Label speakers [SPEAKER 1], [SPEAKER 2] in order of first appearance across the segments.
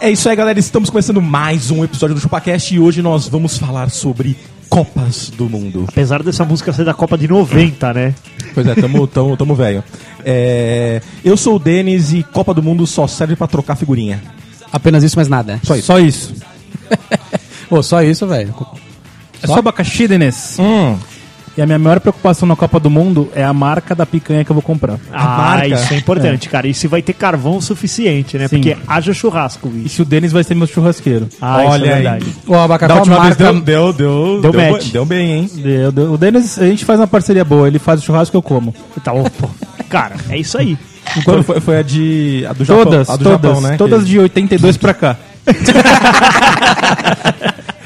[SPEAKER 1] É isso aí, galera. Estamos começando mais um episódio do ChupaCast e hoje nós vamos falar sobre Copas do Mundo.
[SPEAKER 2] Apesar dessa música ser da Copa de 90, né?
[SPEAKER 1] Pois é, tamo, tamo, tamo velho. É, eu sou o Denis e Copa do Mundo só serve pra trocar figurinha.
[SPEAKER 3] Apenas isso, mas nada.
[SPEAKER 1] Só isso.
[SPEAKER 3] Só isso. Pô, só isso, velho.
[SPEAKER 4] É só abacaxi, Denis.
[SPEAKER 1] Hum,
[SPEAKER 4] E a minha maior preocupação na Copa do Mundo é a marca da picanha que eu vou comprar.
[SPEAKER 2] Ah,
[SPEAKER 1] marca.
[SPEAKER 2] isso é importante, cara. E se vai ter carvão suficiente, né?
[SPEAKER 4] Sim.
[SPEAKER 2] Porque haja churrasco,
[SPEAKER 4] E
[SPEAKER 2] bicho.
[SPEAKER 4] se o Denis vai ser meu churrasqueiro?
[SPEAKER 2] Ah,
[SPEAKER 1] Olha aí.
[SPEAKER 3] O
[SPEAKER 1] da
[SPEAKER 3] abacacó
[SPEAKER 1] última vez
[SPEAKER 3] marca...
[SPEAKER 1] deu, deu, deu,
[SPEAKER 2] Deu
[SPEAKER 1] bem-
[SPEAKER 2] match.
[SPEAKER 1] deu bem, hein?
[SPEAKER 4] Eu- eu- o Denis, a gente faz uma parceria boa. Ele faz o churrasco que eu como.
[SPEAKER 2] Tá, ó, pô. Cara, é isso aí.
[SPEAKER 1] Quando foi, foi a de. A do Japão.
[SPEAKER 4] Todas,
[SPEAKER 1] a do
[SPEAKER 4] todas.
[SPEAKER 1] Japão, né?
[SPEAKER 4] todas
[SPEAKER 1] que-
[SPEAKER 4] de 82 pra cá.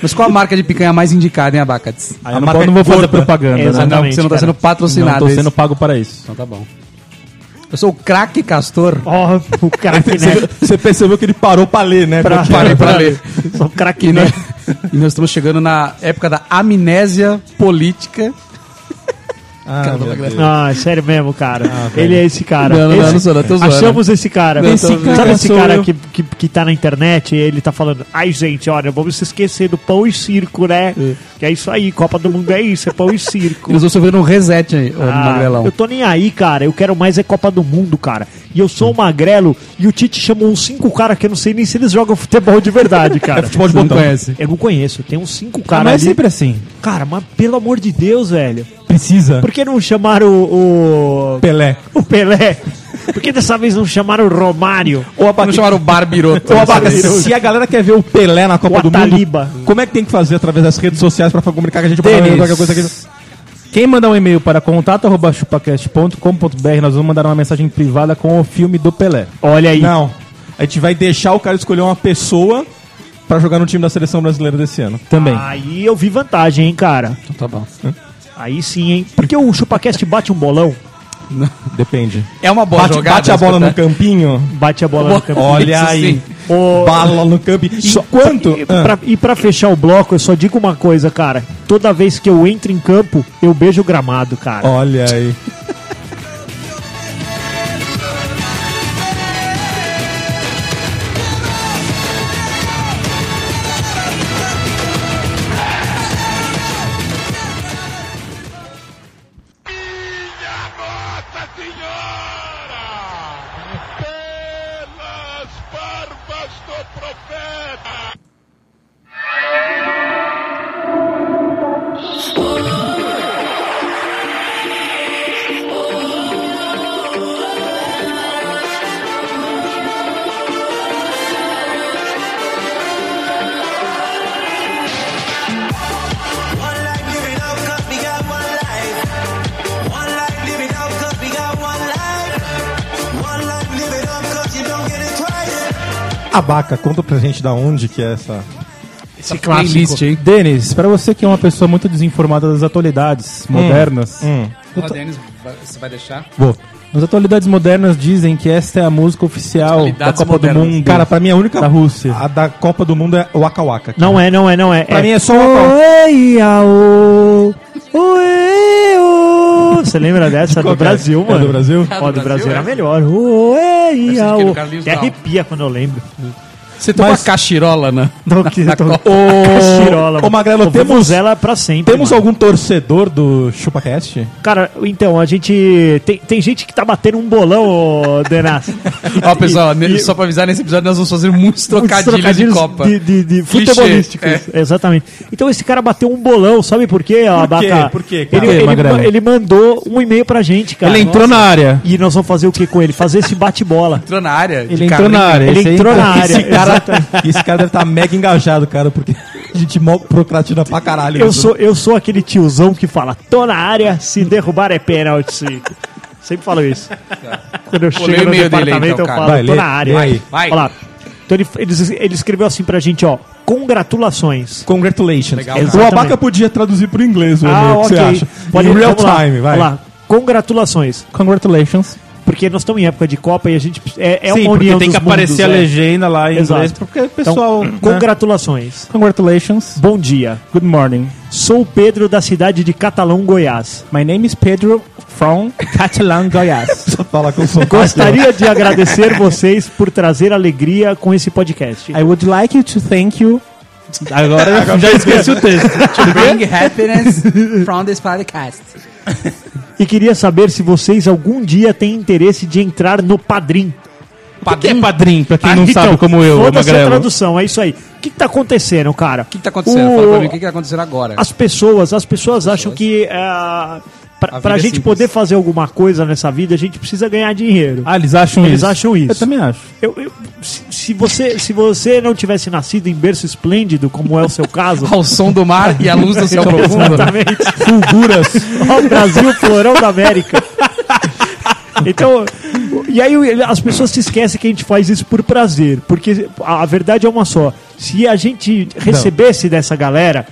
[SPEAKER 3] Mas qual a marca de picanha mais indicada em abacates?
[SPEAKER 4] Aí
[SPEAKER 1] A
[SPEAKER 4] eu não,
[SPEAKER 1] marca
[SPEAKER 4] vou- não vou fazer
[SPEAKER 1] gorda.
[SPEAKER 4] propaganda,
[SPEAKER 2] Exato.
[SPEAKER 4] né?
[SPEAKER 3] não, porque você não tá
[SPEAKER 2] cara.
[SPEAKER 3] sendo
[SPEAKER 4] Não
[SPEAKER 3] patrocinado. é
[SPEAKER 4] tô
[SPEAKER 3] isso.
[SPEAKER 4] sendo pago para isso.
[SPEAKER 1] Ah,
[SPEAKER 3] Então tá bom. Eu sou o craque Castor.
[SPEAKER 2] Ó, o craque,
[SPEAKER 1] Você,
[SPEAKER 2] né?
[SPEAKER 1] você percebeu que ele parou pra ler, né?
[SPEAKER 2] Pra-
[SPEAKER 1] Porque-
[SPEAKER 3] Parei pra ler.
[SPEAKER 2] Só o craque,
[SPEAKER 3] E
[SPEAKER 2] né?
[SPEAKER 3] nós, e nós estamos chegando na época da amnésia política.
[SPEAKER 1] Ah, meu Deus.
[SPEAKER 2] Ah, sério mesmo, cara. Ele é esse cara.
[SPEAKER 3] Ah, Não, não,
[SPEAKER 2] Esse-
[SPEAKER 3] não, não sou, não, tô zoando.
[SPEAKER 2] Achamos esse cara.
[SPEAKER 3] Não, tô-
[SPEAKER 2] Sabe
[SPEAKER 3] cara
[SPEAKER 2] esse
[SPEAKER 3] sou
[SPEAKER 2] cara
[SPEAKER 3] eu.
[SPEAKER 2] que, que, que tá na internet e ele tá falando, ai gente, olha, vamos se esquecer do pão e circo, né? Que é isso aí, Copa do Mundo é isso, é pão e circo.
[SPEAKER 3] Eles vão sofrer um reset aí, ô,
[SPEAKER 2] Ah,
[SPEAKER 3] magrelão.
[SPEAKER 2] Eu tô nem aí, cara. Eu quero mais é Copa do Mundo, cara. E eu sou o magrelo e o Tite chamou uns cinco caras que eu não sei nem se eles jogam futebol de verdade, cara.
[SPEAKER 1] Futebol de
[SPEAKER 3] Você não
[SPEAKER 1] botão.
[SPEAKER 3] conhece.
[SPEAKER 2] Eu não conheço, tem uns cinco
[SPEAKER 4] Ah,
[SPEAKER 2] caras
[SPEAKER 4] mas é
[SPEAKER 2] ali.
[SPEAKER 4] sempre assim.
[SPEAKER 2] Cara, mas pelo amor de Deus, velho.
[SPEAKER 1] Precisa.
[SPEAKER 2] Por que não chamaram o,
[SPEAKER 1] Pelé.
[SPEAKER 2] o, o Pelé? Por que dessa vez não chamaram o Romário?
[SPEAKER 1] Ou a
[SPEAKER 3] Não chamaram o Barbiroto.
[SPEAKER 1] Ô, Abaca, se a galera quer ver o Pelé na Copa
[SPEAKER 2] O
[SPEAKER 1] do
[SPEAKER 2] Ataliba.
[SPEAKER 1] Mundo, como é que tem que fazer através das redes sociais pra comunicar que a gente pode
[SPEAKER 4] Denis.
[SPEAKER 1] ver qualquer coisa aqui?
[SPEAKER 4] Quem mandar um e-mail para contato.chupacast.com.br, nós vamos mandar uma mensagem privada com o filme do Pelé.
[SPEAKER 2] Olha aí.
[SPEAKER 1] Não. A gente vai deixar o cara escolher uma pessoa pra jogar no time da seleção brasileira desse ano.
[SPEAKER 2] Tá.
[SPEAKER 4] Também.
[SPEAKER 2] Aí eu vi vantagem, hein, cara.
[SPEAKER 3] Tá bom.
[SPEAKER 2] Aí sim, hein. Porque o ChupaCast bate um bolão,
[SPEAKER 1] Depende.
[SPEAKER 3] É uma boa
[SPEAKER 1] Bate,
[SPEAKER 3] jogada.
[SPEAKER 1] bate a bola no campinho.
[SPEAKER 2] bate a bola no campo.
[SPEAKER 1] Olha
[SPEAKER 3] Isso
[SPEAKER 1] aí.
[SPEAKER 3] sim.
[SPEAKER 2] Ô,
[SPEAKER 1] Bala no campinho. Enquanto.
[SPEAKER 2] E
[SPEAKER 1] Ah,
[SPEAKER 2] pra, e pra fechar o bloco, eu só digo uma coisa, cara. Toda vez que eu entro em campo, eu beijo o gramado, cara.
[SPEAKER 1] Ah, Olha aí.
[SPEAKER 5] Nossa Senhora! Pelas barbas do profeta!
[SPEAKER 6] One life living out 'cause we got one life. One life living out 'cause we got one life. One life living out 'cause you don't get it twice.
[SPEAKER 1] Abaca, conta pra gente da onde que é essa.
[SPEAKER 2] Esse
[SPEAKER 3] Playlist, hein?
[SPEAKER 4] Denis, pra você que é uma pessoa muito desinformada das atualidades
[SPEAKER 1] Hum,
[SPEAKER 4] modernas,
[SPEAKER 3] Ó, Denis, vai- você vai deixar?
[SPEAKER 4] Bom, As atualidades modernas dizem que esta é a música oficial da
[SPEAKER 3] Atualidades
[SPEAKER 4] Copa
[SPEAKER 3] modernas.
[SPEAKER 4] do Mundo.
[SPEAKER 1] Cara, pra mim é a única.
[SPEAKER 4] Da Rússia.
[SPEAKER 1] A da Copa do Mundo é o Waka Waka.
[SPEAKER 2] Não é, não é, não é.
[SPEAKER 1] Pra mim é só o Waka Waka.
[SPEAKER 2] Oi, aô, oi, ô. Você lembra dessa? do
[SPEAKER 1] Qual que é?
[SPEAKER 2] Brasil,
[SPEAKER 1] É
[SPEAKER 2] mano.
[SPEAKER 1] do Brasil?
[SPEAKER 2] Ó, do Brasil
[SPEAKER 3] do Brasil,
[SPEAKER 2] era
[SPEAKER 3] é.
[SPEAKER 2] melhor. Oi,
[SPEAKER 3] de quem?
[SPEAKER 2] aô.
[SPEAKER 3] Do Carlinhos
[SPEAKER 2] Até
[SPEAKER 3] Brown.
[SPEAKER 2] arrepia quando eu lembro.
[SPEAKER 3] Você tem uma cachirola, né?
[SPEAKER 2] Tô, tô,
[SPEAKER 3] Copa.
[SPEAKER 2] Cachirola,
[SPEAKER 1] Ô,
[SPEAKER 2] mano.
[SPEAKER 1] Magrelo,
[SPEAKER 2] Pô, vamos
[SPEAKER 1] temos-
[SPEAKER 2] ela pra sempre.
[SPEAKER 1] Temos
[SPEAKER 2] mano.
[SPEAKER 1] algum torcedor do ChupaCast?
[SPEAKER 2] Cara, então, a gente. Tem, tem gente que tá batendo um bolão, ô, Denas.
[SPEAKER 3] Ó, pessoal, ne-
[SPEAKER 2] e-
[SPEAKER 3] só pra avisar, nesse episódio nós vamos fazer muitos trocadilhos, de Copa.
[SPEAKER 2] De, de- de
[SPEAKER 3] Clichê,
[SPEAKER 2] futebolísticos.
[SPEAKER 3] é.
[SPEAKER 2] Exatamente. Então esse cara bateu um bolão, sabe por quê? ó,
[SPEAKER 1] Por quê?
[SPEAKER 2] Abaca?
[SPEAKER 1] Por quê, cara?
[SPEAKER 2] Ele,
[SPEAKER 1] Por quê,
[SPEAKER 2] ele
[SPEAKER 4] Magrelo?
[SPEAKER 2] ma- ele mandou um e-mail pra gente, cara.
[SPEAKER 4] Ele entrou
[SPEAKER 2] Nossa.
[SPEAKER 4] na área.
[SPEAKER 2] E nós vamos fazer o que com ele? Fazer esse bate-bola.
[SPEAKER 3] Entrou na área. né?
[SPEAKER 4] Ele entrou na área.
[SPEAKER 2] Ele
[SPEAKER 4] É, Esse aí
[SPEAKER 2] entrou na
[SPEAKER 4] entrou-
[SPEAKER 2] área.
[SPEAKER 1] Esse cara,
[SPEAKER 2] exatamente.
[SPEAKER 1] esse cara deve estar mega engajado, cara, porque gente mó procrastina pra caralho.
[SPEAKER 2] Eu
[SPEAKER 1] nisso.
[SPEAKER 2] sou, eu sou aquele tiozão que fala, tô na área, se derrubar é pênalti. Sempre falo isso. Quando eu
[SPEAKER 3] Tá. ler
[SPEAKER 2] chego
[SPEAKER 3] o
[SPEAKER 2] no
[SPEAKER 3] e-mail dele aí,
[SPEAKER 2] departamento,
[SPEAKER 3] então,
[SPEAKER 2] eu
[SPEAKER 3] cara.
[SPEAKER 2] falo,
[SPEAKER 1] Vai,
[SPEAKER 2] tô
[SPEAKER 1] lê,
[SPEAKER 2] na área.
[SPEAKER 1] lê aí.
[SPEAKER 3] Vai.
[SPEAKER 2] Olha lá. Então ele, ele, ele escreveu assim pra gente, ó, congratulations.
[SPEAKER 1] Congratulations.
[SPEAKER 3] Legal,
[SPEAKER 1] o
[SPEAKER 2] Exatamente.
[SPEAKER 1] Abaca podia traduzir pro inglês, meu amigo, o que você acha?
[SPEAKER 2] Ah, Pode
[SPEAKER 1] In real
[SPEAKER 2] vamos lá,
[SPEAKER 1] time, vai.
[SPEAKER 2] vamos lá. Congratulações.
[SPEAKER 4] Congratulations.
[SPEAKER 2] Porque nós estamos em época de Copa e a gente... É, é
[SPEAKER 4] Sim,
[SPEAKER 2] uma
[SPEAKER 4] porque
[SPEAKER 2] união
[SPEAKER 4] tem que
[SPEAKER 2] dos mundos,
[SPEAKER 4] aparecer a
[SPEAKER 2] é.
[SPEAKER 4] legenda lá em
[SPEAKER 2] Exato.
[SPEAKER 4] inglês, porque o
[SPEAKER 2] Então,
[SPEAKER 4] pessoal... né?
[SPEAKER 2] congratulações.
[SPEAKER 4] Congratulations.
[SPEAKER 2] Bom dia.
[SPEAKER 4] Good morning.
[SPEAKER 2] Sou o Pedro da cidade de Catalão, Goiás.
[SPEAKER 4] My name is Pedro from Catalan Goiás.
[SPEAKER 1] Só falar com o sotaque, ó.
[SPEAKER 2] Gostaria de agradecer vocês por trazer alegria com esse podcast.
[SPEAKER 4] I would like you to thank you. Agora eu já esqueci o texto.
[SPEAKER 3] To bring happiness from this podcast.
[SPEAKER 2] E queria saber se vocês algum dia têm interesse de entrar no Padrim.
[SPEAKER 4] Que é padrinho, pra quem não
[SPEAKER 2] Então,
[SPEAKER 4] sabe como eu, é
[SPEAKER 2] Foda-se a
[SPEAKER 4] magrelo.
[SPEAKER 2] tradução, é isso aí. O que, que tá acontecendo, cara?
[SPEAKER 3] O que, que tá acontecendo?
[SPEAKER 2] O-
[SPEAKER 3] Fala pra mim o que, que tá acontecendo agora.
[SPEAKER 2] É. As pessoas, as pessoas acham que ah, pra, pra
[SPEAKER 3] A vida é
[SPEAKER 2] gente
[SPEAKER 3] simples.
[SPEAKER 2] poder fazer alguma coisa nessa vida, a gente precisa ganhar dinheiro.
[SPEAKER 4] Ah, eles acham
[SPEAKER 2] Eles
[SPEAKER 4] isso?
[SPEAKER 2] acham isso.
[SPEAKER 4] Eu também acho.
[SPEAKER 2] Eu- eu- se, se você, se você não tivesse nascido em berço esplêndido, como é o seu caso,
[SPEAKER 3] Ao som do mar e à luz do céu profundo. Tá
[SPEAKER 2] exatamente.
[SPEAKER 4] Fulguras.
[SPEAKER 2] Ó, o Brasil, florão da América. Então, e aí as pessoas se esquecem que a gente faz isso por prazer, porque a a verdade é uma só. Se a gente recebesse dessa galera,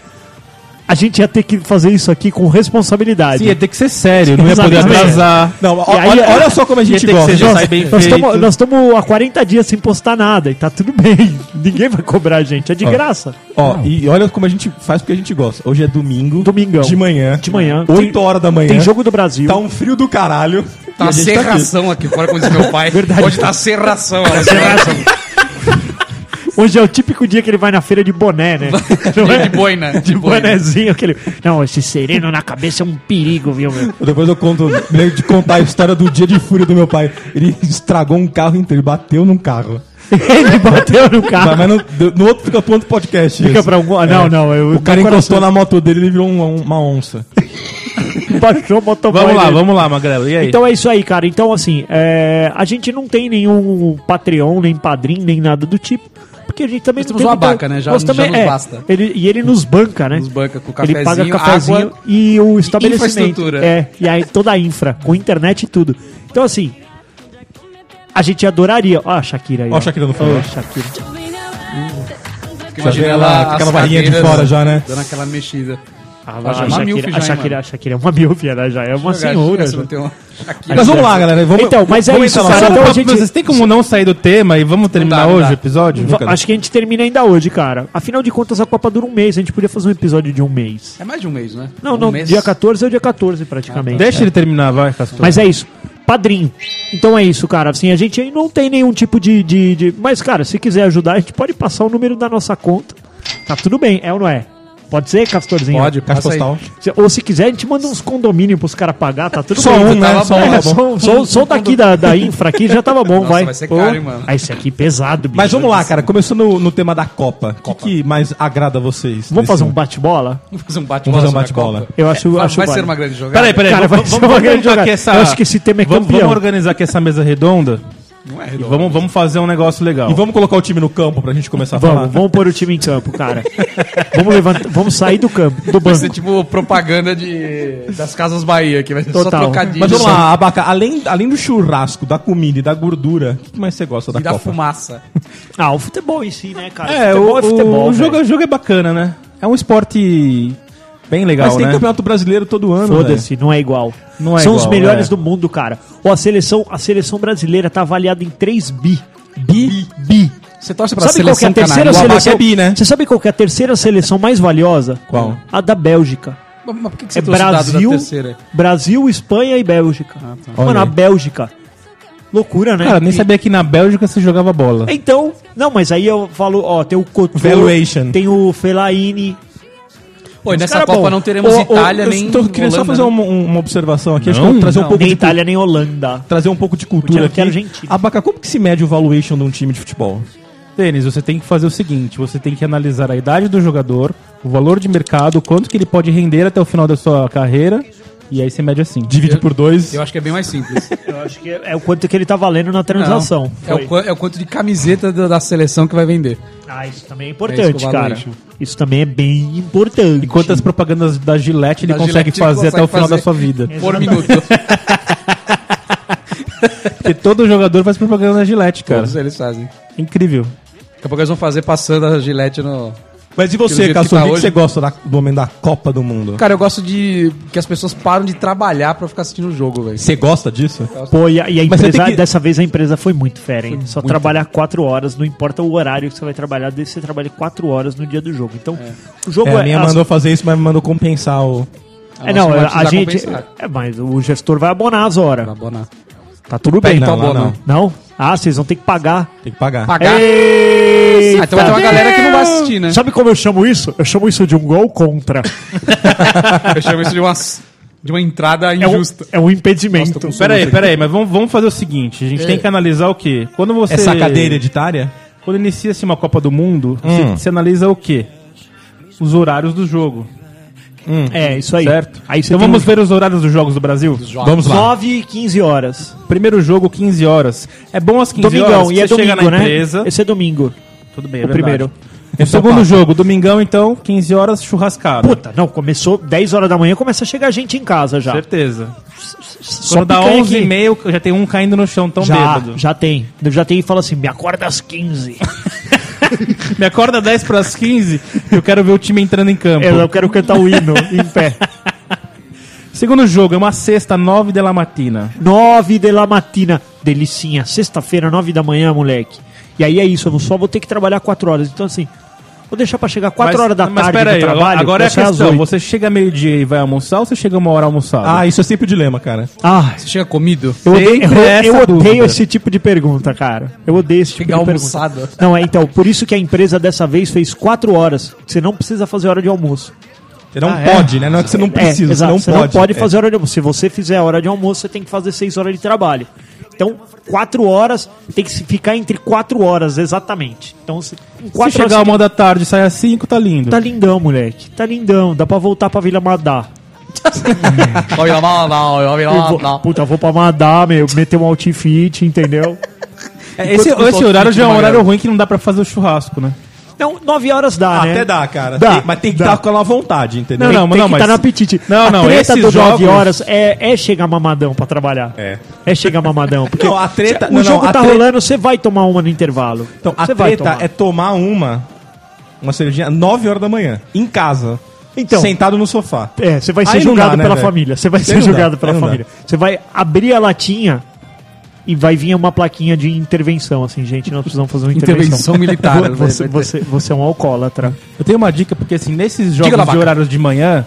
[SPEAKER 2] a gente ia ter que fazer isso aqui com responsabilidade.
[SPEAKER 4] Sim, ia ter que ser sério, não ia poder
[SPEAKER 2] Exatamente.
[SPEAKER 4] atrasar. é-
[SPEAKER 1] Não, ó-
[SPEAKER 2] E aí-
[SPEAKER 1] olha, olha só como a gente
[SPEAKER 4] Ia ter que
[SPEAKER 1] gosta.
[SPEAKER 4] ser
[SPEAKER 1] Nossa,
[SPEAKER 4] sai bem
[SPEAKER 2] nós
[SPEAKER 4] feito.
[SPEAKER 2] estamos nós estamos há 40 dias sem postar nada e tá tudo bem. Ninguém vai cobrar a gente, é de graça.
[SPEAKER 1] Ó, e olha como a gente faz porque a gente gosta. Hoje é domingo.
[SPEAKER 2] Domingão.
[SPEAKER 1] De manhã.
[SPEAKER 2] De manhã.
[SPEAKER 1] 8 horas da manhã.
[SPEAKER 2] Tem jogo do Brasil.
[SPEAKER 4] Então-
[SPEAKER 1] Tá um frio do caralho.
[SPEAKER 3] Tá
[SPEAKER 1] E
[SPEAKER 3] uma
[SPEAKER 1] a gente tá aqui.
[SPEAKER 3] serração aqui, fora como diz meu pai.
[SPEAKER 2] Verdade.
[SPEAKER 3] Hoje tá serração. ó.
[SPEAKER 2] Hoje é o típico dia que ele vai na feira de boné, né? Não é?
[SPEAKER 3] De boina. De boina.
[SPEAKER 2] Bonézinho, aquele. Não, esse sereno na cabeça é um perigo, viu, meu?
[SPEAKER 1] Depois eu conto, me lembro de contar a história do dia de fúria do meu pai. Ele estragou um carro inteiro, bateu num carro.
[SPEAKER 2] Ele bateu no
[SPEAKER 1] Mas,
[SPEAKER 2] carro.
[SPEAKER 1] mas no, no outro fica ponto podcast.
[SPEAKER 2] Ah. Fica
[SPEAKER 1] isso.
[SPEAKER 2] pra algum... Não, não. Eu...
[SPEAKER 1] O cara encostou na moto dele e virou um- uma onça.
[SPEAKER 2] baixou o motoboy.
[SPEAKER 4] Vamos lá,
[SPEAKER 2] é dele.
[SPEAKER 4] vamos lá, Magrelo. E aí?
[SPEAKER 2] Então é isso aí, cara. Então, assim, é, a gente não tem nenhum Patreon, nem padrinho, nem nada do tipo. Porque a gente também
[SPEAKER 3] Nós
[SPEAKER 2] não
[SPEAKER 3] temos
[SPEAKER 2] tem
[SPEAKER 3] o
[SPEAKER 2] muita-
[SPEAKER 3] Abaca, né? Já-
[SPEAKER 2] nós
[SPEAKER 3] já
[SPEAKER 2] também,
[SPEAKER 3] nos
[SPEAKER 2] é,
[SPEAKER 3] basta.
[SPEAKER 2] Ele, e ele nos banca, né?
[SPEAKER 3] Nos banca com
[SPEAKER 2] Ele paga
[SPEAKER 3] cafezinho,
[SPEAKER 2] cafezinho
[SPEAKER 3] água
[SPEAKER 2] e o estabelecimento.
[SPEAKER 3] infraestrutura.
[SPEAKER 2] É, e aí toda a infra, com internet e tudo. Então, assim, a gente adoraria. Ó, a Shakira aí.
[SPEAKER 1] Ó, a Shakira no fundo.
[SPEAKER 2] Ó, a Shakira.
[SPEAKER 1] Já
[SPEAKER 4] Tá
[SPEAKER 1] vê ela com aquela
[SPEAKER 3] as
[SPEAKER 1] barrinha de
[SPEAKER 3] cadeiras
[SPEAKER 1] fora já, né?
[SPEAKER 3] Dando aquela mexida.
[SPEAKER 2] Ah,
[SPEAKER 3] já é
[SPEAKER 2] a,
[SPEAKER 3] uma milf
[SPEAKER 2] Shakira,
[SPEAKER 3] já,
[SPEAKER 2] a,
[SPEAKER 3] hein,
[SPEAKER 2] Shakira, a Shakira é uma milf, ela já é uma senhora.
[SPEAKER 3] Essa
[SPEAKER 2] já.
[SPEAKER 3] não tem uma- né?
[SPEAKER 1] Mas vamos lá, galera. Vamos,
[SPEAKER 2] Então, mas é
[SPEAKER 1] vamos
[SPEAKER 2] isso,
[SPEAKER 1] entrar no
[SPEAKER 2] cara.
[SPEAKER 1] assunto.
[SPEAKER 2] Então a
[SPEAKER 4] Então,
[SPEAKER 2] gente-
[SPEAKER 4] Vocês têm como não sair do tema e vamos terminar
[SPEAKER 3] não
[SPEAKER 4] hoje
[SPEAKER 3] dá.
[SPEAKER 4] o episódio?
[SPEAKER 2] Va- Acho que a gente termina ainda hoje, cara. Afinal de contas, a Copa dura um mês. A gente podia fazer um episódio de um mês.
[SPEAKER 3] É mais de um mês, né?
[SPEAKER 2] Não,
[SPEAKER 3] Um
[SPEAKER 2] não.
[SPEAKER 3] mês. Ah, tá.
[SPEAKER 2] Dia 14 é o dia 14, praticamente.
[SPEAKER 4] Deixa ele terminar, vai, Castor.
[SPEAKER 2] Mas é isso. Padrinho. Então é isso, cara. Assim, a gente aí não tem nenhum tipo de, de, de- Mas, cara, se quiser ajudar, a gente pode passar o número da nossa conta. Tá tudo bem, é ou não é? Pode ser, Castorzinho?
[SPEAKER 3] Pode,
[SPEAKER 1] Caixa
[SPEAKER 3] passa aí.
[SPEAKER 1] postal.
[SPEAKER 2] Se- Ou se quiser, a gente manda uns condomínios pros caras pagar, tá tudo
[SPEAKER 1] Só
[SPEAKER 2] bem.
[SPEAKER 1] um,
[SPEAKER 2] Tá
[SPEAKER 1] né?
[SPEAKER 2] bom.
[SPEAKER 1] Só um,
[SPEAKER 2] É,
[SPEAKER 1] tá
[SPEAKER 2] só um, só, um- só daqui da, da infra aqui já tava bom,
[SPEAKER 3] Nossa,
[SPEAKER 2] vai.
[SPEAKER 3] vai ser caro, hein, mano?
[SPEAKER 2] Ah, esse aqui é pesado, bicho.
[SPEAKER 1] Mas vamos lá, cara. Começando no, no tema da Copa. O que, que mais agrada a vocês?
[SPEAKER 2] Vamos
[SPEAKER 1] nesse-
[SPEAKER 2] fazer um bate-bola?
[SPEAKER 3] Vamos fazer um bate-bola.
[SPEAKER 1] Vamos fazer um
[SPEAKER 3] sobre a
[SPEAKER 1] bate-bola.
[SPEAKER 3] Copa?
[SPEAKER 2] Eu acho,
[SPEAKER 3] Vai-
[SPEAKER 2] acho
[SPEAKER 3] vai ser
[SPEAKER 2] válido.
[SPEAKER 3] uma grande jogada.
[SPEAKER 4] Peraí, peraí.
[SPEAKER 2] Cara, vai
[SPEAKER 4] vamos-
[SPEAKER 2] ser
[SPEAKER 4] vamos
[SPEAKER 2] uma grande
[SPEAKER 4] organizar
[SPEAKER 2] jogada.
[SPEAKER 4] aqui essa-
[SPEAKER 2] Eu acho que esse tema é
[SPEAKER 4] Vamos-
[SPEAKER 2] campeão.
[SPEAKER 4] Vamos organizar aqui essa mesa redonda
[SPEAKER 3] Não é
[SPEAKER 4] e
[SPEAKER 3] redondo.
[SPEAKER 4] vamos, vamos fazer um negócio legal.
[SPEAKER 1] E vamos colocar o time no campo pra gente começar a falar.
[SPEAKER 2] Vamos, vamos pôr o time em campo, cara. vamos levantar, vamos sair do campo, do
[SPEAKER 3] Vai ser
[SPEAKER 2] banco.
[SPEAKER 3] tipo propaganda de... das Casas Bahia, que vai ser só
[SPEAKER 2] Total.
[SPEAKER 3] trocadilho.
[SPEAKER 1] Mas vamos lá, Abaca. Além, além do churrasco, da comida e da gordura, o que que mais você gosta da
[SPEAKER 3] E da
[SPEAKER 1] Copa?
[SPEAKER 3] fumaça.
[SPEAKER 2] Ah, o futebol em si, né, cara?
[SPEAKER 4] É,
[SPEAKER 2] futebol
[SPEAKER 4] o, o,
[SPEAKER 2] velho.
[SPEAKER 4] jogo, o jogo é bacana, né? É um esporte bem legal,
[SPEAKER 1] Mas tem
[SPEAKER 4] né?
[SPEAKER 1] campeonato brasileiro todo ano, velho.
[SPEAKER 2] Foda-se, não é igual.
[SPEAKER 4] Não é
[SPEAKER 2] São os
[SPEAKER 4] igual,
[SPEAKER 2] melhores
[SPEAKER 4] é.
[SPEAKER 2] do mundo, cara. Ou a seleção, a seleção brasileira tá avaliada em 3 bi. Bi? Bi.
[SPEAKER 3] Você torce pra
[SPEAKER 2] Sabe qual que é a
[SPEAKER 3] seleção
[SPEAKER 2] terceira
[SPEAKER 3] canarinho?
[SPEAKER 2] seleção?
[SPEAKER 1] é bi, né?
[SPEAKER 2] Você sabe qual que é a terceira seleção mais valiosa?
[SPEAKER 1] Qual?
[SPEAKER 2] A da Bélgica.
[SPEAKER 3] Mas mas por que, que
[SPEAKER 2] é
[SPEAKER 3] você trouxe o dado Então, da
[SPEAKER 2] Brasil,
[SPEAKER 3] terceira?
[SPEAKER 2] Brasil, Espanha e Bélgica. Mano,
[SPEAKER 1] Olha
[SPEAKER 2] a
[SPEAKER 1] aí.
[SPEAKER 2] Bélgica. Loucura, né?
[SPEAKER 4] Cara, nem
[SPEAKER 2] E-
[SPEAKER 4] sabia que na Bélgica se jogava bola.
[SPEAKER 2] Então, não, mas aí eu falo, ó, tem o Couto,
[SPEAKER 1] Valuation.
[SPEAKER 2] tem o Felaini.
[SPEAKER 3] Pô, e nessa
[SPEAKER 2] cara,
[SPEAKER 3] Copa
[SPEAKER 2] bom,
[SPEAKER 3] não teremos
[SPEAKER 1] Ô, ô,
[SPEAKER 3] Itália
[SPEAKER 1] eu
[SPEAKER 3] nem.
[SPEAKER 1] tô- queria só
[SPEAKER 3] Holanda,
[SPEAKER 1] fazer
[SPEAKER 3] né?
[SPEAKER 1] uma, uma observação aqui. acho
[SPEAKER 4] Não,
[SPEAKER 1] que eu vou trazer um
[SPEAKER 2] Não,
[SPEAKER 1] pouco
[SPEAKER 2] nem
[SPEAKER 1] de
[SPEAKER 2] Itália, nem Holanda.
[SPEAKER 1] trazer um pouco de
[SPEAKER 2] Eu
[SPEAKER 1] cultura
[SPEAKER 2] quero- quero
[SPEAKER 1] aqui.
[SPEAKER 2] Argentina.
[SPEAKER 1] Abaca, como que se mede o valuation de um time de futebol?
[SPEAKER 4] Denis, você tem que fazer o seguinte: você tem que analisar a idade do jogador, o valor de mercado, quanto que ele pode render até o final da sua carreira E aí você mede assim.
[SPEAKER 1] Divide por
[SPEAKER 2] um
[SPEAKER 1] dois.
[SPEAKER 3] Eu acho que é bem mais simples.
[SPEAKER 2] Eu acho que é, é o quanto que ele tá valendo na transação.
[SPEAKER 3] Não, é, o,
[SPEAKER 2] Foi.
[SPEAKER 3] qua- é o quanto de camiseta da, da seleção que vai vender.
[SPEAKER 2] Ah, isso também é
[SPEAKER 3] É
[SPEAKER 2] importante,
[SPEAKER 3] isso que eu
[SPEAKER 2] cara.
[SPEAKER 3] valorizo.
[SPEAKER 2] Isso também é bem importante.
[SPEAKER 4] E quantas propagandas da Gillette ele
[SPEAKER 3] Da
[SPEAKER 4] consegue
[SPEAKER 3] Gillette ele
[SPEAKER 4] fazer até
[SPEAKER 3] consegue
[SPEAKER 4] o final
[SPEAKER 3] fazer.
[SPEAKER 4] da sua vida?
[SPEAKER 3] Por minuto.
[SPEAKER 4] Porque todo jogador faz propaganda da Gillette, cara.
[SPEAKER 3] Todos eles fazem.
[SPEAKER 4] Incrível.
[SPEAKER 3] Daqui a pouco eles vão fazer passando a gilete no.
[SPEAKER 1] Mas e
[SPEAKER 3] Pelo jeito
[SPEAKER 1] você,
[SPEAKER 3] que
[SPEAKER 1] Castor,
[SPEAKER 3] tá
[SPEAKER 1] o que, que
[SPEAKER 3] hoje-
[SPEAKER 1] você gosta da- do momento da Copa do Mundo?
[SPEAKER 3] Cara, eu gosto de. que as pessoas param de trabalhar pra ficar assistindo o jogo, velho.
[SPEAKER 1] Você gosta disso?
[SPEAKER 2] Pô, e a, e a
[SPEAKER 1] Mas você
[SPEAKER 2] empresa,
[SPEAKER 1] tem que-
[SPEAKER 2] dessa vez a empresa foi muito fera, hein? Só trabalhar quatro horas, não importa o horário que você vai trabalhar, desde que você trabalhe quatro horas no dia do jogo. Então, o jogo
[SPEAKER 1] É,
[SPEAKER 2] é.
[SPEAKER 1] a minha
[SPEAKER 2] as-
[SPEAKER 1] mandou fazer isso, mas me mandou compensar o.
[SPEAKER 2] é, não,
[SPEAKER 3] Nossa, vai
[SPEAKER 2] a
[SPEAKER 3] precisar
[SPEAKER 2] gente.
[SPEAKER 3] compensar.
[SPEAKER 2] É, mas o gestor vai abonar as
[SPEAKER 3] Pra
[SPEAKER 2] horas.
[SPEAKER 3] abonar.
[SPEAKER 2] Tá tudo bem.
[SPEAKER 1] Não,
[SPEAKER 3] tá
[SPEAKER 1] lá
[SPEAKER 3] bom,
[SPEAKER 1] não.
[SPEAKER 3] né?
[SPEAKER 2] Não? Ah, vocês vão ter que pagar.
[SPEAKER 1] Tem que pagar.
[SPEAKER 3] Pagar. Ah, então vai ter uma galera que não vai assistir, né?
[SPEAKER 2] Sabe como eu chamo isso? Eu chamo isso de um gol contra.
[SPEAKER 3] Eu chamo isso de uma, de uma entrada
[SPEAKER 2] É um,
[SPEAKER 3] injusta.
[SPEAKER 2] é um impedimento.
[SPEAKER 3] Nossa, tô com
[SPEAKER 4] Pera aí, pera aí, mas vamos, vamos fazer o seguinte: a gente tem que analisar o quê? Quando você.
[SPEAKER 1] É sacadeira editária?
[SPEAKER 4] Quando inicia-se uma Copa do Mundo,
[SPEAKER 1] Hum.
[SPEAKER 4] você, você analisa o quê? Os horários do jogo,
[SPEAKER 2] É, isso aí.
[SPEAKER 4] certo?
[SPEAKER 2] Aí você
[SPEAKER 4] então
[SPEAKER 2] tem
[SPEAKER 4] vamos
[SPEAKER 2] um-
[SPEAKER 4] ver os horários dos jogos do Brasil?
[SPEAKER 1] Vamos lá.
[SPEAKER 2] 9 e 15 horas.
[SPEAKER 4] Primeiro jogo, 15 horas. É bom às 15 horas
[SPEAKER 2] Domingão,
[SPEAKER 4] que
[SPEAKER 2] e é
[SPEAKER 4] você
[SPEAKER 2] domingo,
[SPEAKER 4] chega na
[SPEAKER 2] né?
[SPEAKER 4] empresa.
[SPEAKER 2] Esse é domingo.
[SPEAKER 4] Tudo bem, é
[SPEAKER 2] o primeiro.
[SPEAKER 4] O segundo jogo, domingão, então, 15 horas, churrascada.
[SPEAKER 2] Puta, não, começou 10 horas da manhã, começa a chegar gente em casa já.
[SPEAKER 4] Certeza.
[SPEAKER 2] Só
[SPEAKER 4] Quando dá
[SPEAKER 2] picanha
[SPEAKER 4] 11
[SPEAKER 2] que-
[SPEAKER 4] e meio, já tem um caindo no chão, tão
[SPEAKER 2] já,
[SPEAKER 4] bêbado.
[SPEAKER 2] já tem. Já tem e fala assim, me acorda às 15.
[SPEAKER 4] Me acorda 10 pras 15, eu quero ver o time entrando em campo.
[SPEAKER 2] eu não quero cantar o hino em pé.
[SPEAKER 4] Segundo jogo, é uma sexta, 9 da matina.
[SPEAKER 2] 9 de la matina. Delicinha, sexta-feira, 9 da manhã, moleque. E aí é isso, eu não só vou ter que trabalhar 4 horas. Então assim, vou deixar pra chegar 4
[SPEAKER 4] Mas-
[SPEAKER 2] horas da tarde
[SPEAKER 4] pera
[SPEAKER 2] do
[SPEAKER 4] aí,
[SPEAKER 2] trabalho.
[SPEAKER 4] Agora é a
[SPEAKER 2] começar às
[SPEAKER 4] questão,
[SPEAKER 2] oito.
[SPEAKER 4] você chega meio-dia e vai almoçar ou você chega uma hora almoçado?
[SPEAKER 1] Ah, isso é sempre o dilema, cara.
[SPEAKER 2] Ah,
[SPEAKER 3] Você chega comido?
[SPEAKER 2] Eu odeio,
[SPEAKER 4] Sempre
[SPEAKER 2] eu-
[SPEAKER 4] essa
[SPEAKER 2] eu odeio
[SPEAKER 4] dúvida.
[SPEAKER 2] esse tipo de pergunta, cara. Eu odeio esse tipo
[SPEAKER 3] Chegar
[SPEAKER 2] de
[SPEAKER 3] almoçado.
[SPEAKER 2] pergunta. Não, é então, por isso que a empresa dessa vez fez quatro horas. Você não precisa fazer hora de almoço.
[SPEAKER 1] Você
[SPEAKER 4] Ah,
[SPEAKER 1] não pode, né? Não é que você não precisa,
[SPEAKER 2] é,
[SPEAKER 1] você
[SPEAKER 2] exato.
[SPEAKER 1] não
[SPEAKER 2] você
[SPEAKER 1] pode.
[SPEAKER 2] não pode
[SPEAKER 1] É.
[SPEAKER 2] fazer hora de almoço. Se você fizer a hora de almoço, você tem que fazer seis horas de trabalho. Então, quatro horas, tem que se ficar entre quatro horas, exatamente. Então, se, em quatro
[SPEAKER 4] Se chegar
[SPEAKER 2] horas,
[SPEAKER 4] uma da tarde e sair às 5, tá lindo.
[SPEAKER 2] tá lindão, moleque. Tá lindão. Dá pra voltar pra Vila Madá.
[SPEAKER 3] Olha lá, olha lá,
[SPEAKER 1] Ah,
[SPEAKER 3] olha
[SPEAKER 2] Eu vou-
[SPEAKER 3] lá.
[SPEAKER 2] Puta, eu vou pra Madá, meu. Meter um outfit, entendeu?
[SPEAKER 4] É, esse
[SPEAKER 3] Enquanto eu
[SPEAKER 4] esse
[SPEAKER 3] tô
[SPEAKER 4] horário já é um
[SPEAKER 3] magrelo.
[SPEAKER 4] horário ruim que não dá pra fazer o churrasco, né?
[SPEAKER 2] Não, nove horas dá, né?
[SPEAKER 1] Ah, Até dá, cara.
[SPEAKER 2] Dá,
[SPEAKER 1] Tem- mas tem que
[SPEAKER 2] dá.
[SPEAKER 1] estar com ela à vontade, entendeu?
[SPEAKER 4] Não,
[SPEAKER 2] Tem,
[SPEAKER 4] não,
[SPEAKER 2] tem que
[SPEAKER 4] mas-
[SPEAKER 2] tá no apetite.
[SPEAKER 4] Não, não,
[SPEAKER 2] a treta
[SPEAKER 4] esses
[SPEAKER 2] do 9
[SPEAKER 4] jogos-
[SPEAKER 2] horas é, é chegar mamadão pra trabalhar.
[SPEAKER 1] É.
[SPEAKER 2] É chegar mamadão. Porque
[SPEAKER 1] Não, a treta-
[SPEAKER 2] o
[SPEAKER 1] não, não,
[SPEAKER 2] jogo
[SPEAKER 1] a
[SPEAKER 2] tá
[SPEAKER 1] treta-
[SPEAKER 2] rolando, você vai tomar uma no intervalo.
[SPEAKER 1] Então, a
[SPEAKER 2] Você vai
[SPEAKER 1] treta
[SPEAKER 2] tomar.
[SPEAKER 1] é tomar uma, uma cervejinha, 9 horas da manhã, em casa.
[SPEAKER 2] Então.
[SPEAKER 1] Sentado no sofá.
[SPEAKER 2] É, você vai ser
[SPEAKER 1] Aí não
[SPEAKER 2] julgado
[SPEAKER 1] dá, né,
[SPEAKER 2] pela
[SPEAKER 1] velho?
[SPEAKER 2] família. Você vai
[SPEAKER 1] Aí
[SPEAKER 2] ser
[SPEAKER 1] não dá,
[SPEAKER 2] julgado pela
[SPEAKER 1] aí não dá.
[SPEAKER 2] família. Você vai abrir a latinha e vai vir uma plaquinha de intervenção, assim, gente, nós precisamos fazer uma intervenção.
[SPEAKER 3] Intervenção militar.
[SPEAKER 2] Vo- você,
[SPEAKER 3] né?
[SPEAKER 2] você, você é um alcoólatra.
[SPEAKER 4] Eu tenho uma dica, porque assim, nesses
[SPEAKER 3] lá,
[SPEAKER 4] jogos de
[SPEAKER 3] vaca.
[SPEAKER 4] horários de manhã,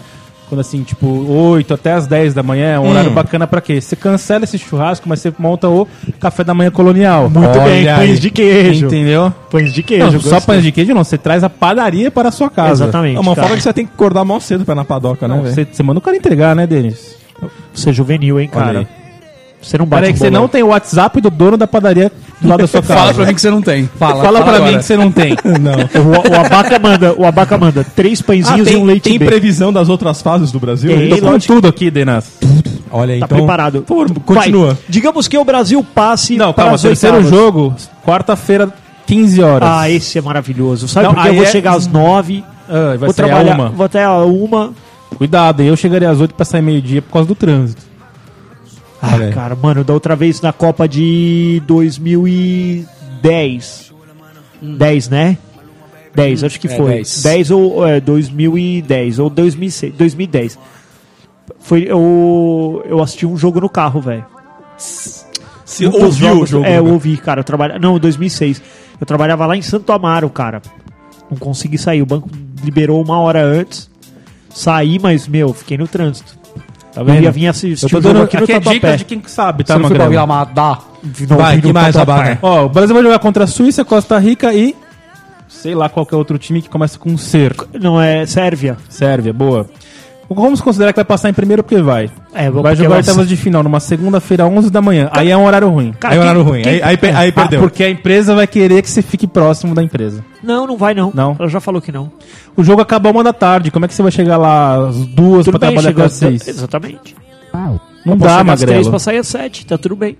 [SPEAKER 4] quando assim, tipo, 8 até as 10 da manhã, é um horário bacana pra quê? Você cancela esse churrasco, mas você monta o café da manhã colonial.
[SPEAKER 2] Muito
[SPEAKER 4] Olha
[SPEAKER 2] bem,
[SPEAKER 4] aí.
[SPEAKER 2] pães de queijo.
[SPEAKER 4] Entendeu?
[SPEAKER 2] Pães de
[SPEAKER 4] Não,
[SPEAKER 2] queijo.
[SPEAKER 4] só
[SPEAKER 2] gostei.
[SPEAKER 4] pães de queijo não, você traz a padaria para a sua casa.
[SPEAKER 2] Exatamente.
[SPEAKER 1] É uma
[SPEAKER 2] cara.
[SPEAKER 1] forma que você tem que acordar mal cedo pra ir na padoca, né,
[SPEAKER 4] Não,
[SPEAKER 1] velho?
[SPEAKER 4] você, você manda o cara entregar, né, Denis?
[SPEAKER 2] Você é juvenil, hein, cara.
[SPEAKER 1] aí.
[SPEAKER 2] Você não bate
[SPEAKER 4] Peraí,
[SPEAKER 2] um
[SPEAKER 4] que você
[SPEAKER 2] bolão.
[SPEAKER 4] não tem o WhatsApp do dono da padaria do lado da sua casa.
[SPEAKER 3] Fala pra mim que você não tem. Fala,
[SPEAKER 4] Fala pra
[SPEAKER 3] agora.
[SPEAKER 4] mim que você não tem.
[SPEAKER 1] Não.
[SPEAKER 2] É, O, o abaca manda, o abaca manda três pãezinhos
[SPEAKER 4] Ah,
[SPEAKER 2] e um leite
[SPEAKER 1] tem
[SPEAKER 2] B.
[SPEAKER 1] previsão das outras fases do Brasil?
[SPEAKER 2] Tem,
[SPEAKER 4] Tô
[SPEAKER 1] Então,
[SPEAKER 4] com tudo aqui, Denas.
[SPEAKER 1] Olha aí,
[SPEAKER 2] Tá
[SPEAKER 1] então.
[SPEAKER 2] preparado.
[SPEAKER 1] Por favor, continua.
[SPEAKER 2] Vai. Digamos que o Brasil passe
[SPEAKER 4] Não,
[SPEAKER 2] para
[SPEAKER 4] calma,
[SPEAKER 2] as
[SPEAKER 4] terceiro
[SPEAKER 2] oitavas.
[SPEAKER 4] jogo, quarta-feira, 15 horas.
[SPEAKER 2] Ah, esse é maravilhoso. Sabe
[SPEAKER 4] Não,
[SPEAKER 2] porque eu
[SPEAKER 4] aí
[SPEAKER 2] vou
[SPEAKER 4] é-
[SPEAKER 2] chegar às nove,
[SPEAKER 4] Ah, vai
[SPEAKER 2] vou
[SPEAKER 4] sair a
[SPEAKER 2] trabalhar,
[SPEAKER 4] uma.
[SPEAKER 2] vou até a uma.
[SPEAKER 4] Cuidado, eu chegaria às 8 pra sair meio-dia por causa do trânsito.
[SPEAKER 2] Ah,
[SPEAKER 4] É.
[SPEAKER 1] Olha aí.
[SPEAKER 2] cara, mano, da outra vez na Copa de 2010.
[SPEAKER 4] Hum.
[SPEAKER 2] 10, né? 10, acho que
[SPEAKER 3] É,
[SPEAKER 2] foi.
[SPEAKER 3] 10.
[SPEAKER 2] 10 ou é, 2010 ou 2006, 2010. Foi eu eu assisti um jogo no carro, velho.
[SPEAKER 1] Se
[SPEAKER 2] Um dos
[SPEAKER 1] ouviu o
[SPEAKER 2] jogos-
[SPEAKER 1] jogo.
[SPEAKER 2] É, eu
[SPEAKER 1] né?
[SPEAKER 2] ouvi, cara. Eu trabalha... Não, 2006. Eu trabalhava lá em Santo Amaro, cara. Não consegui sair. O banco liberou uma hora antes. Saí, mas, meu, fiquei no trânsito.
[SPEAKER 4] Tá
[SPEAKER 2] Eu
[SPEAKER 4] vendo?
[SPEAKER 2] ia vir assistir
[SPEAKER 4] Eu tô
[SPEAKER 2] o jogo
[SPEAKER 4] dando
[SPEAKER 2] aqui no
[SPEAKER 4] aqui é
[SPEAKER 2] Tatuapé.
[SPEAKER 4] dica de quem sabe, tá,
[SPEAKER 3] Você não foi pra Vila
[SPEAKER 4] Magrelo?
[SPEAKER 3] Madá?
[SPEAKER 2] Não,
[SPEAKER 1] Vai,
[SPEAKER 2] vi no
[SPEAKER 1] que mais,
[SPEAKER 2] Tatuapé.
[SPEAKER 1] Abaca?
[SPEAKER 4] Ó, o Brasil vai jogar contra a Suíça, Costa Rica e... Sei lá qual que é outro time que começa com ser.
[SPEAKER 2] Não, é Sérvia.
[SPEAKER 4] Sérvia, boa. Vamos considerar que vai passar em primeiro porque vai.
[SPEAKER 2] É, vou-
[SPEAKER 4] vai
[SPEAKER 2] porque
[SPEAKER 4] jogar
[SPEAKER 2] vai-
[SPEAKER 4] oitavas de final numa segunda-feira, 11 da manhã. Aí é um horário ruim.
[SPEAKER 2] Cara,
[SPEAKER 1] aí é
[SPEAKER 2] quem-
[SPEAKER 1] horário ruim.
[SPEAKER 2] quem-
[SPEAKER 1] Aí, aí pe- aí
[SPEAKER 4] Ah,
[SPEAKER 1] perdeu.
[SPEAKER 4] porque a empresa vai querer que você fique próximo da empresa.
[SPEAKER 2] Não, não vai não.
[SPEAKER 4] Não?
[SPEAKER 2] Ela já falou que não.
[SPEAKER 4] O jogo acaba uma da tarde. Como é que você vai chegar lá às duas pra trabalhar
[SPEAKER 2] chegou
[SPEAKER 4] até às
[SPEAKER 2] às-
[SPEAKER 4] seis?
[SPEAKER 2] Exatamente.
[SPEAKER 4] Não
[SPEAKER 2] Posso
[SPEAKER 4] dá,
[SPEAKER 2] chegar às três
[SPEAKER 4] magrelo.
[SPEAKER 2] pra sair às sete, tá tudo bem.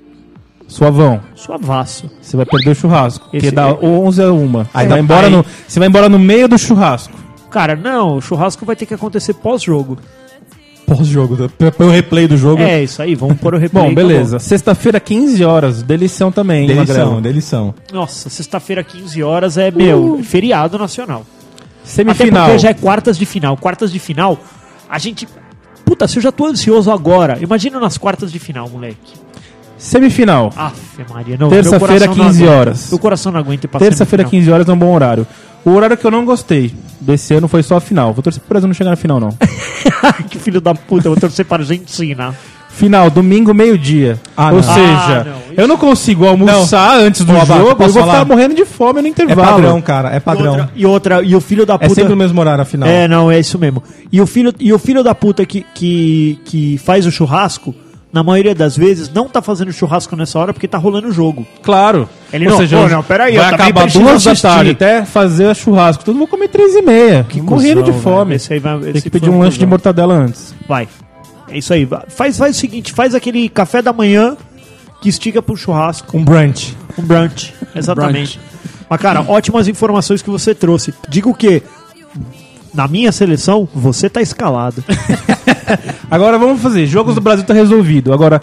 [SPEAKER 4] Suavão.
[SPEAKER 2] Suavaço.
[SPEAKER 4] Você vai perder o churrasco. Porque
[SPEAKER 2] Esse-
[SPEAKER 4] dá 11 a 1. Aí
[SPEAKER 2] dá-
[SPEAKER 4] vai embora
[SPEAKER 2] aí-
[SPEAKER 4] no, você vai embora no meio do churrasco.
[SPEAKER 2] Cara, não, o churrasco vai ter que acontecer pós-jogo.
[SPEAKER 1] Pós-jogo, tá? Põe- põe o replay do jogo.
[SPEAKER 2] É, isso aí, vamos pôr o replay.
[SPEAKER 4] Bom,
[SPEAKER 2] e acabou.
[SPEAKER 4] beleza. Sexta-feira, 15 horas. Delição também, hein,
[SPEAKER 1] Delição,
[SPEAKER 4] Magrelo?
[SPEAKER 1] delição.
[SPEAKER 2] Nossa, sexta-feira, 15 horas, é, meu, feriado nacional. Até
[SPEAKER 4] Semifinal.
[SPEAKER 2] porque já é quartas de final. Quartas de final, a gente... Puta, se eu já tô ansioso agora, imagina nas quartas de final, moleque. é-
[SPEAKER 4] Semifinal.
[SPEAKER 2] Aff, Maria, não.
[SPEAKER 4] Terça-feira,
[SPEAKER 2] meu coração não
[SPEAKER 4] 15
[SPEAKER 2] aguenta.
[SPEAKER 4] horas.
[SPEAKER 2] Meu coração não aguenta ir pra
[SPEAKER 4] Terça-feira,
[SPEAKER 2] semifinal.
[SPEAKER 4] 15 horas é um bom horário. O horário que eu não gostei desse ano foi só a final. Vou torcer pro Brasil não chegar na final, não.
[SPEAKER 2] que filho da puta, eu vou torcer pra Argentina.
[SPEAKER 4] Final, domingo, meio-dia.
[SPEAKER 1] Ah,
[SPEAKER 4] Ou
[SPEAKER 1] não.
[SPEAKER 4] seja,
[SPEAKER 2] Ah, não. Isso-
[SPEAKER 4] eu não consigo almoçar antes do
[SPEAKER 1] Ô, Abaca,
[SPEAKER 4] jogo, eu
[SPEAKER 1] posso
[SPEAKER 4] vou
[SPEAKER 1] falar?
[SPEAKER 4] ficar morrendo de fome no
[SPEAKER 1] É
[SPEAKER 4] intervalo.
[SPEAKER 1] padrão, cara, é padrão.
[SPEAKER 2] E outra, e outra- e o filho da
[SPEAKER 1] É
[SPEAKER 2] puta...
[SPEAKER 1] sempre o mesmo horário, afinal.
[SPEAKER 2] É, não, é isso mesmo. E o filho, e o filho da puta que, que, que faz o churrasco, na maioria das vezes, não tá fazendo churrasco nessa hora porque tá rolando o jogo.
[SPEAKER 4] Claro.
[SPEAKER 2] Ele não, pô, não, peraí,
[SPEAKER 4] vai
[SPEAKER 2] eu também
[SPEAKER 4] acabar
[SPEAKER 2] preciso
[SPEAKER 4] duas da
[SPEAKER 2] assistir.
[SPEAKER 4] tarde até fazer churrasco. Tudo vou comer três e meia. Que morrendo de
[SPEAKER 2] cuzão,
[SPEAKER 4] fome.
[SPEAKER 2] né? Esse aí vai-
[SPEAKER 4] Tem
[SPEAKER 2] esse
[SPEAKER 4] que pedir
[SPEAKER 2] foi
[SPEAKER 4] um
[SPEAKER 2] um
[SPEAKER 4] lanche de
[SPEAKER 2] cuzão.
[SPEAKER 4] mortadela antes.
[SPEAKER 2] Vai. É isso aí. va- Faz, faz o seguinte, faz aquele café da manhã que estica pro churrasco,
[SPEAKER 1] Um brunch.
[SPEAKER 2] um brunch. Exatamente. Mas, cara, ótimas informações que você trouxe. Digo que, na minha seleção, você tá escalado.
[SPEAKER 4] Agora vamos fazer. Jogos do Brasil tá resolvido. Agora,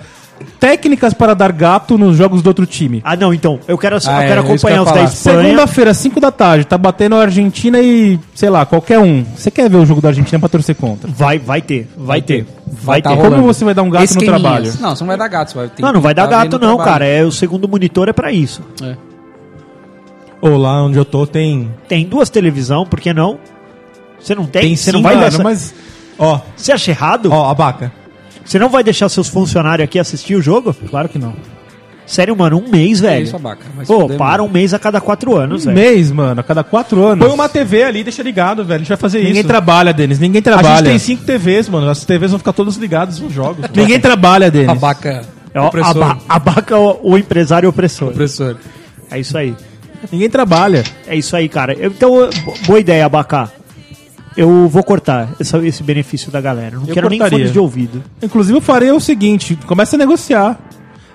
[SPEAKER 4] técnicas para dar gato nos jogos do outro time.
[SPEAKER 2] Ah, não, então, eu quero,
[SPEAKER 3] Ah,
[SPEAKER 2] eu
[SPEAKER 3] é,
[SPEAKER 2] quero
[SPEAKER 3] é isso que eu
[SPEAKER 2] acompanhar
[SPEAKER 3] ia
[SPEAKER 2] os da
[SPEAKER 3] falar.
[SPEAKER 2] Espanha.
[SPEAKER 4] Segunda-feira, 5 da tarde, tá batendo a Argentina e, sei lá, qualquer um. Você quer ver o jogo da Argentina pra torcer contra?
[SPEAKER 2] Vai, vai ter, vai ter, vai
[SPEAKER 3] tá
[SPEAKER 2] ter.
[SPEAKER 3] rolando.
[SPEAKER 4] Como você vai dar um gato no
[SPEAKER 3] Esqueminhas.
[SPEAKER 4] trabalho?
[SPEAKER 3] é Não, você não vai dar gato. Você vai ter
[SPEAKER 2] Não,
[SPEAKER 3] que
[SPEAKER 2] não vai dar
[SPEAKER 3] tá vendo
[SPEAKER 2] gato
[SPEAKER 3] o
[SPEAKER 2] não,
[SPEAKER 3] trabalho.
[SPEAKER 2] cara. É o segundo monitor é pra isso.
[SPEAKER 3] É.
[SPEAKER 1] Ou lá onde eu tô tem.
[SPEAKER 2] Tem duas televisão, por que não? Você não tem?
[SPEAKER 1] Tem
[SPEAKER 2] Você
[SPEAKER 1] sim,
[SPEAKER 2] não vai
[SPEAKER 1] mano,
[SPEAKER 2] dessa...
[SPEAKER 1] mas. Ó,
[SPEAKER 2] Você acha errado?
[SPEAKER 1] ó, abaca.
[SPEAKER 2] Você não vai deixar seus funcionários aqui assistir o jogo?
[SPEAKER 4] Claro que não.
[SPEAKER 2] Sério, mano, um mês,
[SPEAKER 3] É
[SPEAKER 2] velho.
[SPEAKER 3] isso, abaca. Vai se
[SPEAKER 2] Pô,
[SPEAKER 3] fuder,
[SPEAKER 2] para
[SPEAKER 3] mano.
[SPEAKER 2] um mês a cada quatro anos,
[SPEAKER 4] Um
[SPEAKER 2] velho.
[SPEAKER 4] mês, mano, a cada quatro anos.
[SPEAKER 1] Põe uma TV ali, deixa ligado, velho. A gente vai fazer
[SPEAKER 4] Ninguém
[SPEAKER 1] isso.
[SPEAKER 4] trabalha, Denis. Ninguém trabalha.
[SPEAKER 1] A gente tem cinco TVs, mano. As TVs vão ficar todas ligadas nos jogos.
[SPEAKER 4] Ninguém trabalha, Denis.
[SPEAKER 3] Abaca.
[SPEAKER 2] É, ó,
[SPEAKER 3] Opressor.
[SPEAKER 2] aba- abaca o, o empresário opressor.
[SPEAKER 3] Opressor.
[SPEAKER 2] É isso aí.
[SPEAKER 4] Ninguém trabalha.
[SPEAKER 2] É isso aí, cara. Eu- Então, eu- bo- boa ideia, abacar. Eu vou cortar essa- esse benefício da galera. Não
[SPEAKER 4] Eu
[SPEAKER 2] quero nem
[SPEAKER 4] cortaria.
[SPEAKER 2] fones de ouvido.
[SPEAKER 4] Inclusive, eu farei o seguinte: começa a negociar.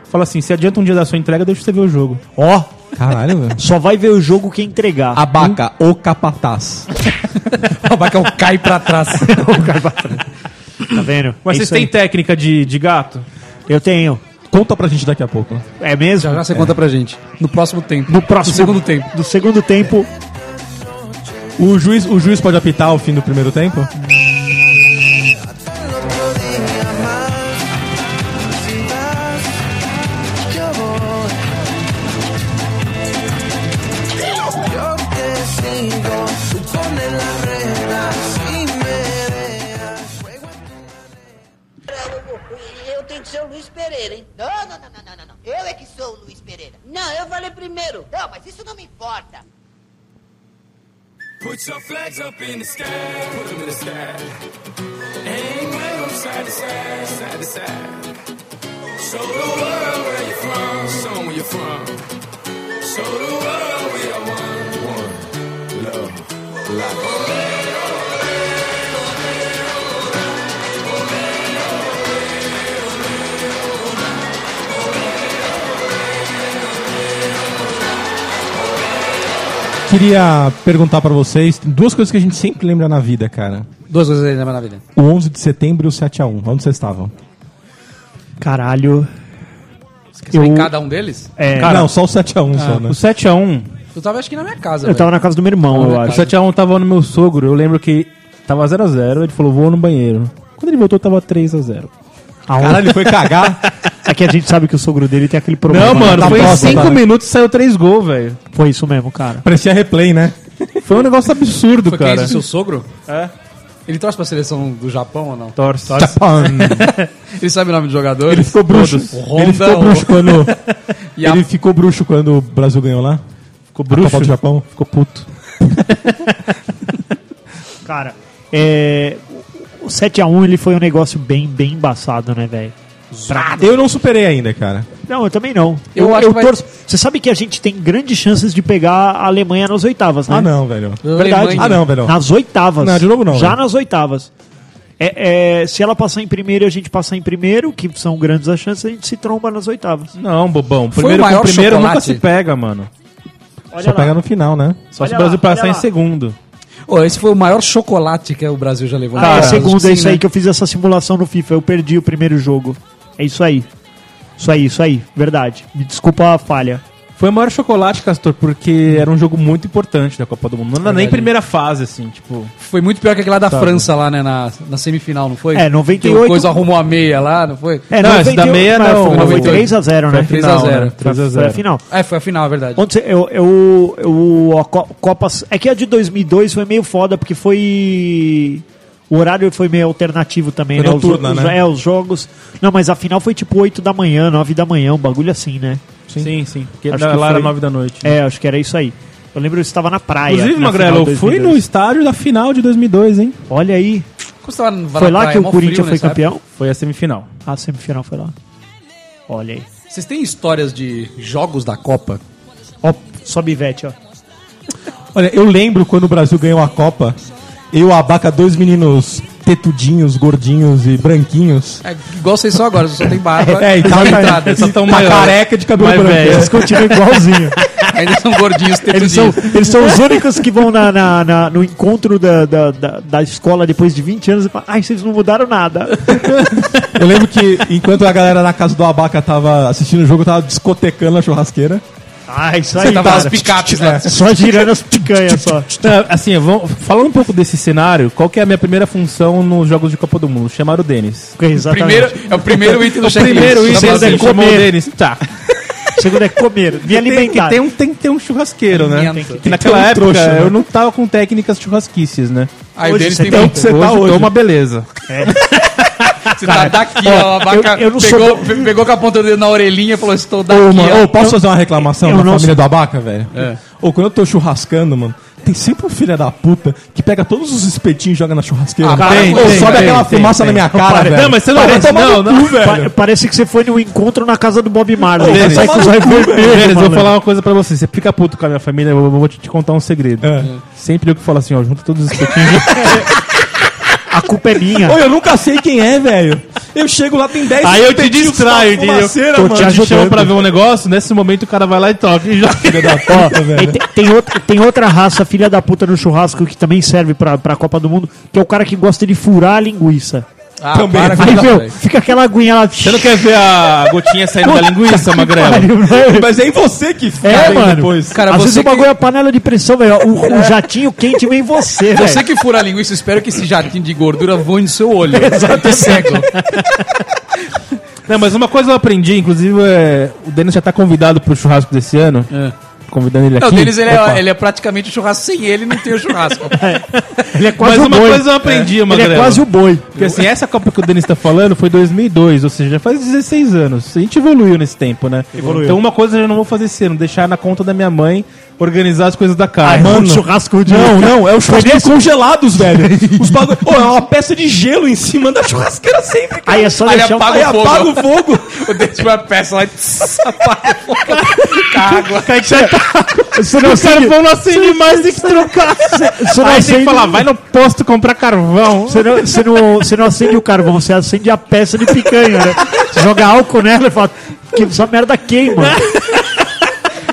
[SPEAKER 4] Fala assim, se adianta um dia da sua entrega, deixa você ver o jogo.
[SPEAKER 2] Ó,
[SPEAKER 1] Caralho, velho.
[SPEAKER 2] só vai ver o jogo quem entregar.
[SPEAKER 1] Abaca, o capataz.
[SPEAKER 3] O abaca é o cai pra trás.
[SPEAKER 2] É um
[SPEAKER 3] É
[SPEAKER 2] Tá vendo?
[SPEAKER 4] Mas
[SPEAKER 2] É
[SPEAKER 4] vocês
[SPEAKER 2] isso
[SPEAKER 4] têm
[SPEAKER 2] aí.
[SPEAKER 4] técnica de, de gato?
[SPEAKER 2] Eu tenho.
[SPEAKER 1] Conta pra gente daqui a pouco. né?
[SPEAKER 2] É mesmo?
[SPEAKER 3] já já você conta pra gente. No próximo tempo.
[SPEAKER 2] No próximo.
[SPEAKER 3] No segundo tempo.
[SPEAKER 2] Do segundo tempo.
[SPEAKER 1] O juiz, o juiz pode apitar o fim do primeiro tempo?
[SPEAKER 6] Yo te sigo, tú pones las reglas y me dejas. Juego en
[SPEAKER 7] Eu tenho que ser o Luiz Pereira, hein?
[SPEAKER 8] Não, não, não, não, não, não, não. Eu é que sou o Luiz Pereira.
[SPEAKER 7] Não, eu falei primeiro.
[SPEAKER 8] Não, mas isso não me importa.
[SPEAKER 9] Put your flags up in the sky, put 'em in the sky. And wave 'em side to side, side to side. Show the world where you're from, show 'em where you're from. Show the world we are one. One, love, life.
[SPEAKER 1] Queria perguntar pra vocês tem duas coisas que a gente sempre lembra na vida, cara.
[SPEAKER 3] Duas coisas aí né, na vida.
[SPEAKER 1] O 11 de setembro e o 7 a 1 Onde vocês estavam?
[SPEAKER 2] Caralho.
[SPEAKER 3] Esqueceu em cada um deles?
[SPEAKER 2] É,
[SPEAKER 1] não, só o 7 a 1 só, né?
[SPEAKER 4] O 7x1.
[SPEAKER 3] Eu tava acho que na minha casa,
[SPEAKER 2] eu
[SPEAKER 3] velho.
[SPEAKER 2] tava na casa do meu irmão, eu
[SPEAKER 4] O
[SPEAKER 2] acho.
[SPEAKER 4] 7x1 tava no meu sogro. Eu lembro que tava 0x0. Ele falou, vou no banheiro. Quando ele voltou, tava 3x0.
[SPEAKER 1] Caralho, ele foi cagar.
[SPEAKER 2] É que a gente sabe que o sogro dele tem aquele problema.
[SPEAKER 4] Não, tá mano,
[SPEAKER 2] né?
[SPEAKER 4] foi assim. em
[SPEAKER 1] bosta,
[SPEAKER 4] 5
[SPEAKER 1] cara.
[SPEAKER 4] minutos e saiu 3 gols, velho.
[SPEAKER 2] Foi isso mesmo, cara.
[SPEAKER 1] Parecia replay, né?
[SPEAKER 4] Foi um negócio absurdo,
[SPEAKER 3] Foi quem
[SPEAKER 4] cara.
[SPEAKER 3] isso, seu sogro? É. Ele torce pra seleção do Japão ou não?
[SPEAKER 4] Torce. Tá
[SPEAKER 1] Japão.
[SPEAKER 3] Ele sabe o nome dos jogadores?
[SPEAKER 1] Ele ficou bruxo.
[SPEAKER 3] Honda,
[SPEAKER 1] ele ficou bruxo quando.
[SPEAKER 3] E a-
[SPEAKER 1] Ele ficou bruxo quando o Brasil ganhou lá? Ficou
[SPEAKER 4] bruxo?
[SPEAKER 1] Copa do Japão?
[SPEAKER 4] Ficou puto.
[SPEAKER 2] Cara, é, o 7x1 ele foi um negócio bem, bem embaçado, né, velho?
[SPEAKER 1] Ah, Eu não superei ainda, cara.
[SPEAKER 2] Não, eu também não.
[SPEAKER 3] Eu
[SPEAKER 2] Eu, eu,
[SPEAKER 3] acho que vai-
[SPEAKER 2] torço. Você sabe que a gente tem grandes chances de pegar a Alemanha nas oitavas, né?
[SPEAKER 1] Ah, não, velho.
[SPEAKER 3] Alemanha.
[SPEAKER 1] Ah, não, velho.
[SPEAKER 2] Nas oitavas.
[SPEAKER 1] Não, de novo não,
[SPEAKER 2] Já
[SPEAKER 1] velho.
[SPEAKER 2] nas oitavas. é, é, se ela passar em primeiro e a gente passar em primeiro, que são grandes as chances, a gente se tromba nas oitavas.
[SPEAKER 4] Não, bobão.
[SPEAKER 3] Foi
[SPEAKER 4] Primeiro
[SPEAKER 3] o
[SPEAKER 4] com
[SPEAKER 3] maior
[SPEAKER 4] primeiro
[SPEAKER 3] chocolate?
[SPEAKER 4] nunca se pega, mano.
[SPEAKER 2] Olha
[SPEAKER 4] Só
[SPEAKER 2] lá.
[SPEAKER 4] pega no final, né? Só se
[SPEAKER 2] Olha
[SPEAKER 4] o Brasil
[SPEAKER 2] lá, olha
[SPEAKER 4] passar em
[SPEAKER 2] lá.
[SPEAKER 4] segundo.
[SPEAKER 3] Ô, esse foi o maior chocolate que o Brasil já levou.
[SPEAKER 2] Ah, é
[SPEAKER 3] Cara,
[SPEAKER 2] segundo, é
[SPEAKER 3] sim,
[SPEAKER 2] isso aí
[SPEAKER 3] né?
[SPEAKER 2] que eu fiz essa simulação no FIFA. Eu perdi o primeiro jogo. É isso aí. Isso aí, isso aí. Verdade. Me desculpa a falha.
[SPEAKER 4] Foi o maior chocolate, Castor, porque era um jogo muito importante da Copa do Mundo. Não era nem
[SPEAKER 3] Verdade.
[SPEAKER 4] primeira fase, assim, tipo.
[SPEAKER 3] Foi muito pior que aquele lá da França, lá, né? Na, na semifinal, não foi?
[SPEAKER 2] É, 98.
[SPEAKER 3] Que o Coisa arrumou a meia lá, não foi?
[SPEAKER 2] É,
[SPEAKER 4] Não, esse da
[SPEAKER 2] 91,
[SPEAKER 4] meia
[SPEAKER 2] mas
[SPEAKER 4] não,
[SPEAKER 2] Foi, foi
[SPEAKER 4] 98.
[SPEAKER 2] 3x0, né?
[SPEAKER 3] Foi 3 a 0.
[SPEAKER 2] Foi a
[SPEAKER 4] 3 a 0.
[SPEAKER 2] Foi a final.
[SPEAKER 3] É, foi a final, é verdade.
[SPEAKER 2] Onde cê- eu, eu, eu, a Co- Copa. É que a de 2002 foi meio foda, porque foi. O horário foi meio alternativo também,
[SPEAKER 1] Foi
[SPEAKER 2] né? Os-
[SPEAKER 1] noturna,
[SPEAKER 2] os,
[SPEAKER 1] né?
[SPEAKER 2] É, os jogos. Não, mas a final foi tipo 8 da manhã, 9 da manhã, um bagulho assim, né?
[SPEAKER 4] Sim, sim. Porque
[SPEAKER 2] Acho
[SPEAKER 4] lá
[SPEAKER 2] que
[SPEAKER 4] era
[SPEAKER 2] foi.
[SPEAKER 4] 9 da noite.
[SPEAKER 2] É, acho que era isso aí. Eu lembro que eu estava na praia.
[SPEAKER 4] Inclusive,
[SPEAKER 2] na
[SPEAKER 4] Magrelo,
[SPEAKER 2] final
[SPEAKER 4] eu
[SPEAKER 2] de
[SPEAKER 4] fui no
[SPEAKER 2] 2002.
[SPEAKER 4] estádio da final de 2002, hein?
[SPEAKER 2] Olha aí.
[SPEAKER 3] Quando você tava na-
[SPEAKER 2] foi
[SPEAKER 3] na
[SPEAKER 2] lá
[SPEAKER 3] praia,
[SPEAKER 2] que o
[SPEAKER 3] mó
[SPEAKER 2] Corinthians
[SPEAKER 3] frio né,
[SPEAKER 2] foi
[SPEAKER 3] nessa
[SPEAKER 2] campeão? Ah,
[SPEAKER 4] Foi a semifinal.
[SPEAKER 2] A semifinal foi lá. Olha aí.
[SPEAKER 3] época. Vocês têm histórias de jogos da Copa?
[SPEAKER 2] Ó, sobe Ivete, ó.
[SPEAKER 1] Olha, eu lembro quando o Brasil ganhou a Copa, eu abaca dois meninos tetudinhos, gordinhos e branquinhos.
[SPEAKER 3] É, igual vocês só agora, só tem barba.
[SPEAKER 1] É, e tá,
[SPEAKER 3] Coitado, só tão
[SPEAKER 1] tá
[SPEAKER 3] maior.
[SPEAKER 1] careca de cabelo
[SPEAKER 4] Mais
[SPEAKER 1] branco.
[SPEAKER 4] velho.
[SPEAKER 2] Eles continuam igualzinho.
[SPEAKER 3] Ainda são gordinhos,
[SPEAKER 2] Eles são,
[SPEAKER 3] tetudinhos.
[SPEAKER 2] eles são os únicos que vão na, na- na- no encontro da, da, da, da escola depois de 20 anos e falam, ai, vocês não mudaram nada.
[SPEAKER 1] Eu lembro que enquanto a galera na casa do Abaca tava assistindo o jogo, tava discotecando na churrasqueira.
[SPEAKER 2] Ah, isso
[SPEAKER 3] Você
[SPEAKER 2] aí,
[SPEAKER 3] tava nas
[SPEAKER 2] cara.
[SPEAKER 3] picapes
[SPEAKER 4] É.
[SPEAKER 3] lá.
[SPEAKER 2] Só girando as picanhas, só.
[SPEAKER 4] Não, assim, vamos, falando um pouco desse cenário, qual que é a minha primeira função nos Jogos de Copa do Mundo? Chamaram o Denis.
[SPEAKER 2] Ok, Exatamente.
[SPEAKER 3] Primeiro, é o primeiro item do checklist.
[SPEAKER 4] item
[SPEAKER 3] Tá bom,
[SPEAKER 4] assim,
[SPEAKER 3] assim,
[SPEAKER 4] chamou o
[SPEAKER 2] comer.
[SPEAKER 4] Denis. Tá.
[SPEAKER 2] Segundo é comer, me
[SPEAKER 4] Tem que,
[SPEAKER 2] alimentar.
[SPEAKER 4] ter um, tem que ter um churrasqueiro, né?
[SPEAKER 3] Tem que-
[SPEAKER 4] Que naquela
[SPEAKER 1] ter um
[SPEAKER 4] época
[SPEAKER 1] trouxa, né?
[SPEAKER 4] eu não tava com técnicas churrasquícias, né?
[SPEAKER 3] Aí o
[SPEAKER 2] Hoje
[SPEAKER 3] deles
[SPEAKER 2] você
[SPEAKER 3] tem
[SPEAKER 2] tem
[SPEAKER 3] muito.
[SPEAKER 1] que ser- Você
[SPEAKER 4] Hoje
[SPEAKER 1] tá
[SPEAKER 4] eu
[SPEAKER 1] hoje.
[SPEAKER 4] tô uma beleza.
[SPEAKER 3] Você tá daqui, ó, a vaca
[SPEAKER 2] eu- eu não sou
[SPEAKER 3] pegou,
[SPEAKER 2] bom.
[SPEAKER 3] pe- pegou com a ponta do dedo na orelhinha e falou, estou daqui,
[SPEAKER 1] Ô, mano,
[SPEAKER 3] ó.
[SPEAKER 1] ô, posso fazer uma reclamação
[SPEAKER 2] eu
[SPEAKER 1] na
[SPEAKER 2] não
[SPEAKER 1] família
[SPEAKER 2] sou-
[SPEAKER 1] do Abaca, velho?
[SPEAKER 4] É.
[SPEAKER 1] Ou quando eu tô churrascando, mano, tem sempre um filho da puta que pega todos os espetinhos e joga na churrasqueira.
[SPEAKER 3] Ah,
[SPEAKER 1] Ô,
[SPEAKER 3] tem, tem,
[SPEAKER 1] sobe
[SPEAKER 4] tem,
[SPEAKER 1] aquela
[SPEAKER 4] tem,
[SPEAKER 1] fumaça
[SPEAKER 4] tem.
[SPEAKER 1] na minha cara,
[SPEAKER 4] para-
[SPEAKER 1] velho.
[SPEAKER 4] Não, mas você não
[SPEAKER 1] Vai
[SPEAKER 4] merece,
[SPEAKER 1] tomar no
[SPEAKER 4] não, não.
[SPEAKER 1] cu, velho.
[SPEAKER 2] Pa- Parece que você foi no encontro na casa do Bob Marley.
[SPEAKER 1] Denis.
[SPEAKER 2] Sai com os olhos vermelhos,
[SPEAKER 4] Denis, eu vou
[SPEAKER 2] malandro.
[SPEAKER 4] falar uma coisa pra você. Você fica puto com a minha família, eu vou- vou te te contar um segredo.
[SPEAKER 1] É.
[SPEAKER 4] Sempre eu que falo assim, ó, junta todos os espetinhos.
[SPEAKER 2] A culpa é minha.
[SPEAKER 1] Ô, eu nunca sei quem é, velho. Eu chego lá, tem 10
[SPEAKER 4] Aí eu te
[SPEAKER 1] espetinhos,
[SPEAKER 4] distraio,
[SPEAKER 1] uma
[SPEAKER 4] entendeu?
[SPEAKER 1] fumaceira,
[SPEAKER 4] Tô
[SPEAKER 1] mano.
[SPEAKER 4] te
[SPEAKER 1] Te chamo
[SPEAKER 4] chamando pra
[SPEAKER 1] pra
[SPEAKER 4] ver um negócio, nesse momento o cara vai lá e toca e joga.
[SPEAKER 1] Filha da
[SPEAKER 2] Ó,
[SPEAKER 1] puta,
[SPEAKER 2] e
[SPEAKER 1] velho.
[SPEAKER 2] tem, tem outra, tem outra raça filha da puta no churrasco que também serve pra, pra Copa do Mundo, que é o cara que gosta de furar a linguiça.
[SPEAKER 3] Ah,
[SPEAKER 1] também.
[SPEAKER 3] para com
[SPEAKER 2] Aí,
[SPEAKER 3] isso,
[SPEAKER 2] meu,
[SPEAKER 3] velho.
[SPEAKER 2] fica aquela aguinha lá.
[SPEAKER 4] É Você não quer ver a gotinha saindo da linguiça, Magrela?
[SPEAKER 1] Mas é em você que fica
[SPEAKER 2] É,
[SPEAKER 1] bem
[SPEAKER 2] mano.
[SPEAKER 1] depois.
[SPEAKER 3] Cara,
[SPEAKER 2] Às vezes
[SPEAKER 3] você
[SPEAKER 2] o bagulho
[SPEAKER 3] que-
[SPEAKER 2] é a panela de pressão, velho. ó, O, o jatinho quente vem em você, velho.
[SPEAKER 3] Você que fura a linguiça, espero que esse jatinho de gordura voe no seu olho.
[SPEAKER 4] tá
[SPEAKER 3] Exato. cego.
[SPEAKER 4] Não, mas uma coisa eu aprendi, inclusive é, o Denis já tá convidado pro churrasco desse ano. Convidando ele aqui.
[SPEAKER 3] Não, o deles ele
[SPEAKER 4] Opa.
[SPEAKER 3] é, ele é praticamente o churrasco. Sem ele, não tem o churrasco.
[SPEAKER 2] Ele é
[SPEAKER 4] Mas
[SPEAKER 2] o
[SPEAKER 4] uma
[SPEAKER 2] boi.
[SPEAKER 4] coisa eu aprendi,
[SPEAKER 2] Ele é
[SPEAKER 4] Magrelo.
[SPEAKER 2] quase o boi.
[SPEAKER 4] Porque assim, essa Copa que o Denis tá falando foi 2002, ou seja, já faz 16 anos. A gente evoluiu nesse tempo, né?
[SPEAKER 2] Evoluiu.
[SPEAKER 4] Então uma coisa eu já não vou fazer esse ano, deixar na conta da minha mãe organizar as coisas da
[SPEAKER 2] Ah,
[SPEAKER 4] casa.
[SPEAKER 2] é um
[SPEAKER 4] Mano,
[SPEAKER 2] churrasco de...
[SPEAKER 1] Não, não, é os churrasquinhos congelados, velho. Os bagulho. Ô, é uma peça de gelo em cima da churrasqueira sempre, cara.
[SPEAKER 2] Aí é só
[SPEAKER 3] Aí
[SPEAKER 2] deixar...
[SPEAKER 3] apaga
[SPEAKER 1] Aí
[SPEAKER 3] o fogo.
[SPEAKER 1] apaga o fogo.
[SPEAKER 3] O deles foi uma peça lá. tss, Apaga o fogo. Com a água.
[SPEAKER 2] Você não
[SPEAKER 4] né? tá- os caras
[SPEAKER 2] acende...
[SPEAKER 4] vão não acende mais, tem que trocar.
[SPEAKER 2] Você não
[SPEAKER 4] Aí tem
[SPEAKER 2] acende-
[SPEAKER 4] que falar, vai no posto comprar carvão.
[SPEAKER 2] Você não, você, não, você não acende o carvão, você acende a peça de picanha, né? Você joga álcool nela e fala... Que essa merda queima.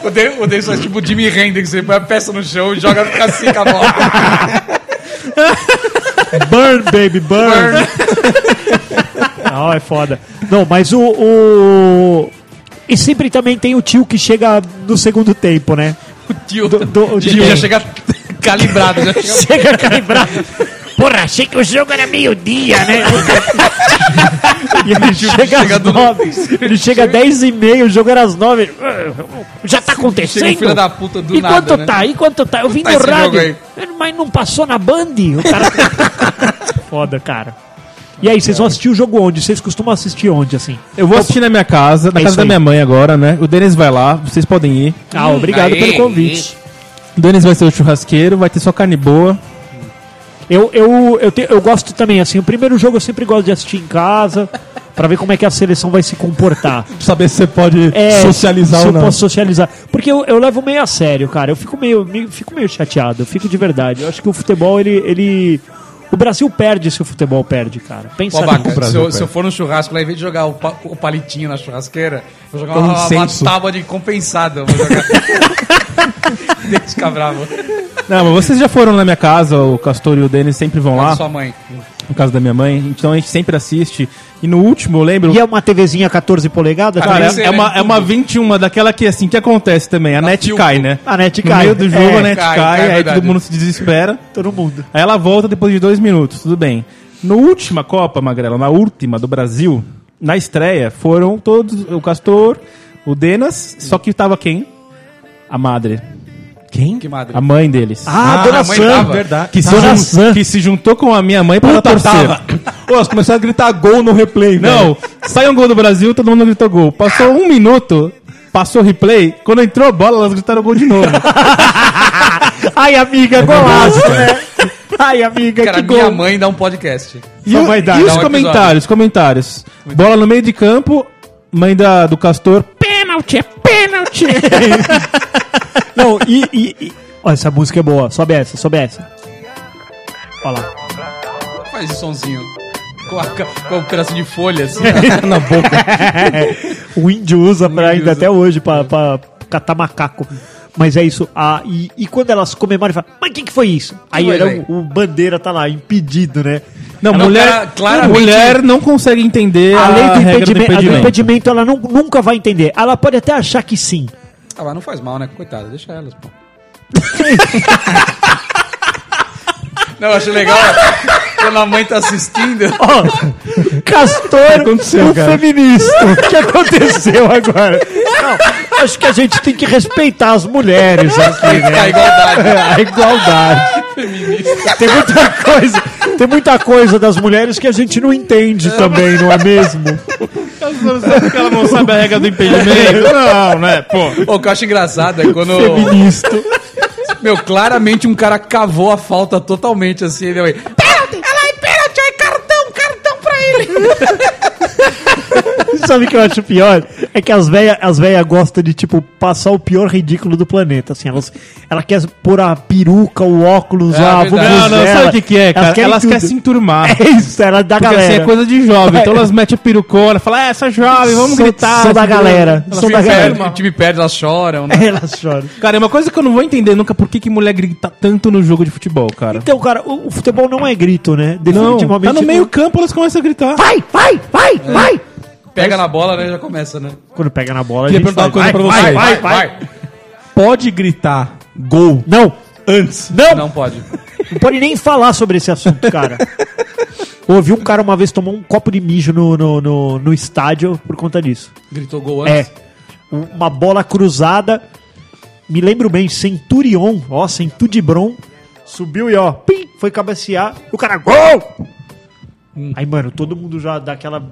[SPEAKER 3] O deles, o deles faz tipo o Jimmy Hendrix. Ele põe a peça no chão e joga fica assim com a bola.
[SPEAKER 2] Burn, baby, burn. Não, é foda. Não, mas o, o- E sempre também tem o tio que chega no segundo tempo, né?
[SPEAKER 3] O tio,
[SPEAKER 2] do-
[SPEAKER 3] o
[SPEAKER 2] de-
[SPEAKER 3] tio já chega calibrado. Já chega
[SPEAKER 2] Chega calibrado. Porra, achei que o jogo era meio-dia, né? e ele chega
[SPEAKER 3] chega
[SPEAKER 2] às
[SPEAKER 3] do-
[SPEAKER 2] nove. Ele chega às dez e meia, o jogo era às nove. Já tá acontecendo?
[SPEAKER 3] Chega o filho da puta do
[SPEAKER 2] e
[SPEAKER 3] nada,
[SPEAKER 2] quanto
[SPEAKER 3] né?
[SPEAKER 2] tá? E quanto tá? Eu vim
[SPEAKER 3] tá
[SPEAKER 2] no
[SPEAKER 3] esse jogo
[SPEAKER 2] rádio. Mas não passou na Band? O cara... Foda, cara. E aí, vocês vão assistir o jogo onde? Vocês costumam assistir onde, assim?
[SPEAKER 4] Eu vou assistir na minha casa, na
[SPEAKER 2] É
[SPEAKER 4] casa
[SPEAKER 2] isso
[SPEAKER 4] da
[SPEAKER 2] aí.
[SPEAKER 4] minha mãe agora, né? O Denis vai lá, vocês podem ir.
[SPEAKER 2] Ah, obrigado
[SPEAKER 3] aí,
[SPEAKER 2] pelo convite.
[SPEAKER 4] O Denis vai ser o churrasqueiro, vai ter só carne boa.
[SPEAKER 2] Eu, eu, eu, te- eu gosto também, assim, o primeiro jogo eu sempre gosto de assistir em casa, pra ver como é que a seleção vai se comportar.
[SPEAKER 1] Saber se você pode
[SPEAKER 2] É,
[SPEAKER 1] socializar
[SPEAKER 2] se
[SPEAKER 1] ou
[SPEAKER 2] eu
[SPEAKER 1] não.
[SPEAKER 2] posso socializar. Porque eu, eu levo meio a sério, cara. Eu fico meio, meio- fico meio chateado, eu fico de verdade. Eu acho que o futebol, ele. ele O Brasil perde se o futebol perde, cara. Pensa
[SPEAKER 3] Pô,
[SPEAKER 2] nisso.
[SPEAKER 3] Abaca, se,
[SPEAKER 1] Brasil,
[SPEAKER 3] eu,
[SPEAKER 1] cara.
[SPEAKER 3] se eu for no churrasco lá, em vez de jogar o, pa- o palitinho na churrasqueira, vou jogar
[SPEAKER 1] Com
[SPEAKER 3] uma, uma
[SPEAKER 1] incenso.
[SPEAKER 3] tábua de compensada. eu Vou jogar. Deixa eu ficar bravo.
[SPEAKER 4] Não, mas vocês já foram na minha casa, o Castor e o Denis sempre vão lá,
[SPEAKER 3] Sua mãe.
[SPEAKER 4] no caso da minha mãe, então a gente sempre assiste. E no último, eu lembro.
[SPEAKER 2] E é uma TVzinha 14 polegadas?
[SPEAKER 4] Cara,
[SPEAKER 2] também?
[SPEAKER 4] é, é uma, é uma 21, daquela que assim, que acontece também, a net
[SPEAKER 3] fio.
[SPEAKER 4] cai, né?
[SPEAKER 2] A net
[SPEAKER 4] No
[SPEAKER 2] cai.
[SPEAKER 4] meio do jogo
[SPEAKER 2] Ah, É,
[SPEAKER 4] né? a net
[SPEAKER 3] cai,
[SPEAKER 4] cai,
[SPEAKER 3] cai,
[SPEAKER 4] aí
[SPEAKER 3] verdade.
[SPEAKER 4] todo mundo se desespera.
[SPEAKER 2] Todo mundo.
[SPEAKER 4] Aí ela volta depois de dois minutos, tudo bem. No última Copa, Magrela, na última do Brasil, na estreia, foram todos, o Castor, o Denas, só que tava quem? A madre. Quem?
[SPEAKER 3] Que madre?
[SPEAKER 4] A mãe deles.
[SPEAKER 2] Ah,
[SPEAKER 3] a
[SPEAKER 2] Dona
[SPEAKER 3] mãe
[SPEAKER 2] Sam.
[SPEAKER 3] tava.
[SPEAKER 1] Verdade.
[SPEAKER 4] que, se
[SPEAKER 2] Dona
[SPEAKER 4] jun-
[SPEAKER 2] Sam.
[SPEAKER 4] que se juntou com a minha mãe pra ela
[SPEAKER 1] Puta,
[SPEAKER 4] torcer.
[SPEAKER 1] tava. Ô, elas começaram a gritar gol no replay,
[SPEAKER 4] Não, saiu um gol do Brasil, todo mundo gritou gol. Passou um minuto, passou o replay, quando entrou a bola, elas gritaram gol de novo.
[SPEAKER 2] Ai,
[SPEAKER 1] É
[SPEAKER 2] amiga, golaço, né? Ai, amiga,
[SPEAKER 3] Cara,
[SPEAKER 2] que
[SPEAKER 3] minha
[SPEAKER 2] gol.
[SPEAKER 3] mãe dá um podcast.
[SPEAKER 4] E,
[SPEAKER 2] Sua
[SPEAKER 4] o-
[SPEAKER 2] mãe dá,
[SPEAKER 4] e
[SPEAKER 3] dá
[SPEAKER 4] os
[SPEAKER 3] um
[SPEAKER 4] comentários, comentários. Bola no meio de campo, mãe da, do Castor, pênalti, é pênalti.
[SPEAKER 2] Não, e... e, e- Ó, essa música é boa. Sobe essa, sobe essa. Olha lá.
[SPEAKER 3] Faz esse sonzinho. Com, a, ca- com o pedaço de assim. folhas.
[SPEAKER 4] Na boca.
[SPEAKER 2] O índio usa pra, ainda
[SPEAKER 3] usa.
[SPEAKER 2] até hoje pra, pra catar macaco. Mas é isso. Ah, e, e quando elas comemoram, falam, mas o que, que foi isso? Aí
[SPEAKER 3] foi,
[SPEAKER 2] era
[SPEAKER 3] velho?
[SPEAKER 2] o, o bandeira tá lá, impedido, né?
[SPEAKER 4] Não,
[SPEAKER 3] Não, É cara,
[SPEAKER 4] mulher,
[SPEAKER 3] claramente-
[SPEAKER 4] mulher não consegue entender a,
[SPEAKER 2] a lei Ah, do
[SPEAKER 4] regra
[SPEAKER 2] impedimento,
[SPEAKER 4] do
[SPEAKER 2] a do
[SPEAKER 4] impedimento.
[SPEAKER 2] impedimento, ela nu- nunca vai entender. Ela pode até achar que sim.
[SPEAKER 3] ah, mas não faz mal, né? Coitada, deixa elas, pô. Não, eu acho legal quando a mãe tá assistindo.
[SPEAKER 2] Ó, Castor, o feminista. O que aconteceu agora? Não, acho que a gente tem que respeitar as mulheres aqui, né?
[SPEAKER 3] A igualdade.
[SPEAKER 2] É, a igualdade. Tem muita coisa, tem muita coisa das mulheres que a gente não entende também, não é mesmo?
[SPEAKER 4] Porque ela não sabe a regra do impedimento. Não, né? Pô.
[SPEAKER 3] O que eu acho engraçado é quando.
[SPEAKER 2] Feminista.
[SPEAKER 3] Meu, claramente um cara cavou a falta totalmente assim. Ele vai.
[SPEAKER 2] Sabe o que eu acho pior? É que as velhas as véia gostam de, tipo, passar o pior ridículo do planeta. Assim, elas, ela quer pôr a peruca, o óculos,
[SPEAKER 3] É,
[SPEAKER 2] a
[SPEAKER 3] verdade.
[SPEAKER 4] Não, não,
[SPEAKER 2] vuvuzela.
[SPEAKER 4] sabe o que, que é, cara?
[SPEAKER 2] querem
[SPEAKER 4] elas
[SPEAKER 2] tudo.
[SPEAKER 4] querem se enturmar.
[SPEAKER 2] É isso, ela é da
[SPEAKER 4] Porque
[SPEAKER 2] galera.
[SPEAKER 4] assim, é coisa de jovem. Então elas metem a perucona, falam, é, essa jovem, vamos
[SPEAKER 2] Sou-
[SPEAKER 4] gritar.
[SPEAKER 2] sou da galera,
[SPEAKER 4] Elas
[SPEAKER 2] sou da
[SPEAKER 4] ficam-
[SPEAKER 2] galera.
[SPEAKER 3] Perde, o time perde, elas choram, né?
[SPEAKER 2] Elas choram.
[SPEAKER 4] Cara, é uma coisa que eu não vou entender nunca por que, que mulher grita tanto no jogo de futebol, cara.
[SPEAKER 2] Então, cara, o, o futebol não é grito, né?
[SPEAKER 4] Não,
[SPEAKER 2] Definitivamente.
[SPEAKER 4] tá no meio campo, elas começam a gritar.
[SPEAKER 2] Vai, vai, vai, vai!
[SPEAKER 3] Pega na bola, né? Já começa, né?
[SPEAKER 2] Quando pega na bola, a
[SPEAKER 1] Queria
[SPEAKER 2] gente
[SPEAKER 1] perguntar uma coisa
[SPEAKER 2] faz,
[SPEAKER 1] pra
[SPEAKER 2] vai,
[SPEAKER 1] vocês.
[SPEAKER 2] Vai, vai, vai.
[SPEAKER 1] Pode gritar gol
[SPEAKER 2] Não,
[SPEAKER 1] antes.
[SPEAKER 2] não,
[SPEAKER 3] Não
[SPEAKER 2] não,
[SPEAKER 3] pode.
[SPEAKER 2] pode nem falar sobre esse assunto, cara. Ouvi um cara uma vez tomar um copo de mijo no, no, no, no estádio por conta disso.
[SPEAKER 3] Gritou gol
[SPEAKER 2] É.
[SPEAKER 3] antes.
[SPEAKER 2] um- Uma bola cruzada. Me lembro bem, Centurion, ó, Centudibron. Subiu e ó, pim, foi cabecear. E o cara, gol!
[SPEAKER 3] Hum.
[SPEAKER 2] Aí, mano, todo mundo já dá aquela.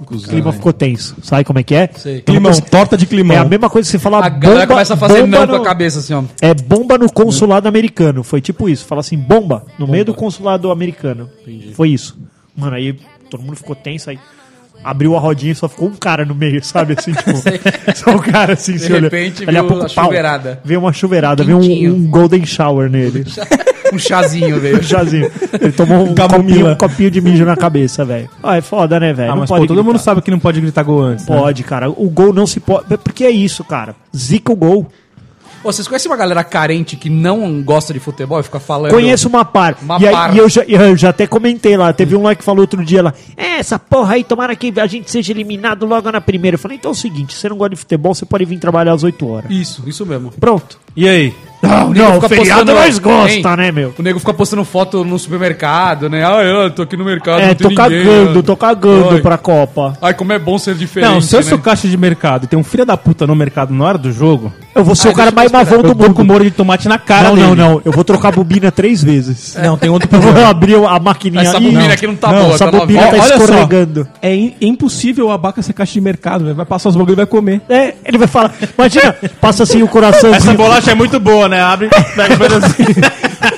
[SPEAKER 2] o clima ficou tenso. Sabe como é que é?
[SPEAKER 3] Sei. um.
[SPEAKER 2] Então,
[SPEAKER 1] Climão,
[SPEAKER 2] você-
[SPEAKER 1] torta de climão.
[SPEAKER 2] É a mesma coisa que você falar
[SPEAKER 3] A galera começa a fazer
[SPEAKER 2] bomba
[SPEAKER 3] não com
[SPEAKER 2] no-
[SPEAKER 3] a cabeça, assim, ó.
[SPEAKER 2] É bomba no consulado americano. Foi tipo isso. Fala assim, bomba, no meio do consulado americano. Foi isso. Mano, aí todo mundo ficou tenso aí. Abriu a rodinha e só ficou um cara no meio, sabe? Assim, tipo, só um cara assim, se olha.
[SPEAKER 3] repente,
[SPEAKER 2] Dali a
[SPEAKER 3] viu
[SPEAKER 2] pouco,
[SPEAKER 3] a
[SPEAKER 2] pau.
[SPEAKER 3] chuveirada.
[SPEAKER 2] Veio uma chuveirada, veio um,
[SPEAKER 3] Quentinho.
[SPEAKER 2] um golden shower nele.
[SPEAKER 3] Um chazinho, velho.
[SPEAKER 2] Jazinho. Ele tomou um copinho,
[SPEAKER 1] Camomila.
[SPEAKER 2] um copinho de mijo na cabeça, velho. Ah, é foda, né, velho?
[SPEAKER 4] Ah,
[SPEAKER 2] Não
[SPEAKER 4] mas
[SPEAKER 2] pode
[SPEAKER 4] pô, todo mundo
[SPEAKER 2] gritar.
[SPEAKER 4] sabe que não pode gritar gol antes. né?
[SPEAKER 2] Pode, cara. O gol não se pode. Porque é isso, cara. Zica o gol.
[SPEAKER 3] Ô, vocês conhecem uma galera carente que não gosta de futebol e fica falando?
[SPEAKER 2] Conheço uma par.
[SPEAKER 3] É Uma
[SPEAKER 2] e, aí-
[SPEAKER 3] par.
[SPEAKER 2] e eu, já, eu já até comentei lá. Teve um lá que falou outro dia lá. É, essa porra aí, tomara que a gente seja eliminado logo na primeira. Eu falei, então é o seguinte: você não gosta de futebol, você pode vir trabalhar às 8 horas.
[SPEAKER 3] Isso, isso mesmo.
[SPEAKER 2] Pronto.
[SPEAKER 4] E aí?
[SPEAKER 2] Não,
[SPEAKER 3] nego
[SPEAKER 2] não,
[SPEAKER 3] fica
[SPEAKER 2] feriado
[SPEAKER 3] postando-
[SPEAKER 2] nós gosta,
[SPEAKER 3] Hein?
[SPEAKER 2] né, meu?
[SPEAKER 3] O nego fica postando foto no supermercado, né? Ah, eu tô aqui no mercado,
[SPEAKER 2] É,
[SPEAKER 3] não tem
[SPEAKER 2] tô
[SPEAKER 3] ninguém.
[SPEAKER 2] cagando,
[SPEAKER 3] né?
[SPEAKER 2] tô cagando
[SPEAKER 3] Ai.
[SPEAKER 2] pra Copa.
[SPEAKER 3] Ai, como é bom ser diferente,
[SPEAKER 4] Não, se eu
[SPEAKER 3] né?
[SPEAKER 4] sou caixa de mercado e tem um filho da puta no mercado na hora do jogo,
[SPEAKER 2] Eu vou ser
[SPEAKER 3] Ai,
[SPEAKER 2] o cara
[SPEAKER 3] Ah, deixa eu
[SPEAKER 2] mais
[SPEAKER 3] esperar.
[SPEAKER 2] mavão
[SPEAKER 4] eu
[SPEAKER 2] do
[SPEAKER 4] dou com
[SPEAKER 2] mundo.
[SPEAKER 4] molho de tomate na cara
[SPEAKER 2] Não,
[SPEAKER 4] dele.
[SPEAKER 2] não, não. Eu vou trocar a bobina três vezes.
[SPEAKER 3] É,
[SPEAKER 1] Não, tem outro
[SPEAKER 2] Eu
[SPEAKER 1] problema.
[SPEAKER 2] vou abrir a maquininha
[SPEAKER 3] Essa
[SPEAKER 2] ali.
[SPEAKER 3] bobina aqui não tá boa,
[SPEAKER 2] essa
[SPEAKER 3] tá
[SPEAKER 2] bobina
[SPEAKER 3] novinha.
[SPEAKER 2] tá
[SPEAKER 1] Ó, olha só.
[SPEAKER 2] escorregando.
[SPEAKER 1] É im- é impossível o abaca ser caixa de mercado, velho. Vai passar os bagulho e vai comer.
[SPEAKER 2] É, ele vai falar, imagina, passa assim o coraçãozinho.
[SPEAKER 4] Essa bolacha é muito boa, né? Abre, pega, faz assim.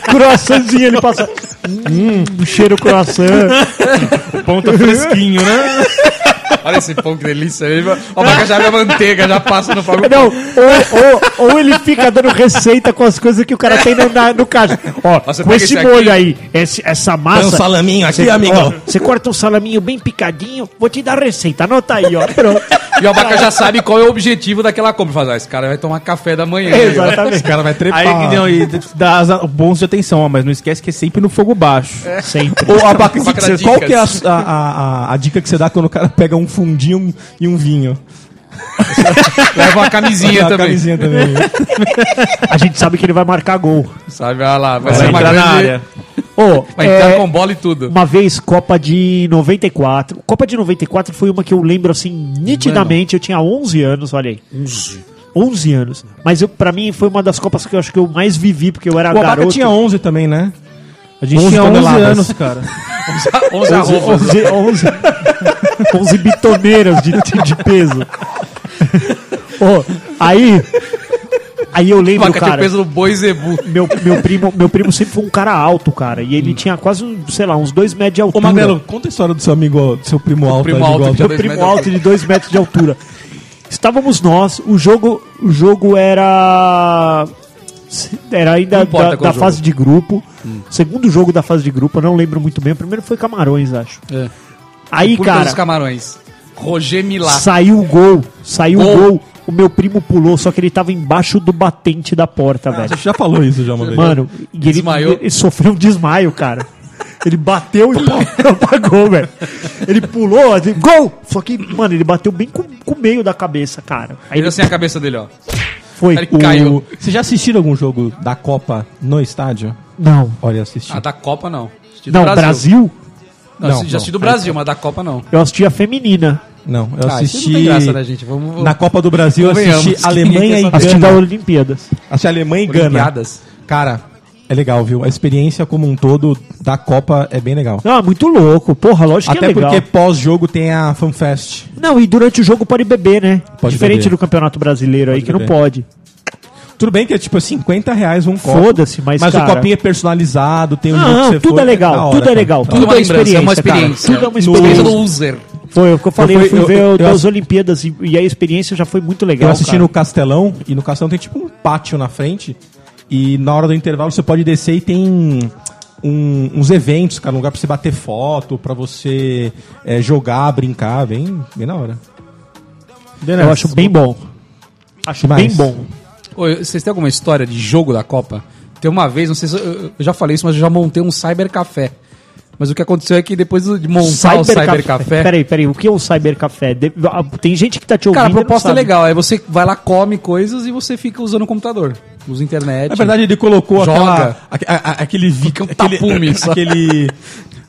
[SPEAKER 2] Croissantzinho, ele passa. Hum, cheiro croissant.
[SPEAKER 1] tá
[SPEAKER 4] ponta fresquinho, né?
[SPEAKER 3] Olha Esse pão que delícia. Ele, o abacaxi abre a manteiga, já passa no fogo.
[SPEAKER 2] Não, ou, ou, ou ele fica dando receita com as coisas que o cara tem no, na- no caixa. Ó,
[SPEAKER 3] Você
[SPEAKER 2] com
[SPEAKER 3] pega
[SPEAKER 2] esse
[SPEAKER 3] esse
[SPEAKER 2] molho
[SPEAKER 3] aqui.
[SPEAKER 2] aí, esse- essa massa.
[SPEAKER 1] Tem um salaminho aqui, amigão.
[SPEAKER 2] Você corta um salaminho bem picadinho, vou te dar a receita. Anota aí, ó. Pronto.
[SPEAKER 3] E o abacaxi já sabe qual é o objetivo daquela compra. Fala, ah, esse cara vai tomar café da manhã.
[SPEAKER 1] Esse
[SPEAKER 2] Exatamente.
[SPEAKER 1] cara vai trepar.
[SPEAKER 4] Aí que não, e dá as- bons de atenção, ó, mas não esquece que é sempre no fogo baixo.
[SPEAKER 2] É. Sempre.
[SPEAKER 1] Ô, abacaxi,
[SPEAKER 3] Abacaxi
[SPEAKER 1] você- qual que é a,
[SPEAKER 3] dicas.
[SPEAKER 1] a- a- a- a dica que você dá quando o cara pega um fundinho e um vinho?
[SPEAKER 3] Leva uma
[SPEAKER 1] Dá
[SPEAKER 3] camisinha
[SPEAKER 1] uma
[SPEAKER 3] também.
[SPEAKER 1] camisinha também.
[SPEAKER 2] A gente sabe que ele vai marcar gol.
[SPEAKER 3] Sabe, olha lá. Vai,
[SPEAKER 4] Vai
[SPEAKER 3] ser uma
[SPEAKER 4] entrar
[SPEAKER 3] grande...
[SPEAKER 4] na área.
[SPEAKER 2] Ô,
[SPEAKER 3] Vai
[SPEAKER 2] é,
[SPEAKER 3] entrar então com bola e tudo.
[SPEAKER 2] Uma vez, Copa de 94. Copa de 94 foi uma que eu lembro, assim, nitidamente. Eu tinha 11 anos, olha aí. 11. 11 anos. Mas eu, pra mim foi uma das Copas que eu acho que eu mais vivi, porque eu era
[SPEAKER 1] O Abaca
[SPEAKER 2] garoto.
[SPEAKER 1] tinha 11 também, né?
[SPEAKER 4] A gente
[SPEAKER 1] 11
[SPEAKER 4] tinha 11
[SPEAKER 1] toneladas.
[SPEAKER 4] é anos, cara.
[SPEAKER 3] 11 arrobas.
[SPEAKER 2] 11, 11, 11 bitoneiras de, de peso. Ô, aí, aí eu lembro,
[SPEAKER 3] Abacaxi é o
[SPEAKER 2] cara...
[SPEAKER 3] peso do boi zebu.
[SPEAKER 2] Meu, meu, primo, meu primo sempre foi um cara alto, cara. E ele tinha quase, um, sei lá, uns dois metros de altura.
[SPEAKER 1] Ô, Magrelo, conta a história do seu amigo, do seu primo alto.
[SPEAKER 3] primo
[SPEAKER 1] amigo
[SPEAKER 3] alto que
[SPEAKER 2] Meu
[SPEAKER 3] Dois
[SPEAKER 2] primo
[SPEAKER 3] metros de
[SPEAKER 2] alto de 2 metros de altura. Estávamos nós, o jogo, o jogo era. Era ainda
[SPEAKER 3] Não importa
[SPEAKER 2] da,
[SPEAKER 3] qual
[SPEAKER 2] da
[SPEAKER 3] jogo. Hum.
[SPEAKER 2] fase de grupo. Segundo jogo da fase de grupo, eu não lembro muito bem. O primeiro foi Camarões, acho.
[SPEAKER 3] É.
[SPEAKER 2] Aí,
[SPEAKER 3] Por
[SPEAKER 2] cara,
[SPEAKER 3] pelos camarões. Roger Milá.
[SPEAKER 2] saiu o gol. Saiu o
[SPEAKER 3] Gol.
[SPEAKER 2] gol. O meu primo pulou, só que ele tava embaixo do batente da porta, velho.
[SPEAKER 1] Você já falou isso já uma vez.
[SPEAKER 2] Mano, e ele,
[SPEAKER 3] Desmaiou.
[SPEAKER 2] ele sofreu um desmaio, cara. Ele bateu e pô, apagou, velho. Ele pulou, assim, gol! Só que, mano, ele bateu bem com, com o meio da cabeça, cara. Aí
[SPEAKER 3] Ele
[SPEAKER 2] ele
[SPEAKER 3] assim a cabeça dele, ó.
[SPEAKER 2] foi.
[SPEAKER 3] ele
[SPEAKER 1] O-
[SPEAKER 3] caiu.
[SPEAKER 1] Vocês já assistiram algum jogo da Copa no estádio?
[SPEAKER 2] Não.
[SPEAKER 1] Olha, assisti.
[SPEAKER 3] Ah, da Copa não. Assisti do
[SPEAKER 2] Não, Brasil.
[SPEAKER 3] Não,
[SPEAKER 1] Não,
[SPEAKER 3] assisti- já assisti
[SPEAKER 1] não.
[SPEAKER 3] do Brasil, mas da Copa não.
[SPEAKER 2] eu assisti a feminina.
[SPEAKER 1] Não, eu
[SPEAKER 3] Ah, isso
[SPEAKER 1] assisti.
[SPEAKER 3] não tem graça, né, gente? Vamos- vamos-
[SPEAKER 1] Na Copa do Brasil, eu assisti
[SPEAKER 3] Convenhamos.
[SPEAKER 1] Alemanha e
[SPEAKER 2] Assisti da
[SPEAKER 1] Gana.
[SPEAKER 2] Olimpíadas.
[SPEAKER 1] Assisti Alemanha e Gana.
[SPEAKER 3] Olimpiadas.
[SPEAKER 1] Cara, é legal, viu? A experiência como um todo da Copa é bem legal.
[SPEAKER 2] Não, é muito louco. Porra, lógico que é
[SPEAKER 1] Até
[SPEAKER 2] legal.
[SPEAKER 1] porque pós-jogo tem a FanFest.
[SPEAKER 2] Não, e durante o jogo pode beber, né?
[SPEAKER 1] Pode
[SPEAKER 2] Diferente
[SPEAKER 1] beber.
[SPEAKER 2] do Campeonato Brasileiro aí,
[SPEAKER 1] Pode
[SPEAKER 2] que não
[SPEAKER 1] beber.
[SPEAKER 2] pode.
[SPEAKER 1] Tudo bem que é tipo 50 reais um copo.
[SPEAKER 2] Foda-se, mas,
[SPEAKER 1] Mas
[SPEAKER 2] cara-
[SPEAKER 1] o copinho é personalizado, tem um
[SPEAKER 2] Não,
[SPEAKER 1] jogo que você
[SPEAKER 2] tudo
[SPEAKER 1] foi,
[SPEAKER 2] é legal,
[SPEAKER 1] da
[SPEAKER 2] tudo é legal.
[SPEAKER 1] cara.
[SPEAKER 3] Tudo é uma
[SPEAKER 2] é
[SPEAKER 3] lembrança, é uma
[SPEAKER 2] experiência, cara.
[SPEAKER 3] experiência.
[SPEAKER 2] Tudo é uma
[SPEAKER 3] No-
[SPEAKER 2] experiência.
[SPEAKER 3] experiência do user.
[SPEAKER 2] Foi o que eu falei, eu,
[SPEAKER 1] fui-
[SPEAKER 2] fui
[SPEAKER 1] eu-
[SPEAKER 2] ver o
[SPEAKER 1] eu
[SPEAKER 2] das
[SPEAKER 1] ass-
[SPEAKER 2] Olimpíadas e, e a experiência já foi muito legal.
[SPEAKER 1] Eu assisti
[SPEAKER 2] cara.
[SPEAKER 1] no Castelão, e no Castelão tem tipo um pátio na frente, e na hora do intervalo você pode descer e tem um- uns eventos, cara, um lugar pra você bater foto, pra você é, jogar, brincar, bem, bem na hora.
[SPEAKER 2] Eu acho bem bom. Acho
[SPEAKER 1] Demais.
[SPEAKER 2] bem bom.
[SPEAKER 3] Ô, vocês têm alguma história de jogo da Copa? Tem uma vez, não sei se eu, eu já falei isso, mas eu já montei um cybercafé. Mas o que aconteceu é que depois de montar o cybercafé.
[SPEAKER 2] Um Peraí, peraí. O que é um cybercafé? De- ah, Tem gente que tá te ouvindo.
[SPEAKER 3] Cara, a
[SPEAKER 2] e não
[SPEAKER 3] proposta é
[SPEAKER 2] sabe.
[SPEAKER 3] legal. É você vai lá, come coisas e você fica usando o computador. Usa a internet.
[SPEAKER 2] É
[SPEAKER 1] Na verdade ele colocou
[SPEAKER 3] Joga.
[SPEAKER 1] aquela, aque- a- a- aquele, vi-
[SPEAKER 3] Fica um
[SPEAKER 1] aquele,
[SPEAKER 3] tapume só.
[SPEAKER 1] aquele,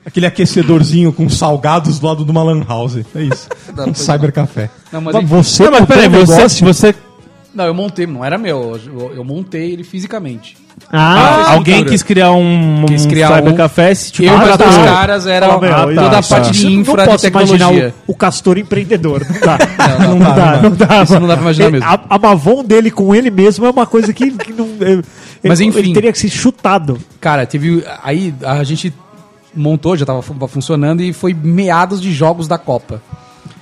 [SPEAKER 1] aquele aquecedorzinho com salgados do lado de uma lan house, é isso, um cybercafé.
[SPEAKER 3] Não, mas,
[SPEAKER 2] Mas
[SPEAKER 3] enfim.
[SPEAKER 2] Você
[SPEAKER 4] Não, mas
[SPEAKER 2] montou
[SPEAKER 4] peraí,
[SPEAKER 2] um
[SPEAKER 4] você,
[SPEAKER 2] negócio-
[SPEAKER 4] você
[SPEAKER 3] não, eu montei, não era meu. Eu, eu montei ele fisicamente.
[SPEAKER 2] Ah,
[SPEAKER 3] Ah,
[SPEAKER 4] alguém
[SPEAKER 3] estrutura.
[SPEAKER 4] quis crigar um,
[SPEAKER 3] Quis
[SPEAKER 4] um
[SPEAKER 3] criar um-
[SPEAKER 4] cybercafé, se
[SPEAKER 3] eu
[SPEAKER 4] ah,
[SPEAKER 3] mais
[SPEAKER 4] tá.
[SPEAKER 3] dois caras era
[SPEAKER 2] tipo Ah, meu,
[SPEAKER 3] toda
[SPEAKER 2] tá,
[SPEAKER 3] a parte
[SPEAKER 2] Eu
[SPEAKER 3] de infra
[SPEAKER 2] não
[SPEAKER 3] de
[SPEAKER 2] posso imaginar
[SPEAKER 3] tecnologia.
[SPEAKER 2] o, o castor empreendedor. Não dá.
[SPEAKER 3] Não,
[SPEAKER 2] Não
[SPEAKER 3] não
[SPEAKER 1] dá,
[SPEAKER 2] dá, não dá.
[SPEAKER 3] Isso não dá pra imaginar
[SPEAKER 2] Ele-
[SPEAKER 3] mesmo.
[SPEAKER 2] A, a Mavon dele com ele mesmo é uma coisa que, que não. é-
[SPEAKER 3] Mas
[SPEAKER 2] ele,
[SPEAKER 3] enfim.
[SPEAKER 2] ele teria que ser chutado.
[SPEAKER 3] Cara, teve. Aí a gente montou, já tava fu- funcionando e foi meados de jogos da Copa.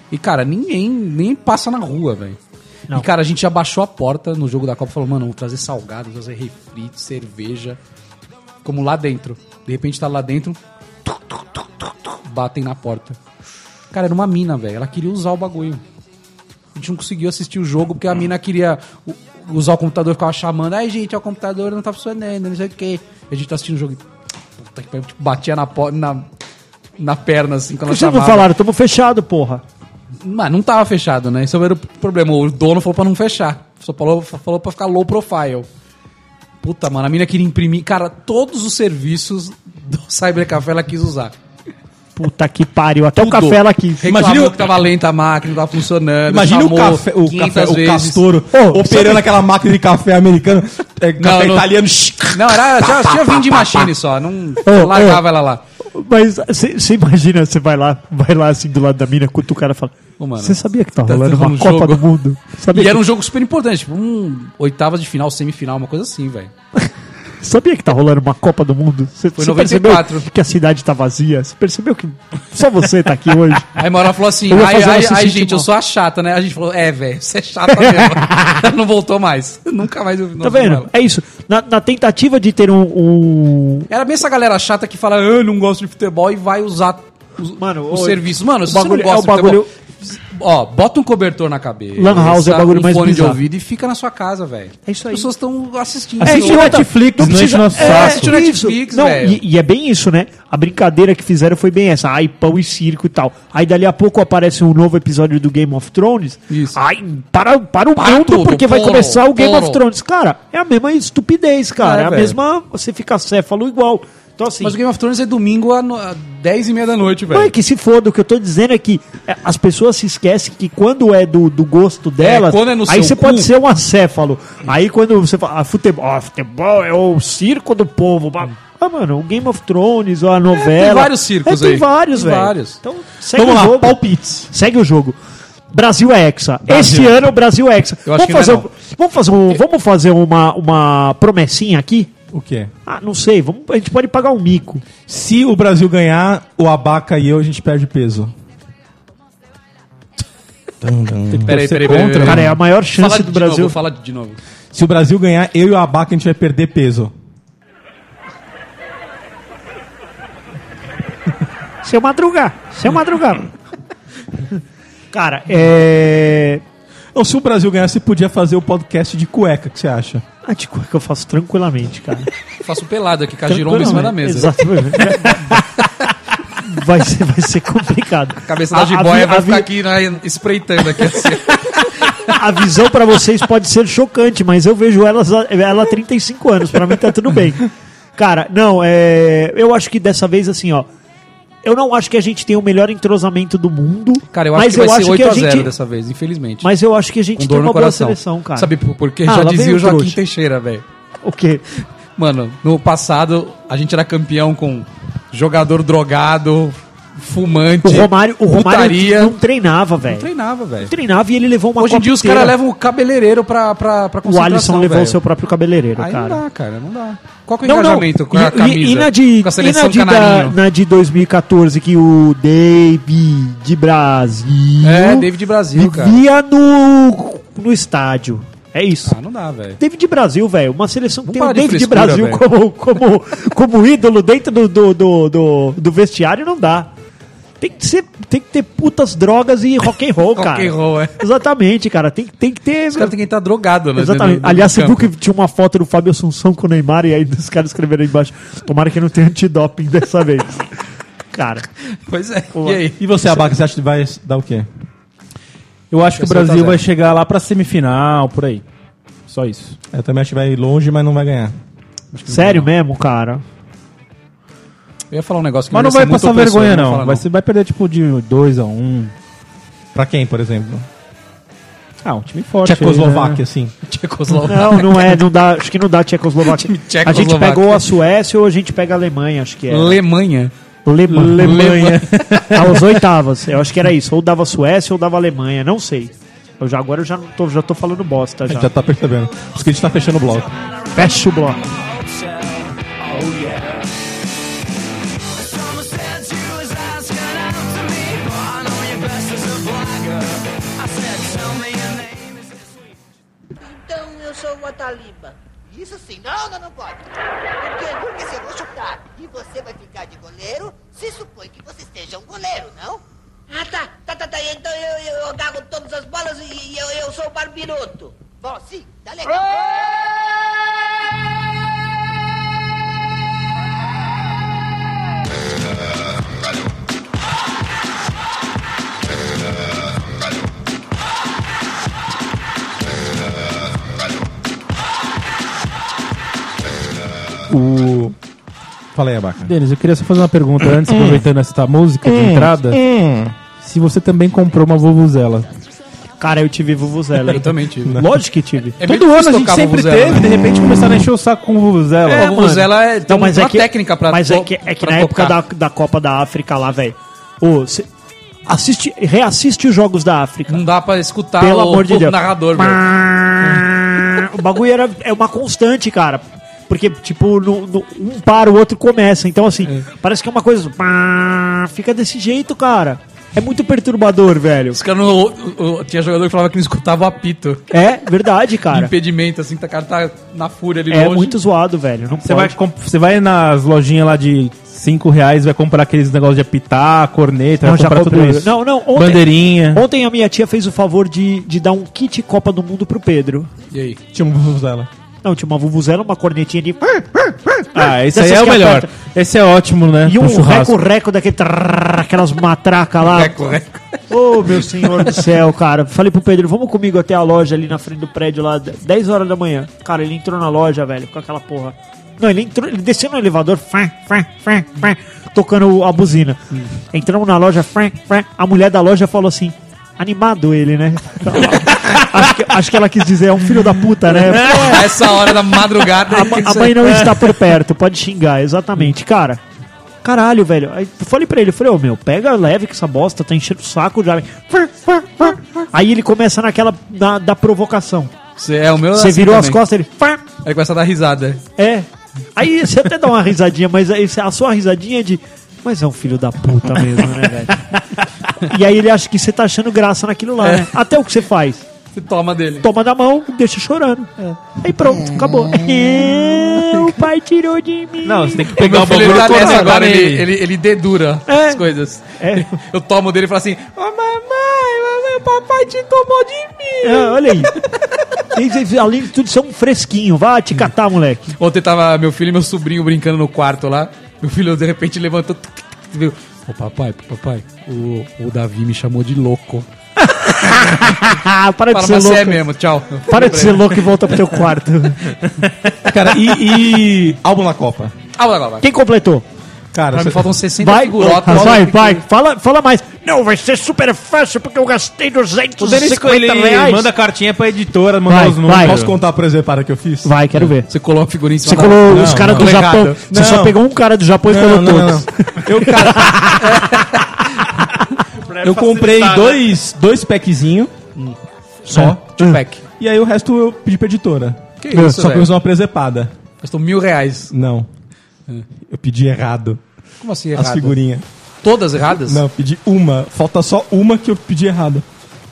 [SPEAKER 3] E, cara, ninguém nem passa na rua, velho.
[SPEAKER 2] Não.
[SPEAKER 3] E, cara, a gente abaixou a porta no jogo da Copa e falou, mano, vou trazer salgado, vou trazer refri, cerveja. Como lá dentro. De repente tá lá dentro. tuc, tuc, tuc, tuc, tuc, batem na porta. Cara, era uma mina, velho. Ela queria usar o bagulho. A gente não conseguiu assistir o jogo porque a mina queria u- usar o computador, ficava chamando. Ai, gente, ó, o computador não tá funcionando, não sei o quê. E a gente tá assistindo o jogo e. Puta que pariu, tipo, batia na, po- na, na perna, assim, quando ela
[SPEAKER 2] Vocês não
[SPEAKER 3] chamava.
[SPEAKER 2] falaram, tamo fechado, porra.
[SPEAKER 3] Mas não tava fechado, né? Esse era o problema. O dono falou pra não fechar. Só falou, falou pra ficar low profile. Puta, mano, a mina queria imprimir. Cara, todos os serviços do Cybercafé ela quis usar.
[SPEAKER 2] Puta que pariu. Até o
[SPEAKER 3] Tudo.
[SPEAKER 2] café ela quis.
[SPEAKER 3] Reclamou
[SPEAKER 1] Imagina o-
[SPEAKER 3] que tava lenta a máquina, não tava funcionando.
[SPEAKER 1] Imagina o
[SPEAKER 3] chamou
[SPEAKER 1] café, o,
[SPEAKER 3] 500
[SPEAKER 1] café, o
[SPEAKER 3] vezes.
[SPEAKER 1] castoro
[SPEAKER 2] Ô,
[SPEAKER 1] operando aquela máquina de café americano, é, café
[SPEAKER 3] não.
[SPEAKER 1] italiano.
[SPEAKER 3] Não, era, tinha, tinha vim de machine só, não
[SPEAKER 2] Ô,
[SPEAKER 3] largava ela lá.
[SPEAKER 2] Mas você imagina, você vai lá, vai lá assim do lado da mina, quando o cara fala.
[SPEAKER 3] Ô, mano,
[SPEAKER 2] Você sabia que tá
[SPEAKER 3] tá
[SPEAKER 2] rolando uma
[SPEAKER 3] rolando um
[SPEAKER 2] Copa
[SPEAKER 3] jogo."
[SPEAKER 2] do Mundo? Sabia
[SPEAKER 3] E um
[SPEAKER 2] que-
[SPEAKER 3] era um jogo super importante, tipo, um oitavas de final, semifinal, uma coisa assim, velho.
[SPEAKER 2] Sabia que tá rolando uma Copa do Mundo? Você,
[SPEAKER 3] Foi
[SPEAKER 2] você
[SPEAKER 3] 94.
[SPEAKER 2] percebeu que a cidade tá vazia? Você percebeu que só você tá aqui hoje?
[SPEAKER 3] Aí Maura falou assim:
[SPEAKER 2] Eu vou
[SPEAKER 3] ai,
[SPEAKER 2] fazer ela tipo,
[SPEAKER 3] ai,
[SPEAKER 2] se
[SPEAKER 3] ai,
[SPEAKER 2] sentir
[SPEAKER 3] gente, eu
[SPEAKER 2] mal."
[SPEAKER 3] sou a chata, né? A gente falou: é, velho, você é chata mesmo. não voltou mais. Nunca mais ouvi
[SPEAKER 2] tá
[SPEAKER 3] nós
[SPEAKER 2] vendo?
[SPEAKER 3] falar.
[SPEAKER 2] É isso. Na, na tentativa de ter um. um-
[SPEAKER 3] Era bem essa galera chata que fala, "Ah, eu não gosto de futebol e vai usar os,
[SPEAKER 2] Mano,
[SPEAKER 3] os
[SPEAKER 2] o-
[SPEAKER 3] serviços. Mano,
[SPEAKER 2] o
[SPEAKER 3] se
[SPEAKER 2] bagulho-
[SPEAKER 3] você não gosta
[SPEAKER 2] é o
[SPEAKER 3] de
[SPEAKER 2] bagulho-
[SPEAKER 3] futebol, Ó, bota um cobertor na cabeça.
[SPEAKER 2] Lan house é o bagulho
[SPEAKER 3] um
[SPEAKER 2] mais
[SPEAKER 3] fone de
[SPEAKER 2] bizarro.
[SPEAKER 3] ouvido e fica na sua casa, velho.
[SPEAKER 2] É isso aí.
[SPEAKER 3] As pessoas estão assistindo. Assim,
[SPEAKER 2] É,
[SPEAKER 4] Assiste
[SPEAKER 3] isso.
[SPEAKER 4] o
[SPEAKER 2] outra-
[SPEAKER 4] Netflix, não enche nosso
[SPEAKER 2] é,
[SPEAKER 4] saco.
[SPEAKER 3] Assiste o Netflix,
[SPEAKER 2] não,
[SPEAKER 3] velho.
[SPEAKER 2] e, e é bem isso, né? A brincadeira que fizeram foi bem essa. Ai, pão e circo e tal. Aí dali a pouco aparece um novo episódio do Game of Thrones.
[SPEAKER 3] Isso.
[SPEAKER 2] Ai, para, para o
[SPEAKER 3] Para
[SPEAKER 2] mundo,
[SPEAKER 3] tudo,
[SPEAKER 2] porque vai
[SPEAKER 3] poro,
[SPEAKER 2] começar o Game
[SPEAKER 3] poro.
[SPEAKER 2] of Thrones. Cara, é a mesma estupidez, cara.
[SPEAKER 3] É,
[SPEAKER 2] É, a
[SPEAKER 3] velho.
[SPEAKER 2] mesma. Você fica céfalo igual. Então, assim.
[SPEAKER 3] Mas o Game of Thrones é domingo às no- às 10 e meia da noite,
[SPEAKER 2] Não é
[SPEAKER 3] velho.
[SPEAKER 2] que se foda, o que eu tô dizendo é que é, as pessoas se esquecem que quando é do, do gosto delas,
[SPEAKER 3] quando é no
[SPEAKER 2] aí
[SPEAKER 3] seu
[SPEAKER 2] você
[SPEAKER 3] cu.
[SPEAKER 2] pode ser um acéfalo. Aí quando você fala, ah, futebol, ah, futebol é o circo do povo. ba- Ah, mano, o Game of Thrones, ou a novela.
[SPEAKER 3] Hum. tem vários circos
[SPEAKER 2] é, tem
[SPEAKER 3] aí.
[SPEAKER 2] vários,
[SPEAKER 3] Tem
[SPEAKER 2] velho.
[SPEAKER 3] vários.
[SPEAKER 2] Então, segue
[SPEAKER 4] Vamos
[SPEAKER 2] o
[SPEAKER 4] lá,
[SPEAKER 2] jogo.
[SPEAKER 4] palpites.
[SPEAKER 2] Segue o jogo. Brasil é hexa. Esse ano o Brasil é hexa.
[SPEAKER 3] Eu
[SPEAKER 2] Vamos
[SPEAKER 3] acho que
[SPEAKER 2] fazer,
[SPEAKER 3] não é
[SPEAKER 2] um- vamos fazer, um, vamos fazer uma, uma promessinha aqui?
[SPEAKER 1] O quê?
[SPEAKER 2] Ah, não sei. Vamos, a gente pode pagar um mico.
[SPEAKER 1] Se o Brasil ganhar, o Abaca e eu, a gente perde peso.
[SPEAKER 3] Peraí, peraí,
[SPEAKER 4] contra,
[SPEAKER 2] Cara, é a maior
[SPEAKER 3] Fala
[SPEAKER 2] chance do
[SPEAKER 3] de
[SPEAKER 2] Brasil.
[SPEAKER 3] Novo, fala de novo.
[SPEAKER 1] Se o Brasil ganhar, eu e o Abaca, a gente vai perder peso.
[SPEAKER 2] Seu Madruga, seu Madruga. Cara, é.
[SPEAKER 1] Ou se o Brasil ganhar, você podia fazer o podcast de cueca, o que você acha?
[SPEAKER 2] Ah, de cueca eu faço tranquilamente, cara.
[SPEAKER 3] Faço um pelado aqui com a giromba em cima da mesa.
[SPEAKER 2] Exatamente. Vai ser, vai ser complicado. A
[SPEAKER 3] Cabeça da
[SPEAKER 2] vi-
[SPEAKER 3] jiboia vai
[SPEAKER 2] a,
[SPEAKER 3] ficar
[SPEAKER 2] vi-
[SPEAKER 3] aqui né, espreitando aqui assim.
[SPEAKER 2] a visão pra vocês pode ser chocante, mas eu vejo ela, ela há 35 anos. Pra mim tá tudo bem. Cara, não, é. Eu acho que dessa vez, assim, ó. Eu não acho que a gente tem o melhor entrosamento do mundo.
[SPEAKER 3] Cara, eu acho
[SPEAKER 2] mas
[SPEAKER 3] que vai ser 8 a 0
[SPEAKER 2] gente,
[SPEAKER 3] dessa vez, infelizmente.
[SPEAKER 2] Mas eu acho que a gente tem
[SPEAKER 3] com dor
[SPEAKER 2] uma
[SPEAKER 3] no
[SPEAKER 2] boa
[SPEAKER 3] coração.
[SPEAKER 2] seleção, cara.
[SPEAKER 3] Sabe por- porque
[SPEAKER 2] Ah,
[SPEAKER 3] já
[SPEAKER 2] lá vem
[SPEAKER 3] dizia
[SPEAKER 2] o
[SPEAKER 3] o Joaquim
[SPEAKER 2] trouxa.
[SPEAKER 3] Teixeira, velho.
[SPEAKER 2] O quê?
[SPEAKER 3] Mano, no passado a gente era campeão com jogador drogado, fumante,
[SPEAKER 2] O Romário, o Romário
[SPEAKER 3] putaria.
[SPEAKER 2] não treinava, velho. Não
[SPEAKER 3] treinava, velho.
[SPEAKER 2] treinava e ele levou uma
[SPEAKER 3] Hoje em
[SPEAKER 2] Copa
[SPEAKER 3] dia os
[SPEAKER 2] inteira.
[SPEAKER 3] caras levam o cabeleireiro pra, pra, pra
[SPEAKER 2] O Alisson levou
[SPEAKER 3] velho.
[SPEAKER 2] o seu próprio cabeleireiro,
[SPEAKER 3] Aí
[SPEAKER 2] cara.
[SPEAKER 3] não dá, cara, não dá. Qual que é o
[SPEAKER 2] Não, não.
[SPEAKER 3] engajamento com a
[SPEAKER 2] E-
[SPEAKER 3] camisa?
[SPEAKER 2] E, e na de,
[SPEAKER 3] com a
[SPEAKER 2] e na
[SPEAKER 3] seleção
[SPEAKER 2] de, da,
[SPEAKER 3] canarinho?
[SPEAKER 2] na de 2014 que o David de Brasil
[SPEAKER 3] É, David Brasil, cara.
[SPEAKER 2] vivia no, no estádio. É isso.
[SPEAKER 3] Ah, não dá, velho.
[SPEAKER 2] David Brasil, velho. Uma seleção que
[SPEAKER 3] Vamos
[SPEAKER 2] tem o
[SPEAKER 3] parar de
[SPEAKER 2] David
[SPEAKER 3] frescura,
[SPEAKER 2] Brasil como,
[SPEAKER 3] velho.
[SPEAKER 2] como, como ídolo dentro do, do, do, do- do vestiário não dá. Tem que, ser, tem que ter putas drogas e rock and roll,
[SPEAKER 3] Rock
[SPEAKER 2] cara.
[SPEAKER 3] and roll, é.
[SPEAKER 2] Exatamente, cara. Tem, tem que ter.
[SPEAKER 3] Os caras têm que estar drogado, né?
[SPEAKER 2] Exatamente.
[SPEAKER 3] dentro do- do
[SPEAKER 2] Aliás, você
[SPEAKER 3] campo.
[SPEAKER 2] viu que tinha uma foto do Fábio Assunção com o Neymar e aí os caras escreveram aí embaixo. Tomara que não tenha antidoping dessa vez. cara,
[SPEAKER 3] Pois é. E aí?
[SPEAKER 1] E você, Abaca,
[SPEAKER 2] tá
[SPEAKER 1] você acha que vai dar o quê?
[SPEAKER 4] Eu acho que o
[SPEAKER 3] Vai ser 8
[SPEAKER 4] Brasil
[SPEAKER 3] a 0.
[SPEAKER 4] vai chegar lá pra semifinal, por aí. Só isso.
[SPEAKER 1] Eu também acho que vai longe, mas não vai ganhar.
[SPEAKER 2] sério mesmo, cara?
[SPEAKER 3] Eu ia falar um negócio que
[SPEAKER 4] Mas não
[SPEAKER 3] ser
[SPEAKER 4] vai
[SPEAKER 3] muito
[SPEAKER 4] passar
[SPEAKER 3] opressor,
[SPEAKER 4] vergonha,
[SPEAKER 3] eu vou
[SPEAKER 4] né? não.
[SPEAKER 3] falar,
[SPEAKER 4] Vai, ser- vai perder tipo de 2 a 1 um.
[SPEAKER 1] Pra quem, por exemplo?
[SPEAKER 4] Ah, um time forte. aí, né?
[SPEAKER 1] Tchecoslováquia, assim.
[SPEAKER 3] Tchecoslováquia.
[SPEAKER 2] Não, não é, não dá, acho que não dá Tchecoslováquia.
[SPEAKER 3] Time tcheco-
[SPEAKER 2] A gente
[SPEAKER 3] Eslováquia.
[SPEAKER 2] pegou a Suécia ou a gente pega a Alemanha, acho que é.
[SPEAKER 3] Alemanha.
[SPEAKER 2] Alemanha.
[SPEAKER 3] Alemanha.
[SPEAKER 2] Aos oitavas, eu acho que era isso. Ou dava Suécia ou dava Alemanha, não sei. Eu já, agora eu já, não tô, já tô falando bosta
[SPEAKER 1] A
[SPEAKER 2] já.
[SPEAKER 1] gente já tá percebendo. Por isso que a gente tá fechando o bloco.
[SPEAKER 2] Fecha o bloco.
[SPEAKER 7] Então eu sou uma taliba.
[SPEAKER 8] Isso sim, não, não, não pode. Por quê? Porque se eu vou chutar e você vai ficar de goleiro, se supõe que você seja um goleiro, não?
[SPEAKER 7] Ah, tá, tá, tá, tá. Então eu, eu, eu agarro todas as bolas e, e eu, eu sou o barbiroto.
[SPEAKER 8] Bom, sim, tá legal.
[SPEAKER 1] O... Fala aí, Abaca.
[SPEAKER 4] Denis, eu queria só fazer uma pergunta antes, aproveitando essa música
[SPEAKER 3] É.
[SPEAKER 4] de entrada. Se você também comprou uma vuvuzela.
[SPEAKER 2] Cara, eu tive vuvuzela.
[SPEAKER 3] Eu também tive.
[SPEAKER 2] Lógico que tive.
[SPEAKER 3] É meio
[SPEAKER 4] Todo ano
[SPEAKER 3] difícil
[SPEAKER 4] a gente
[SPEAKER 3] tocar
[SPEAKER 4] sempre
[SPEAKER 3] vuvuzela, né?
[SPEAKER 4] teve, de repente começaram a encher o saco com vuvuzela.
[SPEAKER 3] É, vuvuzela é, tem
[SPEAKER 2] Então, mas
[SPEAKER 3] uma
[SPEAKER 2] é que,
[SPEAKER 3] técnica pra
[SPEAKER 2] Mas é
[SPEAKER 3] to-
[SPEAKER 2] que, é que
[SPEAKER 3] pra
[SPEAKER 2] na época da,
[SPEAKER 3] tocar.
[SPEAKER 2] da Copa da África lá, velho. ô, cê Assiste, reassiste os jogos da África.
[SPEAKER 3] Não dá pra escutar
[SPEAKER 2] Pelo
[SPEAKER 3] o,
[SPEAKER 2] amor de
[SPEAKER 3] o
[SPEAKER 2] Deus.
[SPEAKER 3] narrador, velho.
[SPEAKER 2] Ah, O bagulho era, é uma constante, cara. Porque, tipo, no- no- um para, o outro começa. Então, assim, parece que é uma coisa. pá, Fica desse jeito, cara. É muito perturbador, velho.
[SPEAKER 3] Os caras não. o- o- Tinha jogador que falava que não escutava o apito.
[SPEAKER 2] É verdade, cara.
[SPEAKER 3] Impedimento, assim, que o cara tá na fúria ali
[SPEAKER 2] É
[SPEAKER 3] longe.
[SPEAKER 2] muito zoado, velho. Não
[SPEAKER 4] Você
[SPEAKER 2] pode.
[SPEAKER 4] vai, comp- você vai nas lojinhas lá de 5 reais, vai comprar aqueles negócios de apitar, corneta,
[SPEAKER 2] Não,
[SPEAKER 4] vai
[SPEAKER 2] já
[SPEAKER 4] comprar tudo
[SPEAKER 2] comprei.
[SPEAKER 4] isso.
[SPEAKER 2] Não, não, ontem-
[SPEAKER 4] Bandeirinha.
[SPEAKER 2] Ontem a minha tia fez o favor de, de dar um kit Copa do Mundo pro Pedro.
[SPEAKER 3] E aí?
[SPEAKER 1] Tinha um vuvuzela.
[SPEAKER 2] Não, tinha uma vuvuzela, uma cornetinha de...
[SPEAKER 4] Ah, esse aí
[SPEAKER 2] Dessas
[SPEAKER 4] é o
[SPEAKER 2] que
[SPEAKER 4] melhor.
[SPEAKER 2] aperta.
[SPEAKER 4] Esse é ótimo, né?
[SPEAKER 2] E
[SPEAKER 4] pro
[SPEAKER 2] um
[SPEAKER 4] churrasco. É,
[SPEAKER 2] reco-reco daquele... trrr, Aquelas matracas lá. Ô, meu senhor do céu, cara. Falei pro Pedro, vamos comigo até a loja ali na frente do prédio lá, 10 horas da manhã. Cara, ele entrou na loja, velho, com aquela porra. Não, ele entrou, ele desceu no elevador, fã, fã, fã, fã, tocando a buzina. Entramos na loja, fã, fã, a mulher da loja falou assim, animado ele, né? acho, que, acho que ela quis dizer, é um filho da puta, né?
[SPEAKER 3] Essa hora da madrugada.
[SPEAKER 2] A, ma- a mãe não está por perto, pode xingar, exatamente. Cara, caralho, velho. Aí eu falei pra ele, eu falei, ô meu, pega leve com essa bosta, tá enchendo o saco já. Aí ele começa naquela da, da provocação.
[SPEAKER 3] Você é o
[SPEAKER 4] Ah,
[SPEAKER 3] meu.
[SPEAKER 2] Você
[SPEAKER 3] assim
[SPEAKER 2] virou as
[SPEAKER 3] também.
[SPEAKER 2] costas, ele.
[SPEAKER 3] Aí começa a dar risada.
[SPEAKER 2] É. Aí você até dá uma risadinha, mas aí você- a sua risadinha é de. Mas é um filho da puta mesmo, né, velho? E aí ele acha que você tá achando graça naquilo lá,
[SPEAKER 4] É.
[SPEAKER 2] né? Até o que você faz.
[SPEAKER 3] Você toma dele.
[SPEAKER 2] Toma da mão, deixa chorando.
[SPEAKER 4] É.
[SPEAKER 2] Aí pronto, acabou. É, o pai tirou de mim.
[SPEAKER 4] Não, você tem que
[SPEAKER 3] O
[SPEAKER 4] pegar
[SPEAKER 3] meu
[SPEAKER 4] o
[SPEAKER 3] filho
[SPEAKER 4] bagulho
[SPEAKER 3] ele tá
[SPEAKER 4] todo
[SPEAKER 3] nessa
[SPEAKER 4] na
[SPEAKER 3] agora,
[SPEAKER 4] cara
[SPEAKER 3] ele,
[SPEAKER 4] dele.
[SPEAKER 3] ele, ele dedura
[SPEAKER 2] É.
[SPEAKER 3] as coisas.
[SPEAKER 2] É.
[SPEAKER 3] Eu tomo dele e falo assim: Ô mamãe, mamãe, papai te tomou de mim.
[SPEAKER 2] É, olha aí. Eles- eles, Além de tudo, são um fresquinho. Vá te catar, moleque.
[SPEAKER 3] Ontem tava meu filho e meu sobrinho brincando no quarto lá. Meu filho de repente levantou. tuc, tuc, tuc, Viu? Ô papai, papai, o, o Davi me chamou de louco.
[SPEAKER 2] Ah, para de
[SPEAKER 3] Fala,
[SPEAKER 2] ser
[SPEAKER 3] mas
[SPEAKER 2] louco.
[SPEAKER 3] você é mesmo, tchau.
[SPEAKER 2] Para de ser louco e volta pro teu quarto.
[SPEAKER 1] Cara, e, e álbum na Copa?
[SPEAKER 3] Ah, vai, vai, vai.
[SPEAKER 2] Quem completou?
[SPEAKER 1] Cara,
[SPEAKER 3] Pra mim
[SPEAKER 1] cê-
[SPEAKER 3] faltam 60
[SPEAKER 2] Vai,
[SPEAKER 3] figurotas.
[SPEAKER 2] Lucas, vai,
[SPEAKER 3] Logo-
[SPEAKER 2] vai. Fala, fala mais. Não, vai ser super fácil porque eu gastei
[SPEAKER 4] O Denis
[SPEAKER 2] 250
[SPEAKER 4] ele
[SPEAKER 2] reais.
[SPEAKER 4] manda cartinha pra editora, mandar
[SPEAKER 2] Vai,
[SPEAKER 4] os números.
[SPEAKER 2] vai.
[SPEAKER 1] Posso contar pra exemplo para que eu fiz?
[SPEAKER 2] Vai, quero ver.
[SPEAKER 3] Você colou a figurinha em cima
[SPEAKER 2] Você
[SPEAKER 3] da-
[SPEAKER 2] colou os
[SPEAKER 1] não,
[SPEAKER 2] caras do
[SPEAKER 1] não,
[SPEAKER 2] Japão.
[SPEAKER 1] errado.
[SPEAKER 2] Você só
[SPEAKER 1] Não.
[SPEAKER 2] pegou um cara do Japão e
[SPEAKER 1] Não,
[SPEAKER 2] falou
[SPEAKER 1] não, não,
[SPEAKER 2] todos.
[SPEAKER 1] Eu, cara, eu comprei dois, dois packzinho só.
[SPEAKER 3] de pack.
[SPEAKER 1] E aí o resto eu pedi pra editora.
[SPEAKER 3] Que isso,
[SPEAKER 1] só pra eu
[SPEAKER 3] velho?
[SPEAKER 1] usar uma presepada.
[SPEAKER 3] Gastou mil reais.
[SPEAKER 1] Não. Eu pedi errado.
[SPEAKER 3] Como assim,
[SPEAKER 1] As
[SPEAKER 3] errado?
[SPEAKER 1] figurinhas.
[SPEAKER 3] Todas erradas?
[SPEAKER 1] Não, eu pedi uma. Falta só uma que eu pedi errado.